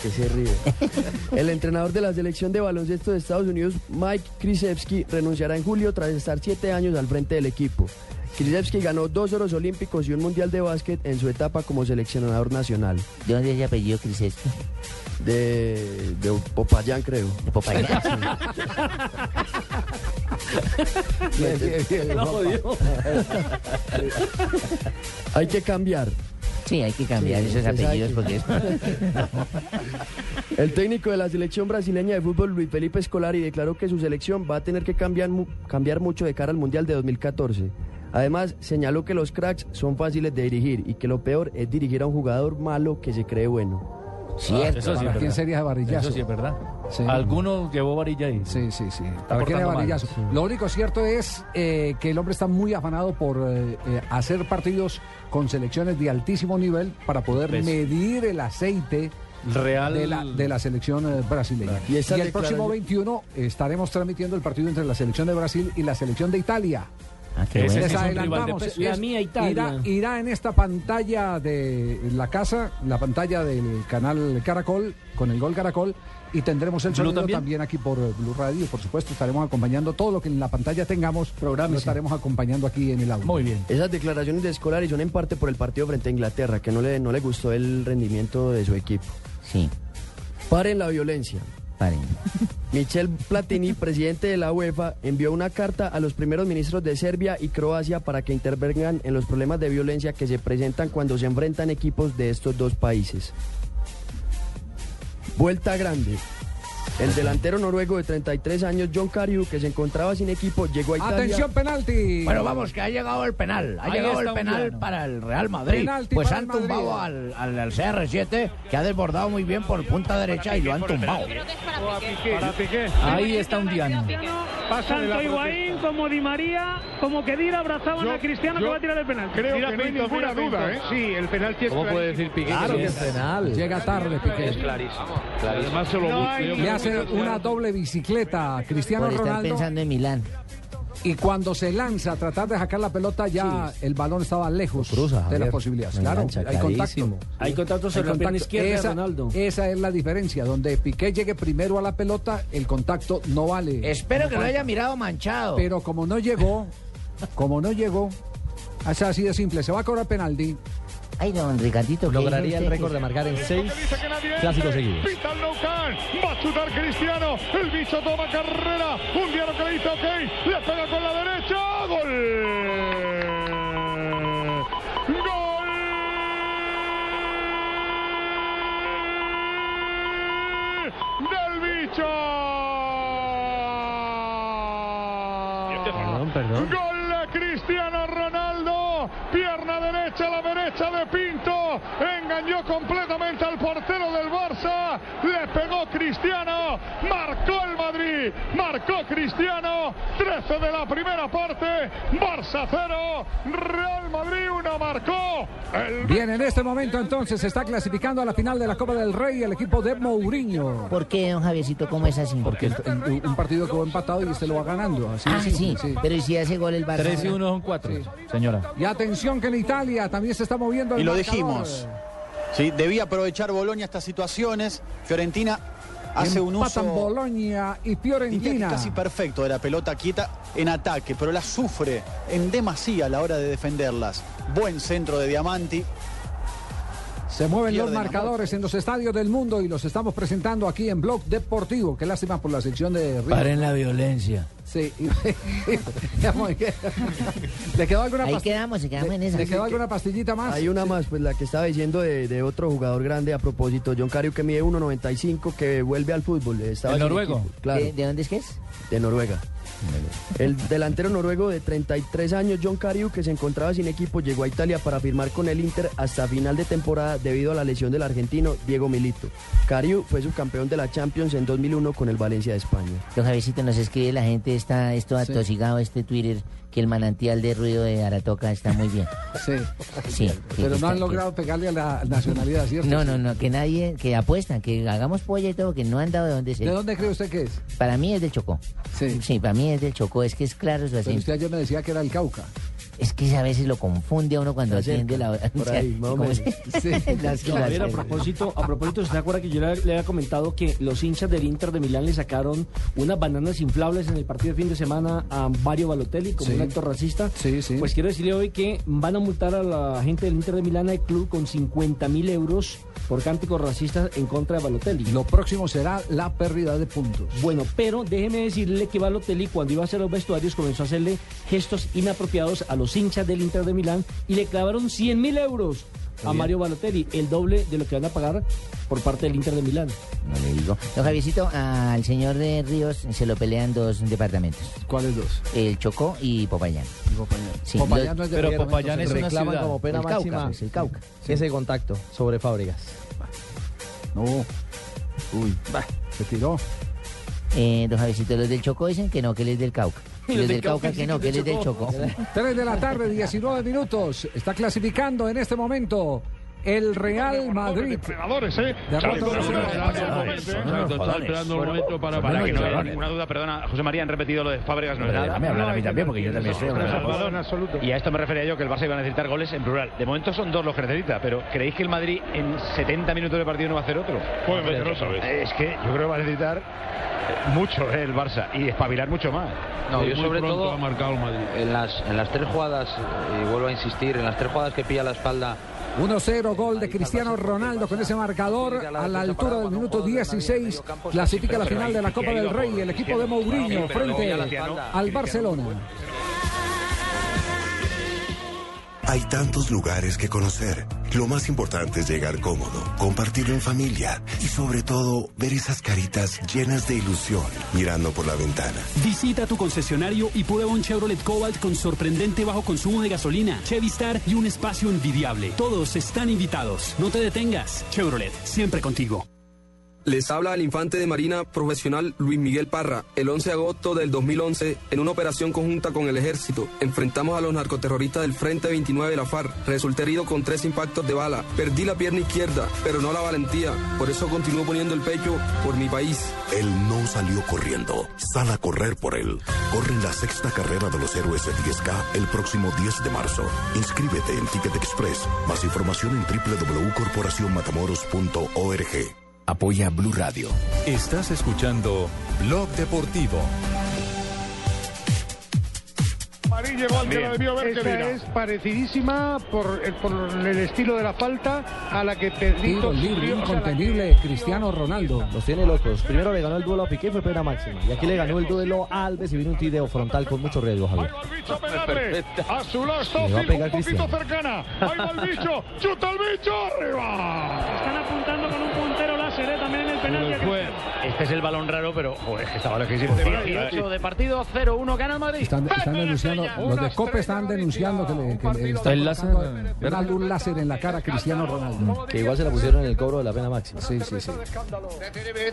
Speaker 13: que se ríe. El entrenador de la selección de baloncesto de Estados Unidos, Mike Krzyzewski, renunciará en julio tras estar siete años al frente del equipo. Krzyzewski ganó dos oros olímpicos y un mundial de básquet en su etapa como seleccionador nacional.
Speaker 21: ¿De dónde es el apellido Krzyzewski?
Speaker 13: De, de Popayán, creo. De
Speaker 21: Popayán.
Speaker 13: Bien, bien, bien,
Speaker 5: Lo
Speaker 13: papá.
Speaker 5: jodió.
Speaker 13: Hay que cambiar.
Speaker 21: Sí, hay que cambiar
Speaker 13: Sí,
Speaker 21: esos
Speaker 13: usted sabe
Speaker 21: apellidos porque
Speaker 13: que-
Speaker 21: es...
Speaker 13: El técnico de la selección brasileña de fútbol, Luis Felipe Scolari, declaró que su selección va a tener que cambiar, mu- cambiar mucho de cara al Mundial de 2014. Además, señaló que los cracks son fáciles de dirigir y que lo peor es dirigir a un jugador malo que se cree bueno.
Speaker 6: Cierto. Ah, Eso sí es
Speaker 3: ¿Para quién
Speaker 6: verdad.
Speaker 3: sería varillazo?
Speaker 6: Eso sí es verdad.
Speaker 3: Sí.
Speaker 6: Alguno llevó varilla ahí. Sí,
Speaker 3: sí, sí.
Speaker 6: Está
Speaker 3: ¿Para quién
Speaker 6: portando
Speaker 3: era
Speaker 6: mal.
Speaker 3: varillazo? Lo único cierto es eh, que el hombre está muy afanado por eh, eh, hacer partidos con selecciones de altísimo nivel para poder
Speaker 6: ¿Ves?
Speaker 3: medir el aceite
Speaker 6: Pues, Real-
Speaker 3: de, la, de la selección eh, brasileña.
Speaker 13: Y
Speaker 3: Y,
Speaker 13: esa
Speaker 3: el próximo
Speaker 13: declaración-
Speaker 3: 21 estaremos transmitiendo el partido entre la selección de Brasil y la selección de Italia.
Speaker 6: Ah, qué Ese bueno.
Speaker 3: Les
Speaker 6: sí es un rival de
Speaker 3: adelantamos.
Speaker 6: peso. La mía
Speaker 5: Italia.
Speaker 3: Irá, irá en esta pantalla de la casa, la pantalla del canal Caracol, con el gol Caracol, y tendremos el
Speaker 6: ¿Blue
Speaker 3: sonido
Speaker 6: también?
Speaker 3: también? aquí por eh, Blue Radio. Por supuesto, estaremos acompañando todo lo que en la pantalla tengamos. Programa. Lo estaremos acompañando aquí en el audio. Muy bien.
Speaker 13: Esas declaraciones de Scolari son en parte por el partido frente a Inglaterra, que no le, no le gustó el rendimiento de su equipo.
Speaker 21: Sí,
Speaker 13: Paren la violencia.
Speaker 21: paren.
Speaker 13: Michel Platini, presidente de la UEFA, envió una carta a los primeros ministros de Serbia y Croacia para que intervengan en los problemas de violencia que se presentan cuando se enfrentan equipos de estos dos países. Vuelta grande. El delantero noruego de 33 años, John Cariu, que se encontraba sin equipo, llegó a Italia.
Speaker 3: Atención, penalti.
Speaker 13: Bueno, vamos, que ha llegado el penal.
Speaker 9: Ha llegado el penal para el Real Madrid.
Speaker 13: Penalti
Speaker 9: pues
Speaker 13: para
Speaker 9: han
Speaker 13: el Madrid.
Speaker 9: tumbado al, al, al CR7, que ha desbordado muy bien por punta derecha y lo han tumbado.
Speaker 32: Para Piqué.
Speaker 6: Ahí está un diano.
Speaker 32: la
Speaker 25: Tanto
Speaker 32: protesta.
Speaker 25: Higuaín como Di María, como Kedira abrazaban
Speaker 32: Yo-
Speaker 25: a Cristiano que
Speaker 32: yo
Speaker 25: va a tirar el penal.
Speaker 32: creo que no hay ninguna duda, ¿eh? Sí, el penalti es
Speaker 1: ¿Cómo puede decir Piqué que sí?
Speaker 3: Llega tarde, Piqué.
Speaker 1: Es clarísimo. clarísimo.
Speaker 3: Le hace una doble bicicleta a Cristiano
Speaker 21: Por estar
Speaker 3: Ronaldo.
Speaker 21: pensando en Milán.
Speaker 3: Y cuando se lanza a tratar de sacar la pelota, ya el balón estaba lejos de las posibilidades.
Speaker 5: me
Speaker 3: Claro,
Speaker 5: engancha,
Speaker 3: hay contacto.
Speaker 5: clarísimo. Hay contacto sobre la
Speaker 3: contacto.
Speaker 5: pierna izquierda de
Speaker 3: Esa-
Speaker 5: Ronaldo.
Speaker 3: Esa es la diferencia. Donde Piqué llegue primero a la pelota, el contacto no vale.
Speaker 9: Espero que lo
Speaker 3: cuenta.
Speaker 9: haya mirado manchado.
Speaker 3: Pero como no llegó, como no llegó, es así de simple. Se va a cobrar penalti.
Speaker 21: Ay, don Ricardito,
Speaker 4: Lograría el récord de marcar en seis clásicos seguidos.
Speaker 22: Pita el Nou Camp, va a chutar Cristiano, el bicho toma carrera, un diablo que le dice ok, le pega con la derecha, gol. ¡Gol! ¡Del bicho!
Speaker 7: Perdón, perdón.
Speaker 22: ¡Gol de Cristiano Ronaldo! Pierna derecha, la derecha de Pinto. Engañó completamente al portero del Barça. Le pegó Cristiano. Marcó el Madrid. Marcó Cristiano. 13 de la primera parte. Barça 0. Real Madrid 1 marcó. El
Speaker 3: Bien, en este momento entonces se está clasificando a la final de la Copa del Rey el equipo de Mourinho.
Speaker 21: ¿Por qué, don Javiercito, cómo es así?
Speaker 3: Porque el- el- un partido quedó empatado y este lo va ganando. Así
Speaker 21: Ah,
Speaker 3: es
Speaker 21: sí, sí, pero ¿y si hace gol el Barça?
Speaker 6: 3 y
Speaker 21: ahora?
Speaker 6: 1 son 4, señora.
Speaker 3: Y atención que en Italia también se está moviendo el
Speaker 7: Y lo
Speaker 3: marcador.
Speaker 7: dijimos. ¿sí? Debía aprovechar Bolonia estas situaciones. Fiorentina hace un uso
Speaker 3: Empatan Bolonia y
Speaker 7: diría que
Speaker 3: Fiorentina.
Speaker 7: casi perfecto de la pelota quieta en ataque, pero la sufre en demasía a la hora de defenderlas. Buen centro de Diamanti.
Speaker 3: Se mueven los
Speaker 7: Pierden la
Speaker 3: marcadores en los estadios del mundo y los estamos presentando aquí en Blog Deportivo. Qué lástima por la sección de Ríos.
Speaker 9: Paren la violencia.
Speaker 3: Sí. Ya muy bien. ¿Le quedó alguna
Speaker 21: Ahí
Speaker 3: pasti-
Speaker 21: quedamos, se quedamos
Speaker 3: le-
Speaker 21: en esa.
Speaker 3: ¿Le quedó alguna pastillita más?
Speaker 13: Hay una más, pues la que estaba diciendo de, de otro jugador grande a propósito, John Cario que mide 1.95, que vuelve al fútbol. Estaba
Speaker 6: ¿El
Speaker 13: sin
Speaker 6: noruego?
Speaker 13: equipo, claro,
Speaker 21: ¿De, de dónde es que es?
Speaker 13: de Noruega. El delantero noruego de 33 años, John Cariu, que se encontraba sin equipo, llegó a Italia para firmar con el Inter hasta final de temporada debido a la lesión del argentino Diego Milito. Cariu fue subcampeón de la Champions en 2001 con el Valencia de España.
Speaker 21: Don Javiercito, nos escribe la gente
Speaker 12: está esto
Speaker 3: Sí.
Speaker 12: atosigado, este Twitter, que el manantial de ruido de Aratoca está muy bien.
Speaker 3: Sí.
Speaker 12: Sí.
Speaker 3: Pero no han
Speaker 12: logrado
Speaker 3: logrado pegarle a la nacionalidad, ¿cierto?
Speaker 12: No, no, no, que nadie, que apuestan, que hagamos polla y todo, que no han dado de dónde es
Speaker 3: ¿De
Speaker 12: él.
Speaker 3: dónde cree usted que es?
Speaker 12: Para mí es del Chocó. Sí. para mí es del Chocó, es que es claro su
Speaker 3: Pero
Speaker 12: acento.
Speaker 3: usted ayer me decía que era el Cauca.
Speaker 12: Es que a veces lo confunde a uno cuando
Speaker 3: Está
Speaker 12: atiende
Speaker 3: cerca,
Speaker 12: la hora.
Speaker 3: por ahí, más o
Speaker 12: ¿cómo
Speaker 3: menos.
Speaker 12: es?
Speaker 3: Sí.
Speaker 12: Las-
Speaker 5: No, a ver, a
Speaker 12: las-
Speaker 5: propósito, a propósito, ¿se acuerda que yo le, le había comentado que los hinchas del Inter de Milán le sacaron unas bananas inflables en el partido de fin de semana a Mario Balotelli como
Speaker 3: Sí.
Speaker 5: un acto racista?
Speaker 3: Sí, sí.
Speaker 5: Pues quiero decirle hoy que van a multar a la gente del Inter de Milán al club con 50 mil euros por cánticos racistas en contra de Balotelli.
Speaker 3: Lo próximo será la pérdida de puntos.
Speaker 5: Bueno, pero déjeme decirle que Balotelli cuando iba a hacer los vestuarios comenzó a hacerle gestos inapropiados a los hinchas del Inter de Milán y le clavaron 100 mil euros a
Speaker 12: bien.
Speaker 5: Mario Balotelli, el doble de lo que van a pagar por parte del Inter de Milán.
Speaker 12: No le digo. Don Javiercito, al señor de Ríos se lo pelean dos departamentos.
Speaker 3: ¿Cuáles dos?
Speaker 12: El Chocó y Popayán. Sí,
Speaker 4: Popayán
Speaker 12: los-
Speaker 4: no es de Pero Popayán Popayán es se una reclaman ciudad. como pena
Speaker 12: El
Speaker 4: máxima.
Speaker 5: pues,
Speaker 12: Cauca, es el Cauca.
Speaker 4: Ese contacto sobre Fábregas.
Speaker 3: No. Uy. Se tiró.
Speaker 12: Eh, don Javiercito, los del Chocó dicen que no, que él es del Cauca.
Speaker 3: Y
Speaker 12: los del Cauca que no, que él es del Chocó.
Speaker 3: 3 de la tarde, 19 minutos. Está clasificando en este momento el Real Madrid.
Speaker 22: Depredadores, ¿eh?
Speaker 3: Derrota
Speaker 22: Chaleco,
Speaker 3: dos a uno.
Speaker 22: depredadores, depredadores.
Speaker 23: jodones.
Speaker 9: Estoy esperando un
Speaker 23: Bueno,
Speaker 9: momento para,
Speaker 23: bueno,
Speaker 9: para que no haya
Speaker 23: jodones.
Speaker 9: ninguna duda. Perdona, José María, han repetido lo de Fábregas, no es
Speaker 23: Pero
Speaker 9: nada.
Speaker 23: déjame hablar a mí también, porque yo también soy un
Speaker 9: Salvador, Y a esto me refería yo, que el Barça iba a necesitar goles en plural. De momento son dos los que necesita, pero ¿creéis que el Madrid en 70 minutos de partido no va a hacer otro?
Speaker 22: Puede meter otra vez.
Speaker 9: Eh, Es que yo creo que va a necesitar eh, mucho eh, el Barça y espabilar mucho más.
Speaker 28: No,
Speaker 9: Muy
Speaker 28: yo sobre
Speaker 9: pronto
Speaker 28: todo
Speaker 9: ha marcado el Madrid.
Speaker 28: en las, en las tres jugadas, eh, y vuelvo a insistir, en las tres jugadas que pilla la espalda
Speaker 3: 1-0, gol de Cristiano Ronaldo con ese marcador a la altura del minuto 16. Clasifica la final de la Copa del Rey el equipo de Mourinho frente al Barcelona.
Speaker 7: Hay tantos lugares que conocer. Lo más importante es llegar cómodo, compartirlo en familia y sobre todo ver esas caritas llenas de ilusión mirando por la ventana.
Speaker 21: Visita tu concesionario y prueba un Chevrolet Cobalt con sorprendente bajo consumo de gasolina, Chevistar y un espacio envidiable. Todos están invitados. No te detengas. Chevrolet, siempre contigo.
Speaker 33: Les habla el infante de Marina profesional Luis Miguel Parra. El 11 de agosto del 2011, en una operación conjunta con el ejército, enfrentamos a los narcoterroristas del Frente 29 de la FARC. Resulté herido con tres impactos de bala. Perdí la pierna izquierda, pero no la valentía. Por eso continúo poniendo el pecho por mi país.
Speaker 7: Él no salió corriendo, sal a correr por él. Corren la sexta carrera de los héroes de 10K el próximo 10 de marzo. Inscríbete en Ticket Express. Más información en www.corporacionmatamoros.org. Apoya Blue Radio.
Speaker 34: Estás escuchando Blog Deportivo.
Speaker 35: Marín llegó al que la debió ver, Esta
Speaker 22: Kedira.
Speaker 35: es parecidísima por, eh, por el estilo de la falta a la que Pedrito
Speaker 3: Tiro
Speaker 35: sufrió,
Speaker 3: libre,
Speaker 35: o sea, la-
Speaker 3: incontenible, Cristiano Ronaldo.
Speaker 4: Los tiene locos. Primero le ganó el duelo a Piqué, fue pena máxima. Y aquí le ganó el duelo a Alves y vino un tireo frontal con mucho riesgo, Javier.
Speaker 22: Pedrale, a su lado está
Speaker 4: Le va a
Speaker 22: Ozil,
Speaker 4: pegar
Speaker 22: un poquito
Speaker 4: Cristiano.
Speaker 22: cercana. Ahí va el bicho, chuta el bicho, arriba.
Speaker 32: Están apuntando con un puntero láser, ¿eh? también en el penalti. a Cristiano.
Speaker 9: Este es el balón raro, pero joder, es que estaba lejísimo.
Speaker 32: de partido, 0-1, gana el Madrid.
Speaker 3: Están, están denunciando, los de COPE están denunciando que le, que le están
Speaker 4: El láser,
Speaker 3: colocando
Speaker 4: ¿verdad?
Speaker 3: una luz láser en la cara a Cristiano Ronaldo.
Speaker 4: Que igual se la pusieron en el cobro de la pena máxima.
Speaker 3: Sí, sí, sí.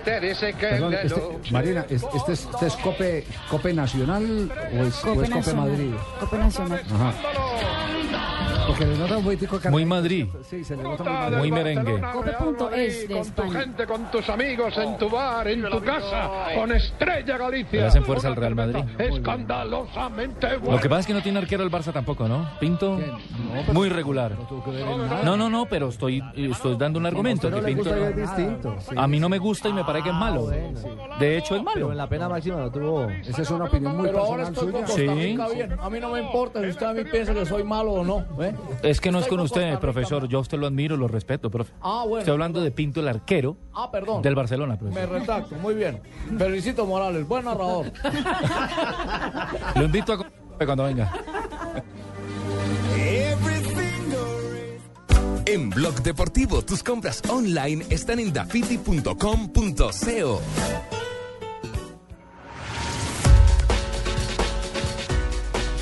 Speaker 3: Perdón,
Speaker 22: Perdón,
Speaker 3: este, Marina, es- este, es, este es Cope, Cope Nacional o es o es Cope,
Speaker 11: Nacional.
Speaker 3: Madrid?
Speaker 11: Copa Nacional.
Speaker 3: Ajá. Porque le nota un poquitico acá.
Speaker 6: Muy Madrid.
Speaker 3: Sí, se le nota muy Madrid.
Speaker 6: Muy merengue.
Speaker 11: Cope.es de
Speaker 22: Ah, Con tu
Speaker 11: España.
Speaker 22: gente, con tus amigos, en tu bar, en tu casa, con Estrella Galicia.
Speaker 6: Le hacen fuerza al Real Madrid.
Speaker 22: Escandalosamente bueno.
Speaker 6: Lo que pasa es que no tiene arquero el Barça tampoco, ¿no? Pinto, muy regular. No, no, no, pero estoy, estoy dando un argumento.
Speaker 4: usted no
Speaker 6: que
Speaker 4: le
Speaker 6: Pinto
Speaker 4: gusta
Speaker 6: no-
Speaker 4: y es distinto. Sí,
Speaker 6: A mí no me gusta y me parece que es malo. De hecho, es malo.
Speaker 4: Pero en la pena máxima no tuvo.
Speaker 3: Esa es una opinión muy
Speaker 4: Pero ahora
Speaker 3: personal
Speaker 4: estoy
Speaker 3: suya.
Speaker 4: con Costa Rica
Speaker 3: Sí.
Speaker 36: A mí no me importa si usted a mí piensa que soy malo o no. ¿eh?
Speaker 6: Es que no es con usted, profesor. Yo a usted lo admiro, lo respeto, profe.
Speaker 36: Ah, bueno.
Speaker 6: Estoy hablando de Pinto, el arquero
Speaker 36: Ah, perdón.
Speaker 6: del Barcelona,
Speaker 36: Me
Speaker 3: pues.
Speaker 6: profe.
Speaker 36: retracto, muy bien. Felicito Morales, buen narrador.
Speaker 6: Lo invito a co- cuando venga.
Speaker 2: En Blog Deportivo, tus compras online están en dafiti.com.co.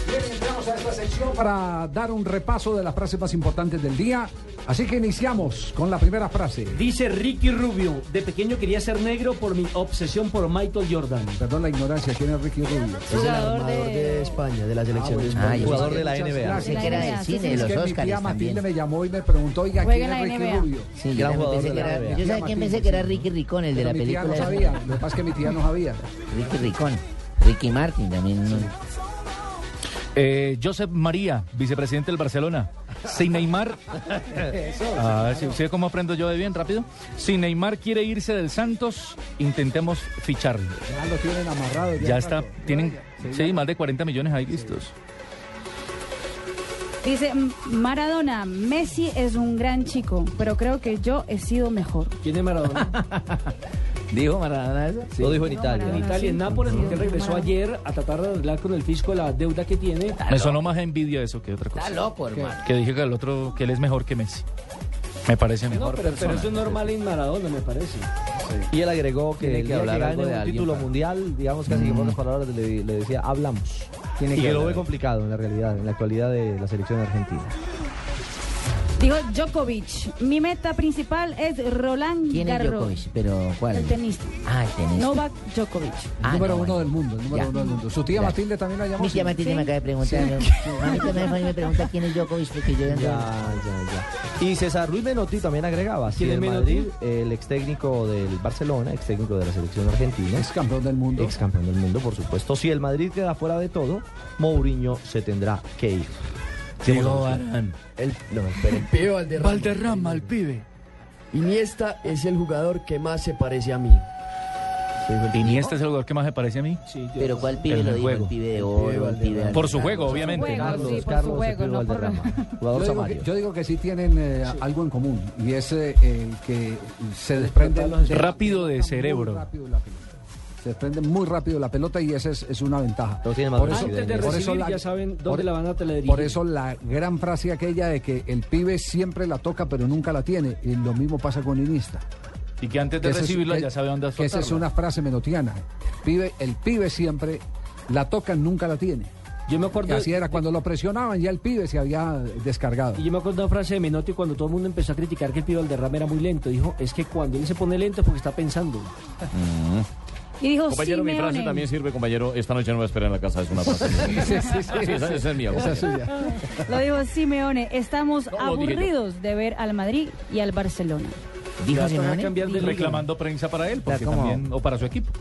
Speaker 3: Bien, entramos a esta sección para dar un repaso de las frases más importantes del día. Así que iniciamos con la primera frase.
Speaker 5: Dice Ricky Rubio, de pequeño quería ser negro por mi obsesión por Michael Jordan.
Speaker 3: Perdón la ignorancia, ¿quién es Ricky Rubio?
Speaker 13: Es el armador de España, de la
Speaker 3: Ah,
Speaker 13: selección de España.
Speaker 3: Muchas gracias.
Speaker 13: Pensé que era del
Speaker 3: Sí,
Speaker 13: cine,
Speaker 3: sí,
Speaker 13: de
Speaker 3: es
Speaker 13: los
Speaker 3: que mi
Speaker 13: Óscares
Speaker 3: tía Matilde
Speaker 13: también.
Speaker 3: me llamó y me preguntó, oiga,
Speaker 21: Juega en
Speaker 3: ¿quién es
Speaker 21: la
Speaker 3: Ricky
Speaker 21: NBA.
Speaker 3: Rubio?
Speaker 21: Sí, yo también pensé que era- yo sabía quién pensé que era Ricky Ricón, el de la
Speaker 3: Pero mi tía
Speaker 21: película.
Speaker 3: no sabía, lo que pasa es que mi tía no sabía.
Speaker 21: Ricky Ricón. Ricky Martin también. ¿no?
Speaker 6: Eh, Josep María, vicepresidente del Barcelona. Sin Neymar. Ah, ¿sí, sí, ¿Cómo aprendo yo de bien? Rápido. Si Neymar quiere irse del Santos, intentemos ficharlo.
Speaker 3: Ya lo tienen amarrado.
Speaker 6: Ya está. Tienen sí, más de 40 millones ahí listos.
Speaker 11: Dice mm, Maradona, Messi es un gran chico, pero creo que yo he sido mejor.
Speaker 5: ¿Quién es Maradona?
Speaker 4: ¿Dijo Maradona eso? Lo dijo en Italia.
Speaker 5: En Italia, en Nápoles, porque él regresó ayer a tratar de arreglar con el fisco la deuda que tiene.
Speaker 6: Me sonó más envidia eso que otra cosa.
Speaker 5: Está loco, hermano.
Speaker 6: Que dije que el otro, que él es mejor que Messi. Me parece
Speaker 5: No,
Speaker 6: mejor.
Speaker 5: pero, pero
Speaker 6: persona.
Speaker 5: eso es normal en Maradona, me parece.
Speaker 4: Y él agregó que
Speaker 5: Tiene
Speaker 4: el
Speaker 5: que
Speaker 4: día que
Speaker 5: hablar algo
Speaker 4: gane
Speaker 5: de
Speaker 4: un
Speaker 5: alguien
Speaker 4: título
Speaker 5: para-
Speaker 4: mundial, digamos casi que en pocas palabras le, le decía, hablamos.
Speaker 5: Tiene
Speaker 4: y
Speaker 5: que
Speaker 4: que, lo
Speaker 5: hablar.
Speaker 4: ve complicado en la realidad, en la actualidad de la selección argentina.
Speaker 11: Digo Djokovic, mi meta principal es Roland
Speaker 21: ¿Quién es
Speaker 11: Garros.
Speaker 21: Djokovic? Pero, ¿cuál?
Speaker 11: El tenista.
Speaker 21: Ah, el tenista.
Speaker 11: Novak Djokovic.
Speaker 21: Ah, no,
Speaker 3: número uno
Speaker 21: bueno.
Speaker 3: del mundo, el número
Speaker 21: Ya.
Speaker 3: uno del mundo. Su
Speaker 21: Ya.
Speaker 3: tía Matilde también la llamó.
Speaker 21: Mi tía
Speaker 3: sí.
Speaker 21: Matilde me acaba de preguntar.
Speaker 3: Sí.
Speaker 21: ¿no? A mí también fue y me pregunta quién es Djokovic porque yo
Speaker 4: Ya,
Speaker 21: ya no-
Speaker 4: ya, ya. Y César Ruiz Menotti también agregaba, si
Speaker 21: ¿Quién es
Speaker 4: el
Speaker 21: Menotti?
Speaker 4: Madrid, el ex técnico del Barcelona, ex técnico de la selección argentina. Ex
Speaker 3: campeón del mundo.
Speaker 4: Ex campeón del mundo, por supuesto. Si el Madrid queda fuera de todo, Mourinho se tendrá que ir.
Speaker 9: Diego
Speaker 4: Arán. El, no, espere.
Speaker 13: Pibe Valderrama. Valderrama, el pibe. Iniesta es el jugador que más se parece a mí.
Speaker 6: Iniesta este es el jugador que más me parece a mí.
Speaker 21: Pero ¿cuál pibe
Speaker 6: En
Speaker 21: lo
Speaker 6: el
Speaker 21: dijo? El
Speaker 6: juego.
Speaker 21: pibe de oro, el pibe de
Speaker 6: Por su juego,
Speaker 21: Por su
Speaker 6: obviamente.
Speaker 21: juego,
Speaker 4: Carlos,
Speaker 21: sí, por su
Speaker 4: Carlos, el
Speaker 21: juego,
Speaker 4: pibe
Speaker 21: no por-
Speaker 4: Valderrama. Jugador
Speaker 3: Yo digo,
Speaker 4: samario.
Speaker 3: que, yo digo que sí tienen eh, algo en común y es eh, el que se desprende de-
Speaker 6: Rápido de cerebro.
Speaker 3: se desprende muy rápido la pelota y esa es, es una ventaja.
Speaker 4: tiene
Speaker 5: más velocidad. Antes de recibir, ya saben dónde la van a teledirigir.
Speaker 3: Por eso la gran frase aquella de que el pibe siempre la toca pero nunca la tiene y lo mismo pasa con Iniesta.
Speaker 6: Y que antes
Speaker 3: Que
Speaker 6: de
Speaker 3: esa es-
Speaker 6: recibirla
Speaker 3: que-
Speaker 6: ya sabe dónde
Speaker 3: que Esa es
Speaker 6: soltarla.
Speaker 3: una frase menotiana. Pibe, el pibe siempre la toca nunca la tiene.
Speaker 5: Yo me acuerdo-
Speaker 3: así era cuando lo presionaban ya el pibe se había descargado.
Speaker 5: Y yo me acuerdo de una frase de Menotti cuando todo el mundo empezó a criticar que el pibe Valderrama era muy lento. Dijo, es que cuando él se pone lento es porque está pensando.
Speaker 11: Y dijo
Speaker 29: Compañero, mi frase
Speaker 11: Simeone.
Speaker 29: también sirve, compañero. Esta noche no va a esperar en la casa, es una frase.
Speaker 11: Sí, sí, sí.
Speaker 29: esa, esa es mía.
Speaker 11: Esa es
Speaker 3: suya.
Speaker 11: Lo dijo Simeone, estamos
Speaker 29: lo dije yo.
Speaker 11: aburridos de ver al Madrid y al Barcelona.
Speaker 21: Dijo Simeone.
Speaker 6: reclamando prensa para él, porque
Speaker 21: como-
Speaker 6: también- o para su equipo.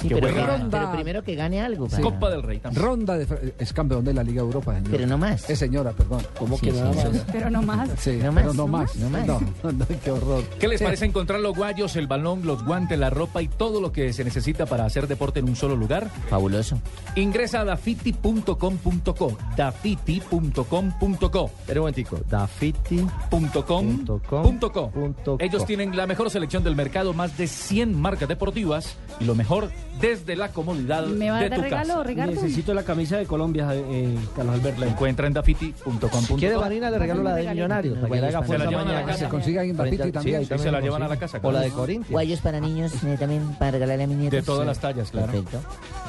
Speaker 21: Sí,
Speaker 6: Que
Speaker 21: pero,
Speaker 6: juegue.
Speaker 21: Ah, pero primero que gane algo. para-
Speaker 6: Copa del Rey también.
Speaker 3: Ronda de fra- es campeón de la Liga Europa, señora.
Speaker 21: Pero no más.
Speaker 3: Es señora, perdón. ¿Cómo
Speaker 21: que Sí, nada sí, más? sí.
Speaker 11: Pero no más.
Speaker 3: Sí,
Speaker 21: No
Speaker 3: pero
Speaker 21: más,
Speaker 3: no
Speaker 21: no
Speaker 3: más. No,
Speaker 21: más, no
Speaker 3: no, no, qué horror.
Speaker 6: ¿Qué les
Speaker 3: Sí.
Speaker 6: parece encontrar los guayos, el balón, los guantes, la ropa y todo lo que se necesita para hacer deporte en un solo lugar?
Speaker 21: Fabuloso.
Speaker 6: Ingresa a dafiti.com.co. Dafiti.com.co.
Speaker 4: Pero un momentico,
Speaker 6: dafiti.com.co. Ellos tienen la mejor selección del mercado, más de 100 marcas deportivas y lo mejor desde la comodidad
Speaker 11: ¿Me va a
Speaker 6: de
Speaker 11: dar
Speaker 6: tu
Speaker 11: regalo,
Speaker 6: casa.
Speaker 11: Ricardo?
Speaker 5: Necesito la camisa de Colombia, eh, eh, Carlos Alberto.
Speaker 6: La encuentra en dafiti.com.co.
Speaker 4: Si quiere, Marina, le regalo la de Millonarios, para que le haga
Speaker 6: Se la
Speaker 4: fuerza
Speaker 6: llevan a la
Speaker 4: mañana.
Speaker 6: casa.
Speaker 4: Frente al- sí,
Speaker 6: Sí, se la llevan a la casa.
Speaker 4: O la de
Speaker 6: claro.
Speaker 4: Corinthians.
Speaker 21: Guayos para niños eh, también para regalarle a mi nieto.
Speaker 6: De todas las tallas, claro.
Speaker 21: Perfecto.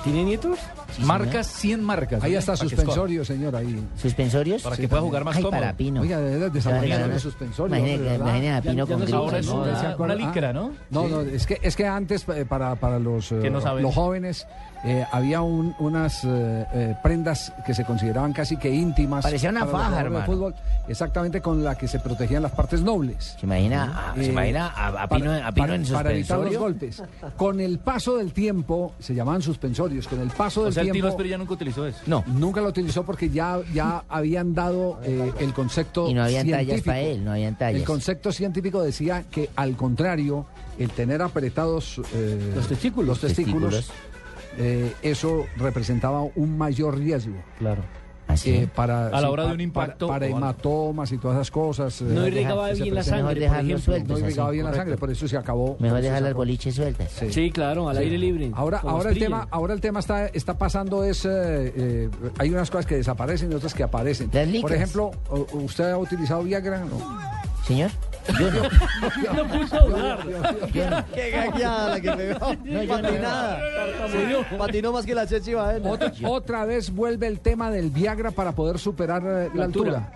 Speaker 5: ¿Tiene nietos?
Speaker 6: Marcas, 100 marcas.
Speaker 3: Ahí
Speaker 6: ¿no?
Speaker 3: está
Speaker 6: Para que
Speaker 3: suspensorio, señor, ahí.
Speaker 21: ¿Suspensorios?
Speaker 6: Para que pueda jugar más
Speaker 21: Ay,
Speaker 6: cómodo.
Speaker 21: para Pino.
Speaker 3: Oiga, de verdad, desabonando los suspensorios.
Speaker 21: Imagínate,
Speaker 3: hombre, ¿verdad?
Speaker 21: imagínate a Pino con gripa.
Speaker 6: ahora es
Speaker 21: ¿no?
Speaker 6: una-
Speaker 3: ¿Se acuerda? Ah,
Speaker 6: una licra, ¿no?
Speaker 3: No,
Speaker 6: Sí.
Speaker 3: no, es que, es que antes eh, para, para los, eh,
Speaker 6: Que no saben.
Speaker 3: los jóvenes eh, había un- unas eh, eh, prendas que se consideraban casi que íntimas.
Speaker 21: Parecía una
Speaker 3: para los
Speaker 21: faja,
Speaker 3: jugadores de
Speaker 21: hermano.
Speaker 3: fútbol, exactamente con la que se protegían las partes nobles.
Speaker 21: Se imagina, a- se
Speaker 3: Eh,
Speaker 21: imagina a, a
Speaker 3: para-
Speaker 6: eh,
Speaker 21: Pino, a Pino
Speaker 3: para-
Speaker 21: en
Speaker 3: Para evitar los
Speaker 21: suspensorio.
Speaker 3: golpes. Con el paso del tiempo, se llamaban suspensorios, con el paso
Speaker 6: O
Speaker 3: del
Speaker 6: sea, el
Speaker 3: tiempo...
Speaker 6: Tino Asprilla nunca utilizó eso.
Speaker 3: No. Nunca lo utilizó porque ya, ya habían dado eh, el concepto
Speaker 21: Y no habían tallas
Speaker 3: científico.
Speaker 21: para él, no habían tallas.
Speaker 3: El concepto científico decía que al contrario, el tener apretados eh, los testículos,
Speaker 21: Testículos.
Speaker 3: eh, eso representaba un mayor riesgo.
Speaker 5: Claro.
Speaker 21: Así
Speaker 3: Eh, para,
Speaker 6: A la hora
Speaker 3: pa-
Speaker 6: de un impacto
Speaker 3: Para, para
Speaker 6: o algo.
Speaker 3: hematomas y todas esas cosas. eh,
Speaker 5: No
Speaker 3: que
Speaker 5: irrigaba
Speaker 3: se
Speaker 5: bien la sangre,
Speaker 3: presentan.
Speaker 5: Mejor por dejarlos ejemplo. sueltos
Speaker 3: No irrigaba
Speaker 5: así,
Speaker 3: bien la
Speaker 5: correcto.
Speaker 3: sangre, por eso se acabó. por
Speaker 21: Mejor
Speaker 3: eso se
Speaker 21: dejar las
Speaker 3: acabó.
Speaker 21: boliches sueltas.
Speaker 3: Sí.
Speaker 5: Sí, claro, al
Speaker 3: Sí.
Speaker 5: aire libre.
Speaker 3: Ahora,
Speaker 5: Como
Speaker 3: ahora el
Speaker 5: Asprilla.
Speaker 3: tema, ahora el tema está, está pasando es eh, eh, hay unas cosas que desaparecen y otras que aparecen.
Speaker 21: licras.
Speaker 3: Por ejemplo, o- ¿usted ha utilizado Viagra? No.
Speaker 12: Señor, yo no.
Speaker 10: No puso a dudar.
Speaker 4: Qué gagueada la que pegó. Patinada. Patinó más que la Chechi Baena.
Speaker 3: Otra, otra vez vuelve el tema del Viagra para poder superar eh, la,
Speaker 10: La
Speaker 3: altura.
Speaker 10: altura.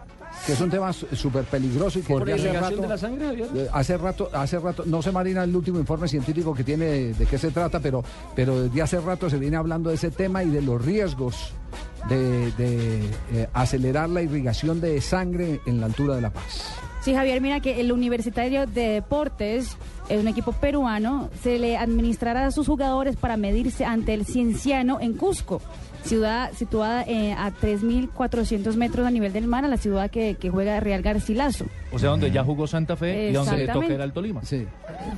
Speaker 3: Que es un tema su- súper peligroso y que
Speaker 10: ¿Por
Speaker 3: desde hace
Speaker 10: irrigación
Speaker 3: rato,
Speaker 10: de la sangre, Javier?
Speaker 3: eh, hace rato, hace rato, no sé Marina el último informe científico que tiene de, de qué se trata, pero, pero desde hace rato se viene hablando de ese tema y de los riesgos de, de, eh, acelerar la irrigación de sangre en la altura de La Paz.
Speaker 11: Sí, Javier, mira que el Universitario de Deportes es un equipo peruano. Se le administrará a sus jugadores para medirse ante el Cienciano en Cusco. Ciudad situada eh, a 3.400 metros a nivel del mar, a la ciudad que, que juega Real Garcilaso.
Speaker 6: O sea, donde ya jugó Santa Fe y donde le toca
Speaker 11: Exactamente.
Speaker 6: era al Tolima.
Speaker 3: Sí.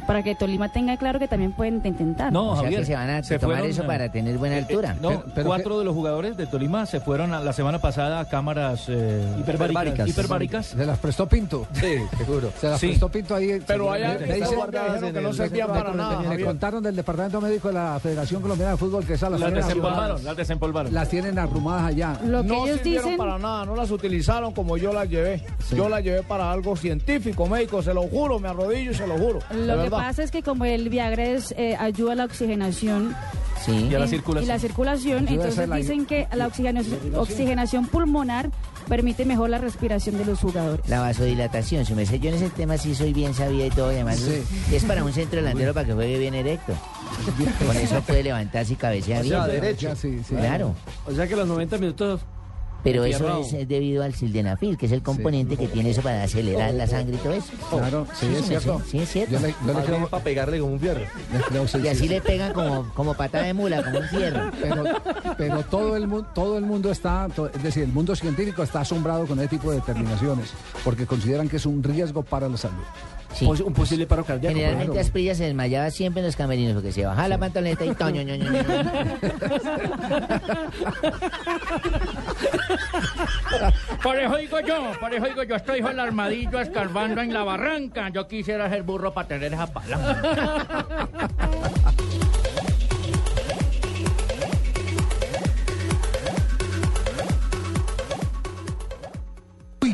Speaker 11: Para que Tolima tenga claro que también pueden intentar.
Speaker 6: No,
Speaker 12: O sea
Speaker 6: Javier,
Speaker 12: que se van a
Speaker 6: se
Speaker 12: tomar
Speaker 6: fueron,
Speaker 12: eso
Speaker 6: eh,
Speaker 12: para tener buena altura.
Speaker 6: No, cuatro de los jugadores de Tolima se fueron a- la semana pasada a cámaras eh,
Speaker 3: Hiperbáricas.
Speaker 6: hiperbáricas.
Speaker 3: Se las prestó Pinto. Sí, seguro. Se las
Speaker 6: Sí.
Speaker 3: prestó Pinto ahí. eh,
Speaker 6: Pero
Speaker 3: seguramente.
Speaker 6: allá
Speaker 3: me,
Speaker 6: están
Speaker 3: dicen-
Speaker 6: guardadas
Speaker 3: me-
Speaker 6: en
Speaker 3: me-
Speaker 6: el-
Speaker 3: me-
Speaker 6: servían
Speaker 3: me-
Speaker 6: para
Speaker 3: me-
Speaker 6: nada,
Speaker 3: me
Speaker 6: Javier.
Speaker 3: contaron del Departamento Médico de la Federación Colombiana de Fútbol que es a las
Speaker 6: Las
Speaker 3: afueras de la ciudad.
Speaker 6: desempolvaron, las desempolvaron.
Speaker 3: Las tienen arrumadas allá.
Speaker 9: no sirvieron para nada, no las utilizaron como yo las llevé. Yo las llevé para algo científico, médico, se lo juro, me arrodillo y se lo juro. de
Speaker 11: Lo que
Speaker 9: verdad.
Speaker 11: pasa es que como el Viagra es, eh, ayuda a la oxigenación
Speaker 9: Sí.
Speaker 11: en- y la circulación,
Speaker 9: Ayuda a
Speaker 11: entonces
Speaker 9: hacer la-
Speaker 11: dicen que la oxigenación, oxigenación pulmonar permite mejor la respiración de los jugadores.
Speaker 12: La vasodilatación, su merced. Yo en ese tema sí soy bien sabida y todo, y además
Speaker 11: Sí.
Speaker 12: es para un centro delantero para que juegue bien erecto. Con eso puede levantarse y cabecear
Speaker 10: O sea,
Speaker 12: bien.
Speaker 10: derecho. Sí, sí.
Speaker 12: Claro.
Speaker 10: O sea que los 90 minutos.
Speaker 12: Pero
Speaker 10: Pierrao.
Speaker 12: eso es, es debido al sildenafil, que es el componente que tiene eso para acelerar la sangre y todo eso.
Speaker 3: Oh, Claro, sí, es
Speaker 12: su merced,
Speaker 3: cierto.
Speaker 12: Sí, es cierto.
Speaker 3: Yo le- yo le Más creo- bien
Speaker 4: para pegarle como un fierro.
Speaker 12: y así le pegan como, como patada de mula, como un fierro.
Speaker 3: Pero, pero todo, el mundo, todo el mundo está, to- es decir, el mundo científico está asombrado con este tipo de determinaciones, porque consideran que es un riesgo para la salud.
Speaker 12: Pos- un
Speaker 3: posible paro cardíaco.
Speaker 12: Generalmente Asprilla se desmayaba siempre en los camerinos porque se bajaba la pantaloneta y toño, ño, ño, ño, ño.
Speaker 37: Por eso digo yo, por eso digo yo, estoy hijo el armadillo escarbando en la barranca. Yo quisiera ser burro para tener esa palanca.
Speaker 7: Uy,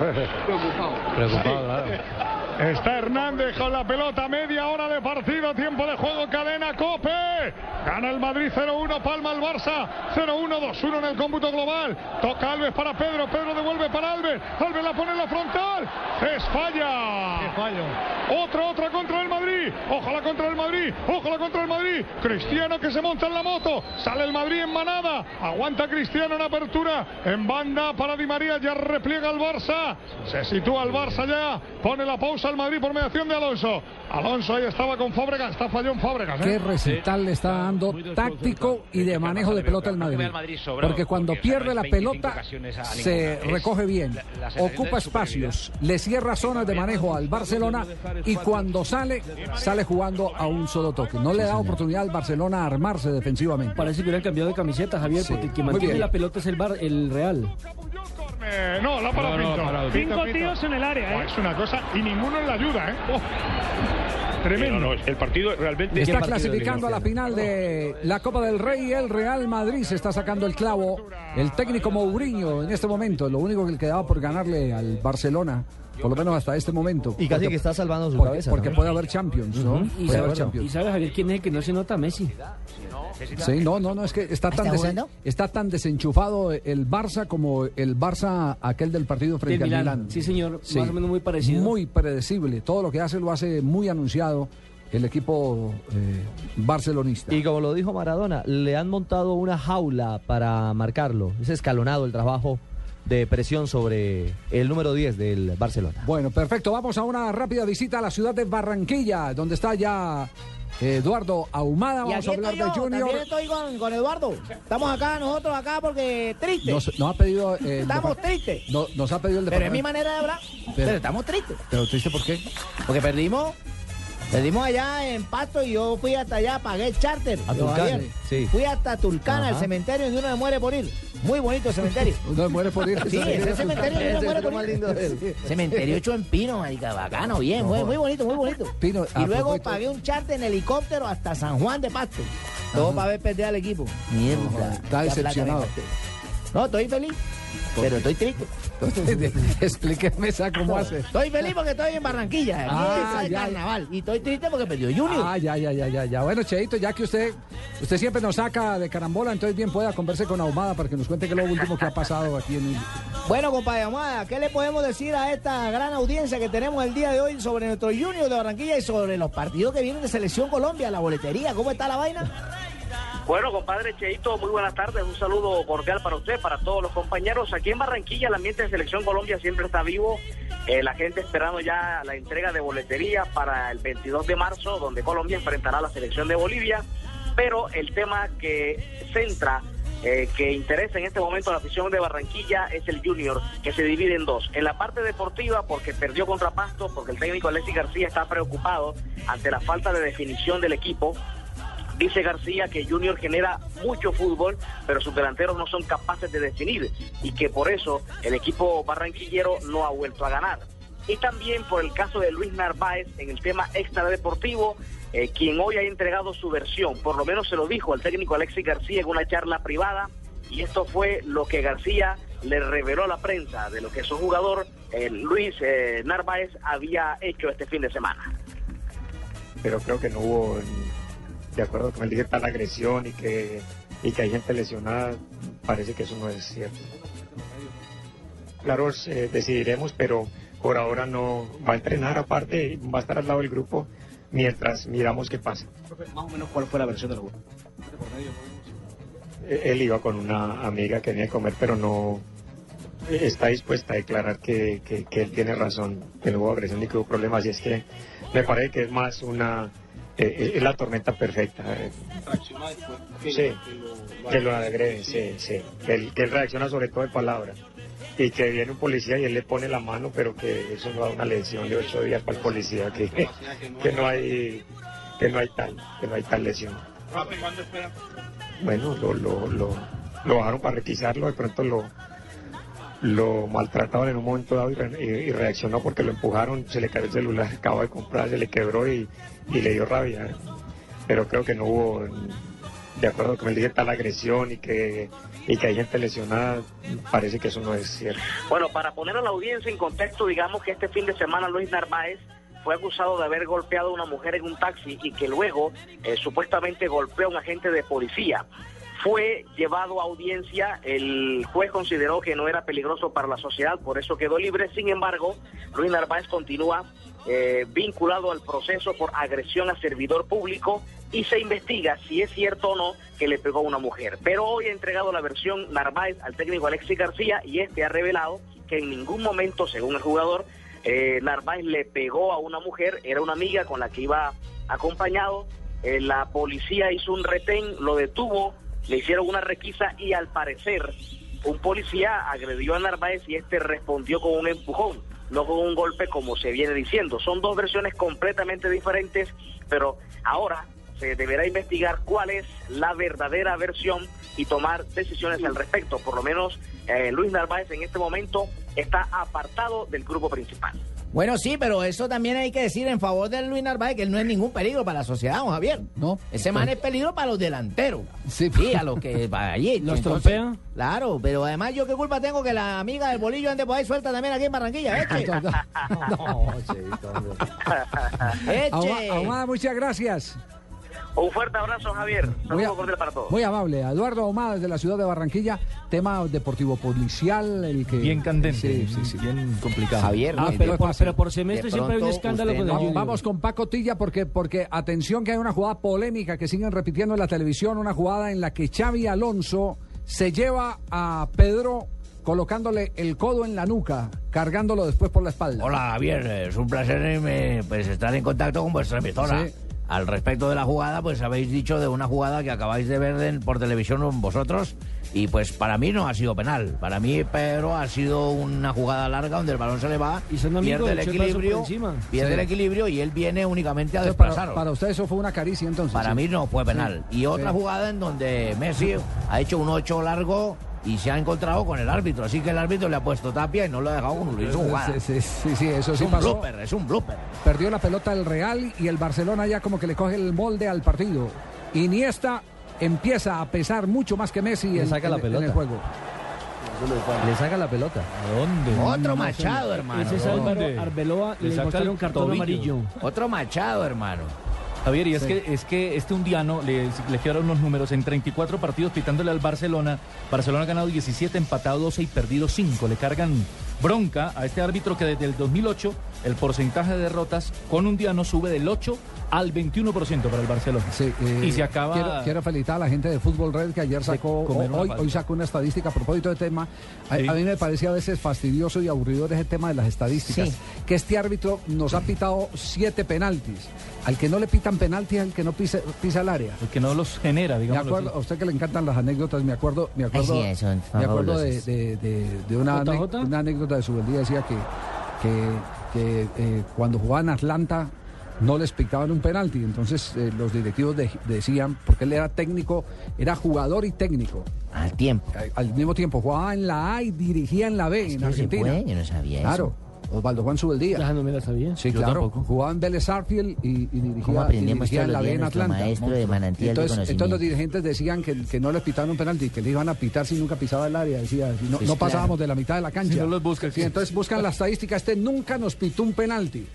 Speaker 22: Preocupado, Está Hernández con la pelota, media hora de partido, tiempo de juego, cadena, cope. Gana el Madrid 0-1, palma el Barça 0-1, 2-1 en el cómputo global. Toca Alves para Pedro, Pedro devuelve para Alves, Alves la pone en la frontal. Es falla. Otra, otra contra el Madrid. Ojalá contra el Madrid, ojalá contra el Madrid. Cristiano que se monta en la moto, sale el Madrid en manada. Aguanta Cristiano en apertura, en banda para Di María, ya repliega el Barça. Se sitúa el Barça ya, pone la pausa al Madrid por mediación de Alonso. Alonso ahí estaba con Fábregas, está fallón Fábregas. ¿eh?
Speaker 3: ¿Qué recital le está dando táctico y de manejo de pelota al Madrid? Porque cuando pierde la pelota se recoge bien, ocupa espacios, le cierra zonas de manejo al Barcelona y cuando sale, sale jugando a un solo toque. No le da oportunidad al Barcelona a armarse defensivamente.
Speaker 5: Parece que hubieran cambiado de camiseta, Javier, porque el que
Speaker 3: muy
Speaker 5: mantiene
Speaker 3: bien.
Speaker 5: la pelota es el, bar, el Real.
Speaker 22: Eh, no, la para
Speaker 5: No, no,
Speaker 22: Pinto.
Speaker 5: la para Pinto.
Speaker 22: Pinto,
Speaker 5: Cinco
Speaker 22: Pinto.
Speaker 5: tíos en el área,
Speaker 22: Oh,
Speaker 5: ¿eh?
Speaker 22: Es una cosa, y ninguno en la ayuda, ¿eh? Oh, Tremendo. el partido realmente...
Speaker 3: Está clasificando a la final de la Copa del Rey. El Real Madrid se está sacando el clavo. El técnico Mourinho en este momento, lo único que le quedaba por ganarle al Barcelona, por lo menos hasta este momento.
Speaker 4: Y casi que está salvando su
Speaker 3: porque,
Speaker 4: cabeza,
Speaker 3: Porque
Speaker 4: ¿no?
Speaker 3: puede haber Champions, ¿no?
Speaker 4: Ujú.
Speaker 3: Puede
Speaker 5: Y sabe-
Speaker 3: haber Champions.
Speaker 5: y sabe, Javier, quién es el que no se nota, Messi.
Speaker 3: Sí, no, no, no, es que está tan,
Speaker 5: ¿Está
Speaker 3: desen-
Speaker 5: jugando?
Speaker 3: está tan desenchufado el Barça como el Barça aquel del partido frente
Speaker 5: Del
Speaker 3: al
Speaker 5: Milán.
Speaker 3: Milán.
Speaker 5: Sí, señor,
Speaker 3: Sí.
Speaker 5: más o menos muy parecido.
Speaker 3: Muy predecible. Todo lo que hace lo hace muy anunciado el equipo eh, barcelonista.
Speaker 4: Y como lo dijo Maradona, le han montado una jaula para marcarlo. Es escalonado el trabajo de presión sobre el número 10 del Barcelona.
Speaker 3: Bueno, perfecto. Vamos a una rápida visita a la ciudad de Barranquilla, donde está ya eh, Eduardo Ahumada.
Speaker 9: Y
Speaker 3: Vamos
Speaker 9: aquí
Speaker 3: a hablar
Speaker 9: estoy yo,
Speaker 3: de Junior.
Speaker 9: también estoy con, con Eduardo. Estamos acá, nosotros acá, porque tristes.
Speaker 3: Nos, nos ha pedido. eh, el
Speaker 9: estamos
Speaker 3: depart-
Speaker 9: tristes.
Speaker 3: no- nos ha pedido el
Speaker 9: Pero es mi
Speaker 3: departamento-
Speaker 9: manera de hablar.
Speaker 3: Pero-
Speaker 9: Pero, estamos tristes.
Speaker 3: ¿Pero triste por qué?
Speaker 9: Porque perdimos. Perdimos allá en Pasto y yo fui hasta allá, pagué el charter.
Speaker 4: A
Speaker 9: Yo,
Speaker 4: Tulcán,
Speaker 9: Javier,
Speaker 4: sí.
Speaker 9: Fui hasta Tulcana,
Speaker 4: Ajá.
Speaker 9: el cementerio donde uno se muere por ir. Muy bonito el cementerio.
Speaker 3: uno se muere por ir.
Speaker 9: Sí, ese cementerio donde uno se muere por ir. Cementerio hecho en pino, marica, bacano, bien, muy, muy bonito, muy bonito.
Speaker 3: Pino,
Speaker 9: Y
Speaker 3: a
Speaker 9: luego
Speaker 3: propósito-
Speaker 9: pagué un charter en helicóptero hasta San Juan de Pasto. Todo para ver perder al equipo.
Speaker 3: Mierda. Está
Speaker 9: Ya
Speaker 3: decepcionado.
Speaker 9: plata me gasté. No, estoy feliz, pero estoy triste.
Speaker 3: Explíqueme esa cómo hace.
Speaker 9: Estoy feliz porque estoy en Barranquilla, aquí
Speaker 3: Ah,
Speaker 9: es el
Speaker 3: ya.
Speaker 9: carnaval. Y estoy triste porque perdió Junior.
Speaker 3: Ah, ya, ya, ya, ya, ya. Bueno, Cheito, ya que usted, usted siempre nos saca de carambola, entonces bien pueda converse con Ahumada para que nos cuente qué es lo último que ha pasado aquí en
Speaker 9: Bueno, compadre Amada, ¿qué le podemos decir a esta gran audiencia que tenemos el día de hoy sobre nuestro Junior de Barranquilla y sobre los partidos que vienen de Selección Colombia, la boletería? ¿Cómo está la vaina?
Speaker 38: Bueno, compadre Cheito, muy buenas tardes. Un saludo cordial para usted, para todos los compañeros. Aquí en Barranquilla, el ambiente de Selección Colombia siempre está vivo. Eh, la gente esperando ya la entrega de boletería para el 22 de marzo, donde Colombia enfrentará a la selección de Bolivia. Pero el tema que centra, eh, que interesa en este momento a la afición de Barranquilla es el Junior, que se divide en dos. En la parte deportiva, porque perdió contra Pasto, porque el técnico Alexis García está preocupado ante la falta de definición del equipo. Dice García que Junior genera mucho fútbol, pero sus delanteros no son capaces de definir y que por eso el equipo barranquillero no ha vuelto a ganar. Y también por el caso de Luis Narváez en el tema extradeportivo, eh, quien hoy ha entregado su versión, por lo menos se lo dijo al técnico Alexis García en una charla privada, y esto fue lo que García le reveló a la prensa de lo que su jugador eh, Luis eh, Narváez había hecho este fin de semana.
Speaker 39: pero creo que no hubo, mm, de acuerdo con el dije, tal agresión y que, y que hay gente lesionada, parece que eso no es cierto. Claro, eh, decidiremos, pero por ahora no va a entrenar aparte, va a estar al lado del grupo mientras miramos qué pasa. Más o menos, ¿cuál fue la versión del Él iba con una amiga que venía a comer, pero no está dispuesta a declarar que, que- que él tiene razón, que no hubo agresión ni que hubo problemas. Y es que me parece que es más una. eh, es la tormenta perfecta. eh, Sí, que lo agrede, sí, sí. Que él, que él reacciona sobre todo de palabras. Y que viene un policía y él le pone la mano, pero que eso no da una lesión de ocho días para el policía, que, que no hay que no hay tal, que no hay tal lesión. Bueno, lo, lo, lo, lo bajaron para requisarlo, de pronto lo, lo maltrataban en un momento dado y, re- y- y reaccionó porque lo empujaron, se le cayó el celular, acaba de comprar, se le quebró y, y le dio rabia. Pero creo que no hubo, de acuerdo con él dije, tal agresión y que, y que hay gente lesionada, parece que eso no es cierto.
Speaker 38: Bueno, para poner a la audiencia en contexto, digamos que este fin de semana Luis Narváez fue acusado de haber golpeado a una mujer en un taxi y que luego eh, supuestamente golpeó a un agente de policía. Fue llevado a audiencia, el juez consideró que no era peligroso para la sociedad, por eso quedó libre. Sin embargo, Luis Narváez continúa eh, vinculado al proceso por agresión a servidor público y se investiga si es cierto o no que le pegó a una mujer. Pero hoy ha entregado la versión Narváez al técnico Alexis García y este ha revelado que en ningún momento, según el jugador, eh, Narváez le pegó a una mujer, era una amiga con la que iba acompañado. Eh, la policía hizo un retén, lo detuvo, le hicieron una requisa y al parecer un policía agredió a Narváez y este respondió con un empujón, no con un golpe como se viene diciendo. Son dos versiones completamente diferentes, pero ahora se deberá investigar cuál es la verdadera versión y tomar decisiones al respecto. Por lo menos eh, Luis Narváez en este momento está apartado del grupo principal.
Speaker 33: Bueno, sí, pero eso también hay que decir en favor de Luis Narváez, que él no es ningún peligro para la sociedad, don Javier. No. Ese man es peligro para los delanteros. Sí, a los que va allí.
Speaker 5: ¿Los
Speaker 33: Entonces,
Speaker 5: tropea?
Speaker 33: Claro, pero además yo qué culpa tengo que la amiga del bolillo ande por ahí suelta también aquí en Barranquilla, ¿eh? eche.
Speaker 3: Ahuma- Ahumada, muchas gracias.
Speaker 38: Un fuerte abrazo, Javier.
Speaker 3: Muy,
Speaker 38: Saludos cordiales para todos.
Speaker 3: muy amable. Eduardo Ahumada desde la ciudad de Barranquilla. Tema deportivo policial. El que,
Speaker 4: Bien candente,
Speaker 3: Sí, sí, sí.
Speaker 4: bien complicado.
Speaker 3: Javier,
Speaker 5: Ah,
Speaker 3: eh,
Speaker 5: pero
Speaker 3: de
Speaker 5: por,
Speaker 3: pronto-
Speaker 5: pero por semestre
Speaker 3: de
Speaker 5: siempre hay un
Speaker 3: pronto
Speaker 5: escándalo
Speaker 3: usted
Speaker 5: con el
Speaker 3: no-
Speaker 5: Junior.
Speaker 3: Vamos con Paco Tilla porque, porque atención que hay una jugada polémica que siguen repitiendo en la televisión, una jugada en la que Xavi Alonso se lleva a Pedro colocándole el codo en la nuca, cargándolo después por la espalda.
Speaker 25: Hola Javier, es un placer eh, pues, estar en contacto con vuestra emisora.
Speaker 3: Sí.
Speaker 25: Al respecto de la jugada, pues habéis dicho de una jugada que acabáis de ver en- por televisión vosotros y pues para mí no ha sido penal. Para mí, Pedro, ha sido una jugada larga donde el balón se le va,
Speaker 5: Y son amigos,
Speaker 25: pierde el
Speaker 5: echó el brazo por
Speaker 25: equilibrio,
Speaker 5: encima.
Speaker 25: pierde
Speaker 3: Sí.
Speaker 25: el equilibrio y él viene únicamente a
Speaker 3: Entonces, para,
Speaker 25: desplazaros.
Speaker 3: para usted eso fue una caricia entonces.
Speaker 25: Para
Speaker 3: sí.
Speaker 25: mí no fue penal.
Speaker 3: Sí,
Speaker 25: Y otra
Speaker 3: sí.
Speaker 25: jugada en donde Messi ha hecho un 8 largo y se ha encontrado con el árbitro. Así que el árbitro le ha puesto tapia y no lo ha dejado como lo hizo jugada.
Speaker 3: Sí, sí, sí, sí, eso
Speaker 25: es
Speaker 3: sí
Speaker 25: un
Speaker 3: pasó.
Speaker 25: blooper, es un blooper.
Speaker 3: Perdió la pelota el Real y el Barcelona ya como que le coge el molde al partido. Iniesta empieza a pesar mucho más que Messi
Speaker 4: Le
Speaker 3: en,
Speaker 4: saca la
Speaker 3: en- en
Speaker 4: pelota.
Speaker 3: el juego.
Speaker 4: Le saca la pelota. ¿A dónde?
Speaker 25: Otro machado, hermano.
Speaker 5: Ese es Álvaro Arbeloa y
Speaker 25: Le
Speaker 5: le,
Speaker 25: saca el
Speaker 5: mostraron cartón
Speaker 25: tobillo.
Speaker 5: amarillo.
Speaker 25: Otro machado, hermano.
Speaker 6: Javier, y es,
Speaker 25: Sí.
Speaker 6: que, es que este undiano, le, le quedaron unos números, en 34 partidos pitándole al Barcelona, Barcelona ha ganado 17, empatado 12 y perdido 5. Le cargan bronca a este árbitro que desde el 2008 el porcentaje de derrotas con undiano sube del 8 al 21% para el Barcelona. y se acaba...
Speaker 3: eh, Quiero, quiero felicitar a la gente de Fútbol Red que ayer sacó,
Speaker 6: comer una
Speaker 3: hoy,
Speaker 6: falta.
Speaker 3: hoy sacó una estadística a propósito de tema. A,
Speaker 6: Sí.
Speaker 3: a mí me parece a veces fastidioso y aburrido ese tema de las estadísticas.
Speaker 6: Sí.
Speaker 3: Que este árbitro nos ha pitado siete penaltis. Al que no le pitan penaltis, al que no pisa, pisa el área.
Speaker 6: El que no los genera,
Speaker 3: Me
Speaker 6: digamos.
Speaker 3: acuerdo, a usted que le encantan las anécdotas, me acuerdo, me
Speaker 6: Ay,
Speaker 3: acuerdo,
Speaker 6: sí, son
Speaker 3: me acuerdo de,
Speaker 6: fabulosas.
Speaker 3: de- de- de una, ane-
Speaker 6: ¿JJ?
Speaker 3: una anécdota de su vendida, decía que, que, que, eh, cuando jugaban Atlanta no les picaban un penalti, entonces eh, los directivos de- decían, porque él era técnico, era jugador y técnico.
Speaker 33: Al tiempo.
Speaker 3: Al, mismo tiempo, jugaba en la A y dirigía en la B, en
Speaker 33: no se
Speaker 3: Argentina.
Speaker 33: puede, yo no sabía
Speaker 3: Claro. Osvaldo Juan Subeldía.
Speaker 5: Ah, no me la sabía.
Speaker 3: Sí, claro. Jugaba en Vélez Arfield y, y dirigía,
Speaker 33: ¿Cómo aprendemos
Speaker 3: y dirigía
Speaker 33: todos
Speaker 3: en la
Speaker 33: los
Speaker 3: B
Speaker 33: días
Speaker 3: en
Speaker 33: nuestro
Speaker 3: Atlanta.
Speaker 33: maestro de manantial de
Speaker 3: entonces,
Speaker 33: conocimiento?
Speaker 3: entonces los dirigentes decían que, que no les pitaban un penalti, que le iban a pitar si nunca pisaba el área. Decía, si no,
Speaker 6: Pues
Speaker 3: no
Speaker 6: claro.
Speaker 3: pasábamos de la mitad de la cancha.
Speaker 6: Si no los buscan.
Speaker 3: Sí, entonces buscan la estadística. Este nunca nos pitó un penalti.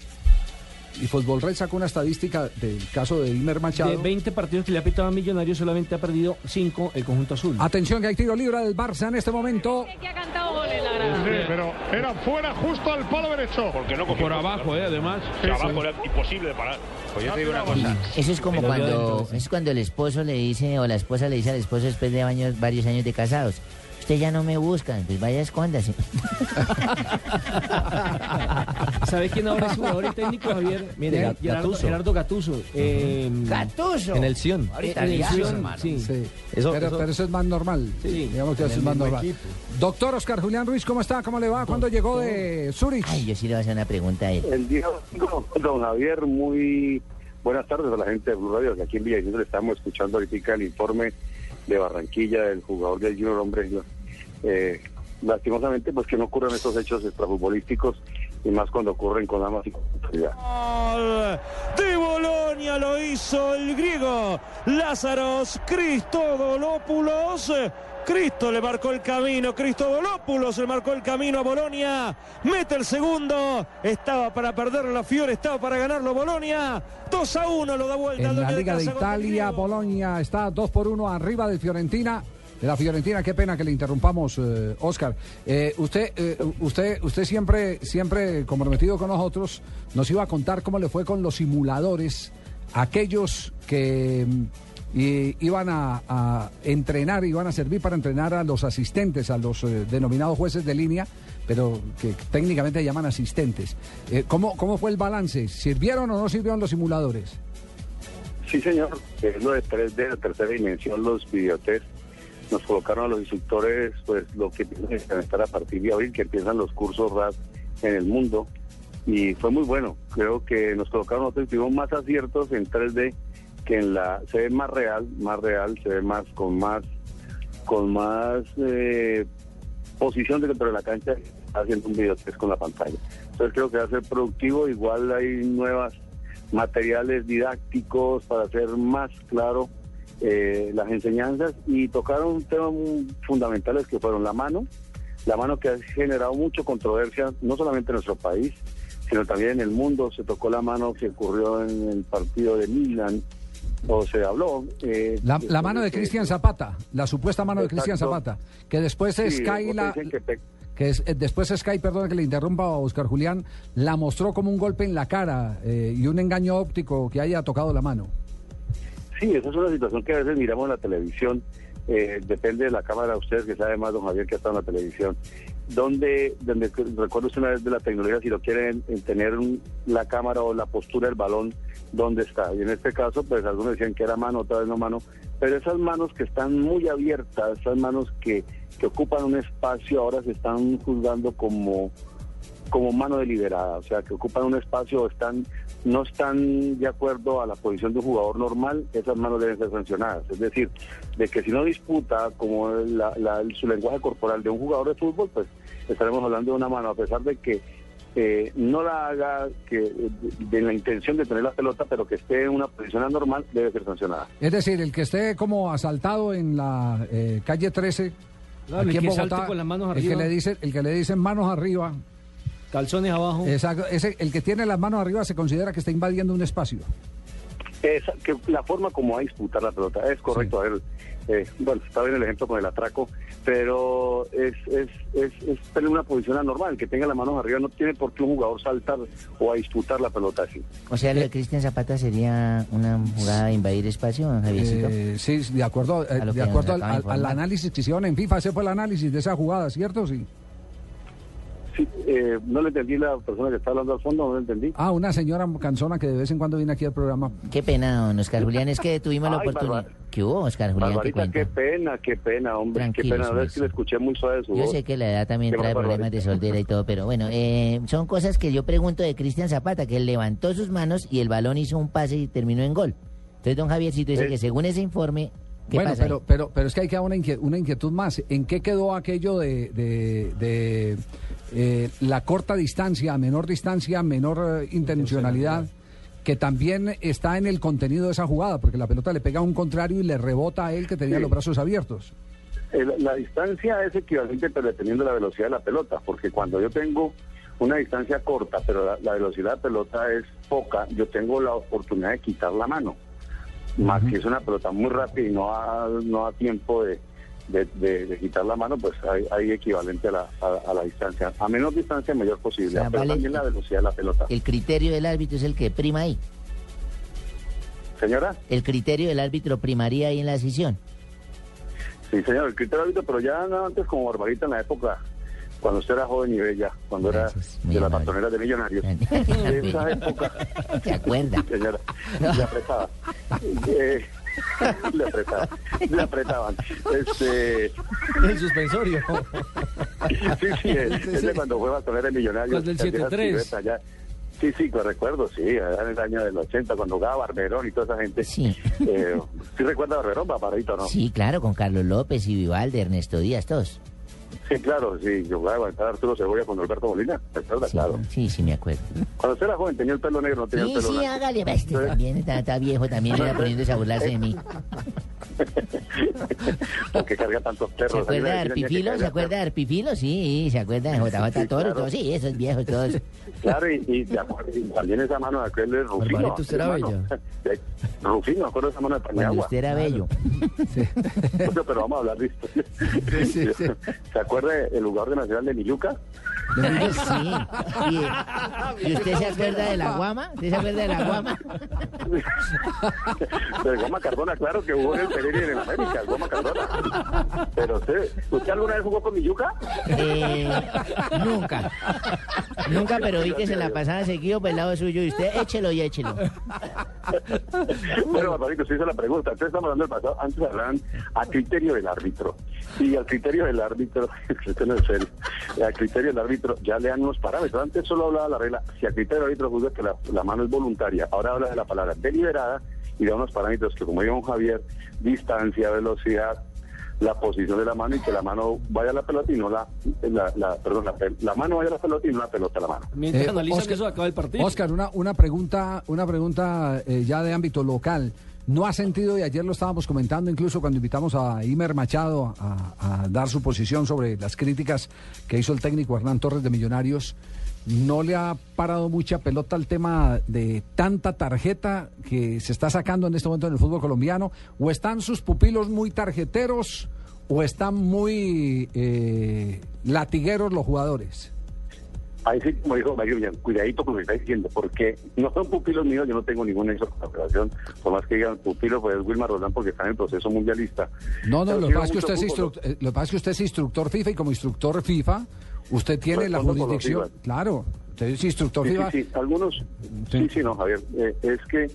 Speaker 3: Y Fútbol Red sacó una estadística del caso de Imer Machado.
Speaker 5: De 20 partidos que le ha pitado a Millonarios, solamente ha perdido 5 el conjunto azul.
Speaker 3: Atención que hay tiro libre del Barça en este momento.
Speaker 8: que ha cantado goles la grada.
Speaker 22: sí, pero era fuera justo al palo derecho. Porque no
Speaker 8: Por abajo, eh, además.
Speaker 22: Sí,
Speaker 8: abajo
Speaker 22: sí.
Speaker 8: era imposible de parar.
Speaker 22: Oye, te digo una cosa.
Speaker 9: Eso es como
Speaker 8: Pero yo
Speaker 9: cuando,
Speaker 8: adentro.
Speaker 9: eso es cuando el esposo le dice, o la esposa le dice al esposo después de años- varios años de casados, usted ya no me busca, pues vaya escóndase.
Speaker 5: ¿Sabes quién ahora es jugador y técnico, Javier?
Speaker 9: Mire, Gat-
Speaker 5: Gerardo,
Speaker 4: Gattuso.
Speaker 5: Gerardo Gattuso. eh,
Speaker 9: Gattuso.
Speaker 4: En el Sion.
Speaker 5: Ahorita En el ya, Sion, hermano. sí. Eso-
Speaker 3: pero,
Speaker 5: eso-
Speaker 3: pero eso es más normal. Digamos que
Speaker 9: En
Speaker 3: eso
Speaker 9: el
Speaker 3: es más
Speaker 9: mismo
Speaker 3: normal.
Speaker 9: equipo.
Speaker 3: Doctor Oscar Julián Ruiz, ¿cómo está? ¿Cómo le va? ¿Cuándo llegó de Zurich?
Speaker 9: Ay, yo sí le voy a hacer una pregunta a él.
Speaker 21: El día domingo, don Javier, muy buenas tardes a la gente de Blue Radio, que aquí en Villavicencio le estamos escuchando ahorita el informe de Barranquilla, del jugador del Junior Hombre. Eh, lastimosamente, pues que no ocurran estos hechos extrafutbolísticos, y más cuando ocurren con amas y con autoridad. de Bolonia lo hizo el griego Lázaros Cristodolopoulos. Cristo le marcó el camino, Cristodolopoulos le marcó el camino a Bolonia, mete el segundo, estaba para perderlo la Fiore, estaba para ganarlo Bolonia, 2 a 1 lo da vuelta.
Speaker 3: En la
Speaker 21: dueño de
Speaker 3: Liga de
Speaker 21: casa contra el
Speaker 3: Italia, Bolonia está 2 por 1 arriba del Fiorentina. De la Fiorentina, qué pena que le interrumpamos, eh, Oscar. Eh, usted, eh, usted, usted siempre, siempre comprometido con nosotros, nos iba a contar cómo le fue con los simuladores, aquellos que mm, i- iban a, a entrenar, iban a servir para entrenar a los asistentes, a los eh, denominados jueces de línea, pero que técnicamente llaman asistentes. Eh, ¿cómo, ¿Cómo fue el balance? ¿Sirvieron o no sirvieron los simuladores?
Speaker 21: Sí, señor. Es lo de 3D, la tercera dimensión, los videotest. Nos colocaron a los instructores, pues lo que piensan implementar a partir de abril, que empiezan los cursos RAS en el mundo. Y fue muy bueno. Creo que nos colocaron nosotros y tuvimos más aciertos en 3D que en la. Se ve más real, más real, se ve más con más. con más. eh, posición de dentro de la cancha haciendo un videotest con la pantalla. Entonces creo que va a ser productivo, igual hay nuevas materiales didácticos para hacer más claro eh, las enseñanzas y tocaron temas muy fundamentales que fueron la mano, la mano que ha generado mucha controversia, no solamente en nuestro país, sino también en el mundo. Se tocó la mano que ocurrió en el partido de Milan, o se habló. eh,
Speaker 3: La, la mano de
Speaker 21: que-
Speaker 3: Cristian Zapata, la supuesta mano de Cristian
Speaker 21: Exacto.
Speaker 3: Zapata, Pues que después
Speaker 21: Sí,
Speaker 3: Sky
Speaker 21: porque
Speaker 3: la,
Speaker 21: dicen que pe-
Speaker 3: que es, eh, después Sky, perdón que le interrumpa a Oscar Julián, la mostró como un golpe en la cara eh, y un engaño óptico que haya tocado la mano.
Speaker 21: Sí, esa es una situación que a veces miramos en la televisión. eh, depende de la cámara, ustedes que saben más, don Javier, que ha estado en la televisión. Donde, donde recuerdo usted una vez de la tecnología, si lo quieren en tener un- la cámara o la postura del balón, ¿dónde está? Y en este caso, pues algunos decían que era mano, otra vez no mano. Pero esas manos que están muy abiertas, esas manos que, que ocupan un espacio, ahora se están juzgando como como mano deliberada, o sea, que ocupan un espacio, están no están de acuerdo a la posición de un jugador normal, esas manos deben ser sancionadas. Es decir, de que si no disputa como la- la- su lenguaje corporal de un jugador de fútbol, pues estaremos hablando de una mano, a pesar de que eh, no la haga que, de, de la intención de tener la pelota, pero que esté en una posición anormal, debe ser sancionada.
Speaker 3: Es decir, el que esté como asaltado en la eh, calle 13,
Speaker 5: Claro,
Speaker 3: aquí
Speaker 5: el
Speaker 3: en
Speaker 5: que salte
Speaker 3: Bogotá,
Speaker 5: con las manos
Speaker 3: el que
Speaker 5: arriba.
Speaker 3: le dice, el que le dicen manos arriba,
Speaker 5: calzones abajo.
Speaker 3: exacto, ese, el que tiene las manos arriba se considera que está invadiendo un espacio.
Speaker 21: Esa- que la forma como va a disputar la pelota es correcto. A ver, eh, bueno, está bien el ejemplo con el atraco, pero es, es, es, es tener una posición anormal. Que tenga las manos arriba no tiene por qué un jugador saltar o a disputar la pelota así.
Speaker 9: O sea, lo de Cristian Zapata sería una jugada de invadir espacio, don Javiercito.
Speaker 3: Eh, sí, de acuerdo, eh,
Speaker 9: A lo
Speaker 3: de
Speaker 9: que nos
Speaker 3: acuerdo al,
Speaker 9: acaba de
Speaker 3: al- al
Speaker 9: informar.
Speaker 3: análisis que hicieron en FIFA, ese fue el análisis de esa jugada, ¿cierto? Sí.
Speaker 21: Sí, eh, no le entendí la persona que está hablando al fondo, no le entendí.
Speaker 3: Ah, una señora canzona que de vez en cuando viene aquí al programa.
Speaker 9: Qué pena, don Oscar Julián, es que tuvimos la
Speaker 21: Ay,
Speaker 9: oportunidad.
Speaker 21: Barbar-
Speaker 9: ¿Qué hubo, Oscar Julián? ¿Qué
Speaker 21: Barbarita,
Speaker 9: cuenta?
Speaker 21: qué pena, qué pena, hombre,
Speaker 9: Tranquilos,
Speaker 21: qué pena. La verdad es
Speaker 9: Wilson.
Speaker 21: que le escuché muy suave su
Speaker 9: Yo
Speaker 21: voz.
Speaker 9: sé que la edad también
Speaker 21: Qué
Speaker 9: trae
Speaker 21: barbaridad.
Speaker 9: problemas de soltera y todo, pero bueno, eh, son cosas que yo pregunto de Cristian Zapata, que él levantó sus manos y el balón hizo un pase y terminó en gol. Entonces, don Javiercito dice
Speaker 3: Eh.
Speaker 9: que según ese informe, ¿qué
Speaker 3: Bueno,
Speaker 9: pasa? ahí?
Speaker 3: pero, pero, pero es que hay que dar una inquietud, una inquietud más. ¿En qué quedó aquello de, de- de, eh, la corta distancia, menor distancia, menor eh, intencionalidad? Que también está en el contenido de esa jugada, porque la pelota le pega a un contrario y le rebota a él que tenía
Speaker 21: Sí.
Speaker 3: los brazos abiertos.
Speaker 21: Eh, la- la distancia es equivalente, pero dependiendo de la velocidad de la pelota, porque cuando yo tengo una distancia corta, pero la, la velocidad de la pelota es poca, yo tengo la oportunidad de quitar la mano. Más que es una pelota muy rápida y no da no da tiempo de, de, de- de quitar la mano, pues hay, hay equivalente a la, a, a la distancia. A menor distancia, mayor posibilidad,
Speaker 9: O sea,
Speaker 21: pero
Speaker 9: vale-
Speaker 21: también la velocidad de la pelota.
Speaker 9: El criterio del árbitro es el que prima ahí.
Speaker 21: Señora,
Speaker 9: El criterio del árbitro primaría ahí en la decisión.
Speaker 21: sí, señor, el criterio ahorita, pero ya no antes como Barbarita en la época, cuando usted era joven y bella, cuando era de las patroneras de millonarios. De esa época.
Speaker 9: ¿Se acuerda?
Speaker 21: Señora, le apretaba. Eh, le apretaba. Le apretaban. Este.
Speaker 4: El suspensorio.
Speaker 21: Sí, sí, es, es de cuando fue bastonera de Millonarios.
Speaker 4: Cuando el
Speaker 21: Las viejas
Speaker 4: 7-3.
Speaker 21: piruetas allá. Sí, sí, lo recuerdo, sí, allá en el año del 80, cuando jugaba Barberón y toda esa gente.
Speaker 9: Sí.
Speaker 21: Eh, ¿Sí recuerda Barberón, paparito, no?
Speaker 9: Sí, claro, con Carlos López y Vivalde, Ernesto Díaz, todos.
Speaker 21: Sí, claro, sí, yo jugaba con Arturo Cebolla con Alberto Molina, ¿recuerda? Claro.
Speaker 9: Sí, sí, me acuerdo.
Speaker 21: Cuando usted era joven tenía el pelo negro, no tenía
Speaker 9: Sí,
Speaker 21: el pelo
Speaker 9: sí,
Speaker 21: blanco.
Speaker 9: hágale. va, Este también está, está viejo, también era poniéndose a burlarse de mí.
Speaker 21: Pues, Porque carga tantos perros.
Speaker 9: ah. ¿Se acuerda de
Speaker 21: Ahí le decían que
Speaker 9: Arpifilo? ¿Se
Speaker 21: carga
Speaker 9: acuerda de Arpifilo? Sí, ¿se acuerda de JJ Toro?
Speaker 21: claro.
Speaker 9: Todos, Sí, esos viejos, todos.
Speaker 21: Claro, y, y de acuerdo, y también esa mano de aquel de Rufino.
Speaker 9: Barbarito, usted era
Speaker 21: hermano. De- Rufino, me acuerdo de esa mano de
Speaker 9: Cuando
Speaker 21: Paniagua.
Speaker 9: usted era bello.
Speaker 21: Bueno, pero vamos a hablar de historia. ¿Se acuerda el jugador de Nacional de Miluca?
Speaker 9: Ay, sí. ¿Y, y usted se acuerda de la guama? ¿Usted se acuerda de la guama?
Speaker 21: Pero Goma Cardona, claro que jugó en el Pereira y en el América, Goma Cardona. Pero usted, ¿usted alguna vez jugó con Miluca?
Speaker 9: Eh, nunca. Nunca, pero vi que se la pasaba seguido por el lado suyo. Y usted, échelo y échelo.
Speaker 21: Bueno, Barbarito, se hizo la pregunta. Entonces estamos hablando del pasado. Antes hablaban a criterio del árbitro. Y al criterio del árbitro, esto no es serio. A criterio del árbitro ya le dan unos parámetros. Antes solo hablaba la regla. Si a criterio del árbitro juzga que la, la mano es voluntaria, ahora habla de la palabra deliberada y da unos parámetros que, como dijo Javier, distancia, velocidad, la posición de la mano y que la mano vaya a la pelota y no la, la, la- perdón, la, pel- la mano vaya a la pelota y no la pelota a la mano.
Speaker 5: Mientras
Speaker 3: Eh,
Speaker 5: analizan
Speaker 3: Oscar-
Speaker 5: eso, acaba el partido.
Speaker 3: Oscar, una, una pregunta, una pregunta eh, ya de ámbito local. ¿No ha sentido, y ayer lo estábamos comentando incluso cuando invitamos a Imer Machado a, a dar su posición sobre las críticas que hizo el técnico Hernán Torres de Millonarios, ¿no le ha parado mucha pelota al tema de tanta tarjeta que se está sacando en este momento en el fútbol colombiano? ¿O están sus pupilos muy tarjeteros o están muy eh, latigueros los jugadores?
Speaker 21: Ahí sí, como dijo Mario Villan, cuidadito con lo que está diciendo, porque no son pupilos míos, yo no tengo ninguna exhortación, por más que digan pupilo, pues es Wilmar Roldán porque está en el proceso mundialista.
Speaker 3: No, no,
Speaker 21: Pero
Speaker 3: lo que,
Speaker 21: quiero
Speaker 3: pasa es que
Speaker 21: mucho
Speaker 3: usted es
Speaker 21: fútbol.
Speaker 3: instruct- eh, lo que pasa es que usted es instructor FIFA y como instructor FIFA, usted tiene la
Speaker 21: Respondo por los
Speaker 3: jurisdicción.
Speaker 21: FIBA.
Speaker 3: Claro, usted es instructor
Speaker 21: Sí, sí,
Speaker 3: FIFA.
Speaker 21: sí, algunos, sí, sí, no, Javier, eh, es que eh,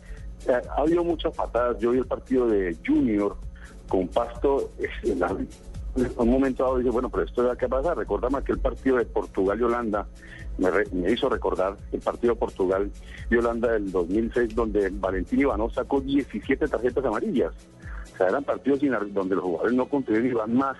Speaker 21: ha habido muchas patadas, yo vi el partido de Junior con Pasto, es, en la- en un momento dado dije, bueno, pero esto va a pasar, recordamos aquel partido de Portugal y Holanda, me, re- me hizo recordar el partido de Portugal y Holanda del 2006, donde Valentín Ivanov sacó 17 tarjetas amarillas. O sea, eran partidos sin ar- donde los jugadores no contribuyeron y van más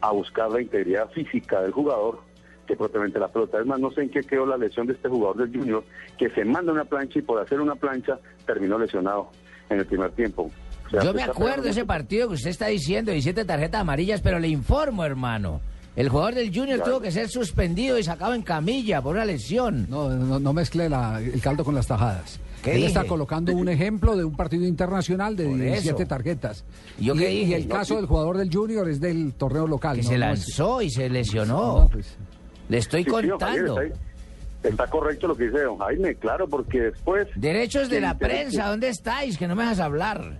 Speaker 21: a buscar la integridad física del jugador que propiamente la pelota. Es más, no sé en qué quedó la lesión de este jugador del Junior, que se manda una plancha y por hacer una plancha terminó lesionado en el primer tiempo. O sea,
Speaker 25: Yo
Speaker 21: se
Speaker 25: me
Speaker 21: está
Speaker 25: acuerdo
Speaker 21: pegando
Speaker 25: ese
Speaker 21: mucho.
Speaker 25: partido que usted está diciendo, 17 tarjetas amarillas, pero le informo, hermano. El jugador del Junior
Speaker 3: Claro.
Speaker 25: tuvo que ser suspendido y sacado en camilla por una lesión.
Speaker 3: No, no, no mezcle la- ah, el caldo con las tajadas.
Speaker 25: ¿Qué
Speaker 3: Él
Speaker 25: dije?
Speaker 3: está colocando un ejemplo de un partido internacional de
Speaker 25: Por
Speaker 3: 17
Speaker 25: eso.
Speaker 3: tarjetas.
Speaker 25: ¿Yo
Speaker 3: y,
Speaker 25: qué
Speaker 3: y
Speaker 25: dije?
Speaker 3: el
Speaker 25: No, sí.
Speaker 3: caso del jugador del Junior es del torneo local.
Speaker 25: Que
Speaker 3: ¿no?
Speaker 25: se
Speaker 3: No es-
Speaker 25: lanzó y se
Speaker 3: No,
Speaker 25: lesionó.
Speaker 3: pues.
Speaker 25: Le estoy
Speaker 21: Sí, sí, don Javier,
Speaker 25: contando.
Speaker 21: está, ahí. Está correcto lo que dice don Jaime, claro, porque después...
Speaker 25: Derechos de
Speaker 21: quien
Speaker 25: la
Speaker 21: tiene-
Speaker 25: prensa, ¿dónde estáis? Que no me dejas hablar.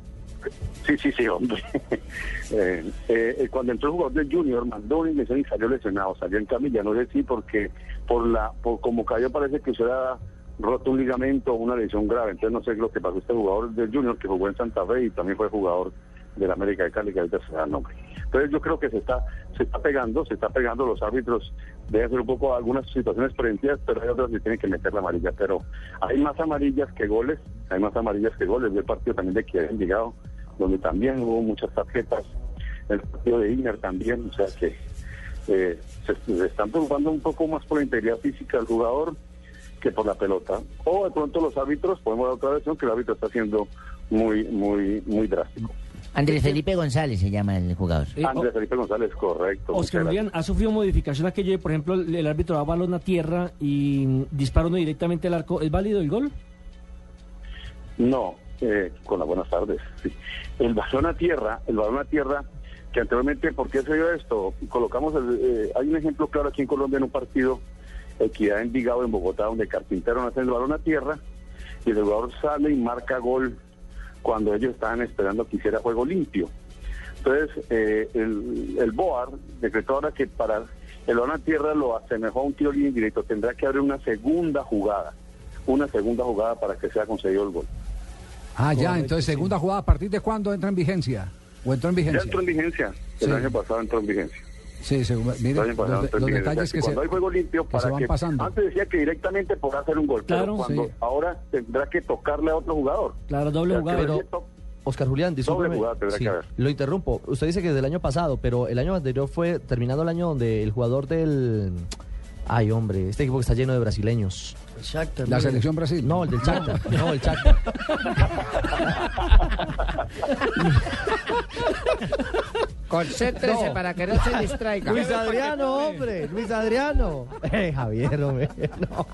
Speaker 21: Sí, sí, sí, hombre. Eh, eh, eh, cuando entró el jugador del Junior, mandó una invención y salió lesionado, salió en camilla. No sé si porque, por la, por como cayó, parece que se hubiera roto un ligamento o una lesión grave. Entonces, no sé lo que pasó a este jugador del Junior que jugó en Santa Fe y también fue jugador del América de Cali, que ahorita se da el nombre. Entonces, yo creo que se está se está pegando, se está pegando. Los árbitros deben hacer un poco algunas situaciones preventivas, pero hay otras que tienen que meter la amarilla. Pero hay más amarillas que goles, hay más amarillas que goles. Vi el partido también de Quieren Envigado donde también hubo muchas tarjetas, el partido de Igner también, o sea que eh, se, se están preocupando un poco más por la integridad física del jugador que por la pelota. O de pronto los árbitros, podemos dar otra versión, que el árbitro está siendo muy, muy, muy drástico.
Speaker 9: Andrés Felipe González se llama el jugador.
Speaker 21: Andrés Felipe González, correcto.
Speaker 5: Oscar
Speaker 21: muchas gracias.
Speaker 5: Urián ha sufrido modificación aquello de, por ejemplo, el, el árbitro da balón a tierra y mm, dispara uno directamente al arco. ¿Es válido el gol?
Speaker 21: No, eh, con las buenas tardes. sí. El balón a tierra, el balón a tierra que anteriormente, ¿por qué se dio esto? Colocamos, el- eh, hay un ejemplo claro aquí en Colombia en un partido, Equidad Envigado en Bogotá, donde el carpintero no hace el balón a tierra y el jugador sale y marca gol cuando ellos estaban esperando que hiciera juego limpio. Entonces, eh, el, el BOAR decretó ahora que para el balón a tierra lo asemejó a un tiro libre indirecto, tendrá que haber una segunda jugada, una segunda jugada para que sea concedido el gol.
Speaker 3: Ah, ya, entonces segunda jugada, ¿a partir de cuándo entra en vigencia? ¿O entró en
Speaker 21: Ya
Speaker 3: vigencia?
Speaker 21: entró en vigencia, el
Speaker 3: Sí.
Speaker 21: año pasado entró en vigencia.
Speaker 3: Sí, se- mire,
Speaker 21: Está bien, pues,
Speaker 3: los,
Speaker 21: para
Speaker 3: de-
Speaker 21: no
Speaker 3: los
Speaker 21: terminar. O
Speaker 3: detalles
Speaker 21: sea,
Speaker 3: que se...
Speaker 21: cuando hay juego limpio
Speaker 3: que
Speaker 21: para
Speaker 3: se van
Speaker 21: que-
Speaker 3: pasando.
Speaker 21: antes decía que directamente podrá hacer un gol
Speaker 5: Claro.
Speaker 21: pero cuando
Speaker 5: Sí.
Speaker 21: ahora tendrá que tocarle a otro jugador
Speaker 5: Claro, doble
Speaker 21: O sea,
Speaker 5: jugada.
Speaker 21: que
Speaker 5: Pero-
Speaker 21: to-
Speaker 4: Oscar Julián, discúlpeme.
Speaker 21: jugada tendrá
Speaker 4: Sí,
Speaker 21: que haber.
Speaker 4: lo interrumpo. Usted dice que desde el año pasado, pero el año anterior fue terminando el año donde el jugador del. Ay, hombre, este equipo que está lleno de brasileños.
Speaker 13: Exacto.
Speaker 3: La selección Brasil.
Speaker 4: No, el del Shakhtar. No, el Shakhtar.
Speaker 13: Concéntrese
Speaker 4: No.
Speaker 13: para que no se distraiga.
Speaker 4: Luis Adriano, hombre, Luis Adriano. Eh, Javier, hombre, no.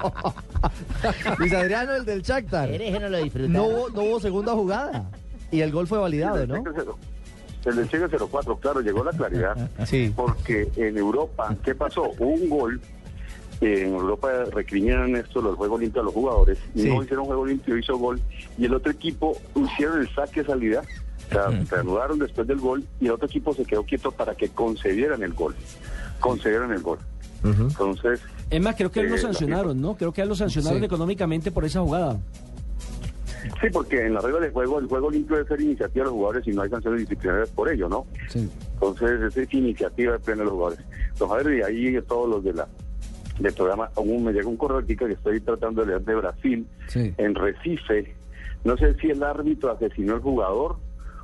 Speaker 4: Luis Adriano, el del Shakhtar. No hubo, no hubo segunda jugada. Y el gol fue validado, ¿no? Ah,
Speaker 21: el del Cheque 04 claro llegó la claridad porque en Europa qué pasó Hubo un gol eh, en Europa recriminan esto los juegos limpios a los jugadores
Speaker 4: Sí.
Speaker 21: no hicieron juego limpio hizo gol y el otro equipo hicieron el saque de salida o sea, reanudaron después del gol y el otro equipo se quedó quieto para que concedieran el gol concedieran el gol entonces
Speaker 5: Es más, creo que a él lo
Speaker 21: eh, la
Speaker 5: sancionaron, ¿no? Creo que a él lo sancionaron económicamente por esa jugada.
Speaker 21: Sí, porque en la regla de juego, el juego limpio debe ser iniciativa de los jugadores y no hay sanciones disciplinarias por ello, ¿no?
Speaker 3: Sí.
Speaker 21: Entonces, esa es iniciativa de pleno de los jugadores. Los jugadores y ahí todos los de la del programa, aún me llega un correo aquí que estoy tratando de leer de Brasil,
Speaker 3: Sí.
Speaker 21: en Recife. No sé si el árbitro asesinó al jugador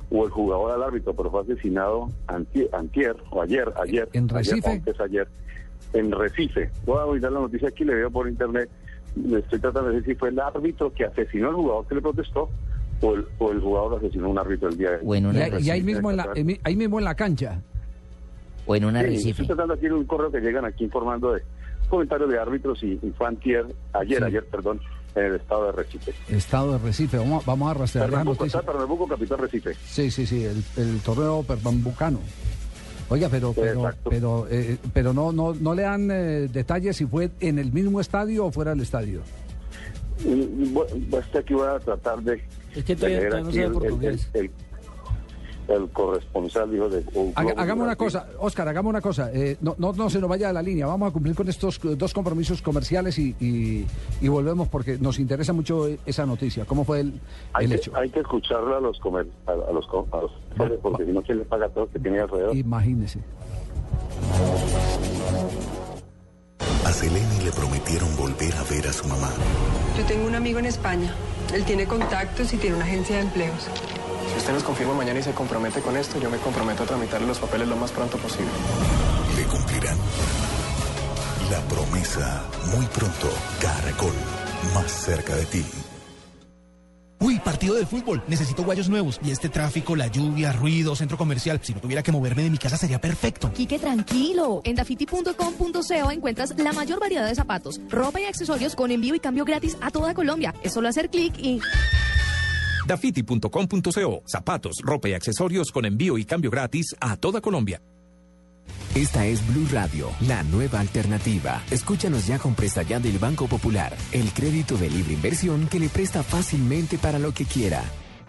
Speaker 21: o el jugador al árbitro, pero fue asesinado antier, antier o ayer, ayer.
Speaker 3: ¿En
Speaker 21: ayer,
Speaker 3: Recife?
Speaker 21: antes ayer, en Recife. Voy a mirar la noticia aquí, le veo por internet. Le estoy tratando de decir si fue el árbitro que asesinó al jugador que le protestó o el, o el jugador asesinó a un árbitro el día de
Speaker 40: O en
Speaker 3: Y, ahí- y ahí, mismo en la, en mi- ahí mismo en la cancha.
Speaker 40: O en un
Speaker 21: Sí,
Speaker 40: arrecife.
Speaker 21: Estoy tratando aquí de un correo que llegan aquí informando de comentarios de árbitros y, y fue antier, ayer, ayer, perdón, en el estado de Recife.
Speaker 3: Estado de Recife. Vamos, a- vamos a rastrear las
Speaker 21: Pernambuco,
Speaker 3: noticias.
Speaker 21: está Pernambuco, capital Recife.
Speaker 3: Sí, sí, sí, el, el torneo perbambucano. Oiga, pero pero pero, eh, pero no no no le dan eh, detalles si fue en el mismo estadio o fuera del estadio.
Speaker 21: Y- y bu- pues aquí voy a tratar de.
Speaker 5: Es que todavía-
Speaker 21: de leer
Speaker 5: todavía no
Speaker 21: aquí
Speaker 5: sabe
Speaker 21: el-
Speaker 5: portugués.
Speaker 21: El, el- el corresponsal dijo de. un
Speaker 3: Haga-
Speaker 21: globo
Speaker 3: hagamos una
Speaker 21: gigante.
Speaker 3: cosa, Oscar, hagamos una cosa. eh, no, no, no se nos vaya de la línea. Vamos a cumplir con estos eh, dos compromisos comerciales y, y- y volvemos porque nos interesa mucho eh, esa noticia. ¿Cómo fue el,
Speaker 21: Hay
Speaker 3: el
Speaker 21: que,
Speaker 3: hecho?
Speaker 21: hay que escucharlo a los comer, a, a los, co- a los comer, porque si no, ¿quién le paga a todos que tiene alrededor?
Speaker 3: Imagínese.
Speaker 41: A Seleni le prometieron volver a ver a su mamá.
Speaker 31: Yo tengo un amigo en España. Él tiene contactos y tiene una agencia de empleos.
Speaker 42: Si usted nos confirma mañana y se compromete con esto, yo me comprometo a tramitarle los papeles lo más pronto posible.
Speaker 41: Le cumplirán. La promesa, muy pronto, Caracol, más cerca de ti.
Speaker 43: Uy, partido de fútbol. Necesito guayos nuevos. Y este tráfico, la lluvia, ruido, centro comercial. Si no tuviera que moverme de mi casa sería perfecto.
Speaker 23: Quique, tranquilo. En dafiti.com.co encuentras la mayor variedad de zapatos, ropa y accesorios con envío y cambio gratis a toda Colombia. Es solo hacer clic y...
Speaker 2: Dafiti.com.co. Zapatos, ropa y accesorios con envío y cambio gratis a toda Colombia.
Speaker 7: Esta es Blue Radio, la nueva alternativa. Escúchanos ya con presta ya del Banco Popular, el crédito de libre inversión que le presta fácilmente para lo que quiera.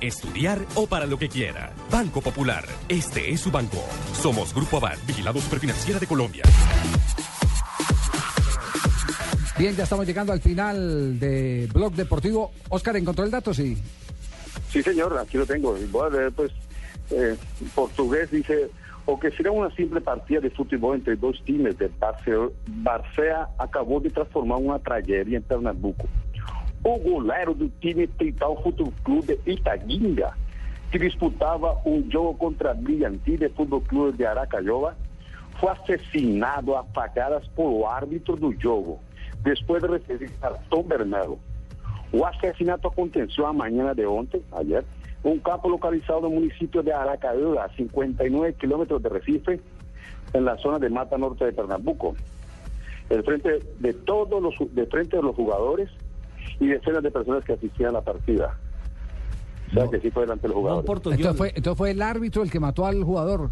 Speaker 2: estudiar o para lo que quiera. Banco Popular, este es su banco. Somos Grupo Aval, Vigilado Superfinanciera de Colombia.
Speaker 3: Bien, ya estamos llegando al final de Blog Deportivo. Oscar, ¿encontró el dato? Sí.
Speaker 21: Sí, señor, aquí lo tengo. Y Voy a leer, pues, eh, portugués dice, o que será una simple partida de fútbol entre dos times de Barce- Barcea acabou de transformar uma tragédia em Pernambuco. O goleiro do time Trital Futebol Clube Itaguinga, que disputava um jogo contra Brilhantine Futebol Clube de Aracaioba, foi assassinado a pagadas pelo árbitro do jogo, después de recibir cartón Bernardo. O asesinato aconteceu amanhã de ontem, ayer, um campo localizado no município de Aracaíba, a 59 kilómetros de Recife, en la zona de Mata Norte de Pernambuco. El frente de todos los ju- de frente de los jugadores y decenas de personas que asistían a la partida. O sea que sí fue delante de los jugadores.
Speaker 3: Entonces fue, entonces fue el árbitro el que mató al jugador.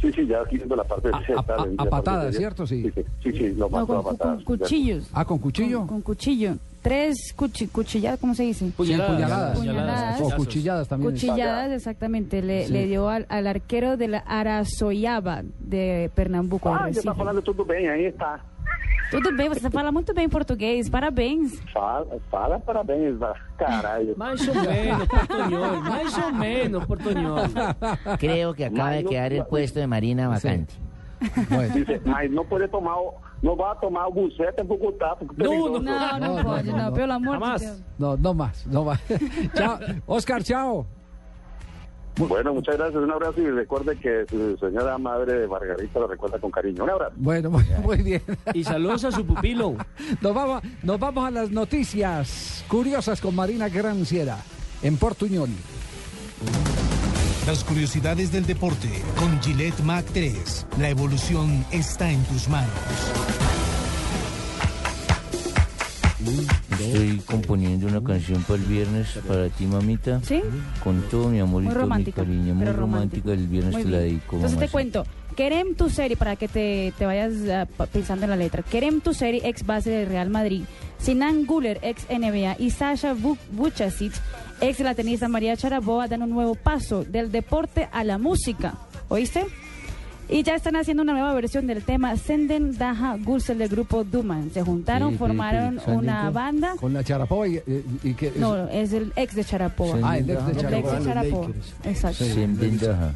Speaker 21: Sí, sí, ya aquí viendo la parte de
Speaker 3: a- a patadas, ¿cierto? Sí.
Speaker 21: Sí, sí, sí, lo mató a
Speaker 11: con,
Speaker 21: patadas.
Speaker 11: con cuchillos.
Speaker 3: Ah, con cuchillo.
Speaker 11: Con cuchillo. Tres cuchi- cuchilladas, ¿cómo se dice?
Speaker 3: Sí, puñaladas.
Speaker 11: Puñaladas.
Speaker 3: O cuchilladas también.
Speaker 11: Cuchilladas, exactamente. Le,
Speaker 3: Sí.
Speaker 11: le dio al, al arquero de la Arazoyaba de Pernambuco. de
Speaker 21: Ah, yo
Speaker 11: Recife.
Speaker 21: estaba falando tudo bem, aí está.
Speaker 11: Tudo bem, você fala muito bem português. Parabéns.
Speaker 21: Fala, fala parabéns, va- caralho.
Speaker 5: Mais ou menos, portuñol. Mais ou menos, portuñol.
Speaker 9: Creo que acaba de
Speaker 21: Manu-
Speaker 9: quedar el puesto de Marina vacante.
Speaker 21: Dice, mas não poder tomar, o- não vá tomar o buceta em Bogotá. porque
Speaker 11: Não,
Speaker 21: perigoso.
Speaker 11: não, não
Speaker 3: No,
Speaker 11: pode,
Speaker 3: no,
Speaker 11: não,
Speaker 3: no.
Speaker 11: pelo amor
Speaker 3: Jamás.
Speaker 11: de Deus.
Speaker 3: No, no más, no más. chao. Oscar, chao.
Speaker 21: Bueno, muchas gracias, un abrazo y recuerde que su señora madre de Margarita lo recuerda con cariño. Un abrazo.
Speaker 3: Bueno, muy, muy bien.
Speaker 5: Y saludos a su pupilo.
Speaker 3: Nos vamos, nos vamos a las noticias curiosas con Marina Granciera en Portuñol.
Speaker 7: Las curiosidades del deporte con Gillette Mac 3. La evolución está en tus manos.
Speaker 9: Estoy componiendo una canción para el viernes, para ti, mamita.
Speaker 11: Sí.
Speaker 9: Con todo mi amor y
Speaker 11: Muy
Speaker 9: todo mi
Speaker 11: romántica,
Speaker 9: cariño. Muy
Speaker 11: pero romántica.
Speaker 9: romántica. El viernes
Speaker 11: Muy
Speaker 9: te la
Speaker 11: bien.
Speaker 9: dedico,
Speaker 11: Entonces te
Speaker 9: mamacita.
Speaker 11: cuento, Kerem Tuseri, para que te, te vayas ah, pa- pensando en la letra, Kerem Tuseri, ex base del Real Madrid, Sinan Guller, ex NBA, y Sasha Bu- Vujacic, ex la tenista María Charaboa, dan un nuevo paso del deporte a la música, ¿oíste? Y ya están haciendo una nueva versión del tema Senden Daha Gulsel del grupo Duman. Se juntaron,
Speaker 3: Sí, sí,
Speaker 11: formaron
Speaker 3: sí.
Speaker 11: una
Speaker 3: Sandico.
Speaker 11: banda.
Speaker 3: Con la Charapova y, y, y que es-
Speaker 11: No, es el ex de Charapoa.
Speaker 3: Ah, el ex de
Speaker 11: El ex
Speaker 3: Charapoa.
Speaker 11: de Charapoa. Exacto.
Speaker 9: Senden Daha.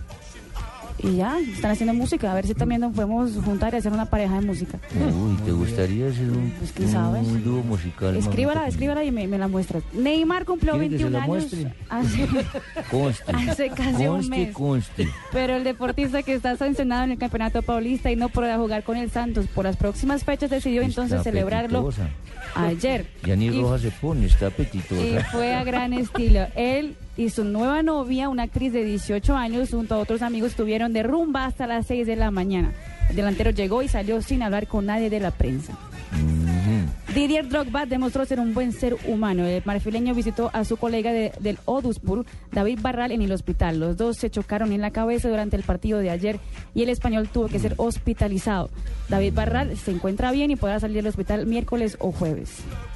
Speaker 11: Y ya, están haciendo música. A ver si también nos podemos juntar y hacer una pareja de música.
Speaker 9: Uy, ¿te gustaría hacer un,
Speaker 11: Pues, ¿quién sabe?
Speaker 9: un dúo musical?
Speaker 11: Escríbala,
Speaker 9: mamita?
Speaker 11: escríbala y me, me la muestras. Neymar cumplió
Speaker 9: ¿Quiere que se
Speaker 11: 21
Speaker 9: la
Speaker 11: años Ah,
Speaker 9: muestre?
Speaker 11: hace,
Speaker 9: Conste.
Speaker 11: hace casi un
Speaker 9: Conste,
Speaker 11: mes.
Speaker 9: conste.
Speaker 11: Pero el deportista que está sancionado en el Campeonato Paulista y no podrá jugar con el Santos por las próximas fechas decidió entonces
Speaker 9: Está
Speaker 11: celebrarlo
Speaker 9: apetitosa.
Speaker 11: ayer.
Speaker 9: Ya ni
Speaker 11: Y-
Speaker 9: roja se pone, está
Speaker 11: Y
Speaker 9: apetitosa.
Speaker 11: fue a gran estilo. Él y su nueva novia, una actriz de 18 años, junto a otros amigos, estuvieron de rumba hasta las 6 de la mañana. El delantero llegó y salió sin hablar con nadie de la prensa. Didier Drogba demostró ser un buen ser humano. El marfileño visitó a su colega de- del Oduspur, David Barral, en el hospital. Los dos se chocaron en la cabeza durante el partido de ayer y el español tuvo que ser hospitalizado. David Barral se encuentra bien y podrá salir del hospital miércoles o jueves.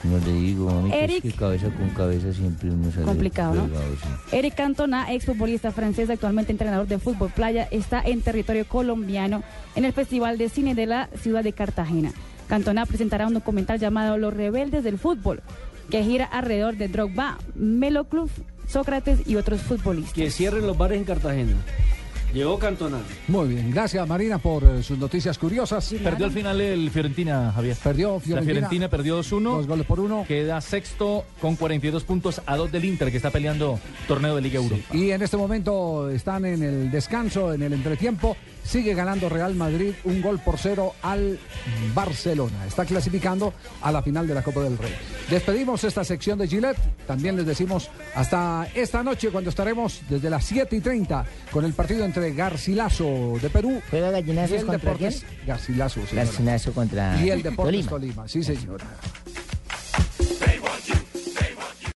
Speaker 9: No le digo, mamita,
Speaker 11: Eric.
Speaker 9: es que cabeza con cabeza siempre uno sale
Speaker 11: Complicado, ¿no?
Speaker 9: colgado, sí.
Speaker 11: Eric Cantona, exfutbolista francés, actualmente entrenador de fútbol playa, está en territorio colombiano en el Festival de Cine de la ciudad de Cartagena. Cantona presentará un documental llamado Los Rebeldes del Fútbol, que gira alrededor de Drogba, Melo Club, Sócrates y otros futbolistas.
Speaker 5: Que cierren los bares en Cartagena. Llegó Cantona.
Speaker 3: Muy bien, gracias Marina por eh, sus noticias curiosas.
Speaker 6: Perdió al final el Fiorentina, Javier.
Speaker 3: Perdió
Speaker 6: La
Speaker 3: Fiorentina.
Speaker 6: Fiorentina perdió 2-1. Dos
Speaker 3: goles por uno.
Speaker 6: Queda sexto con 42 puntos a dos del Inter que está peleando torneo de Liga Europa.
Speaker 3: Y en este momento están en el descanso, en el entretiempo. Sigue ganando Real Madrid un gol por cero al Barcelona. Está clasificando a la final de la Copa del Rey. Despedimos esta sección de Gillette. También les decimos hasta esta noche cuando estaremos desde las 7 y 30 con el partido entre Garcilaso de Perú.
Speaker 9: ¿Juega Gallinazos
Speaker 3: y el
Speaker 9: contra
Speaker 3: Deportes Garcilaso, señora.
Speaker 9: Garcilaso contra
Speaker 3: Y el Deportes
Speaker 9: Tolima.
Speaker 3: Tolima, sí señora.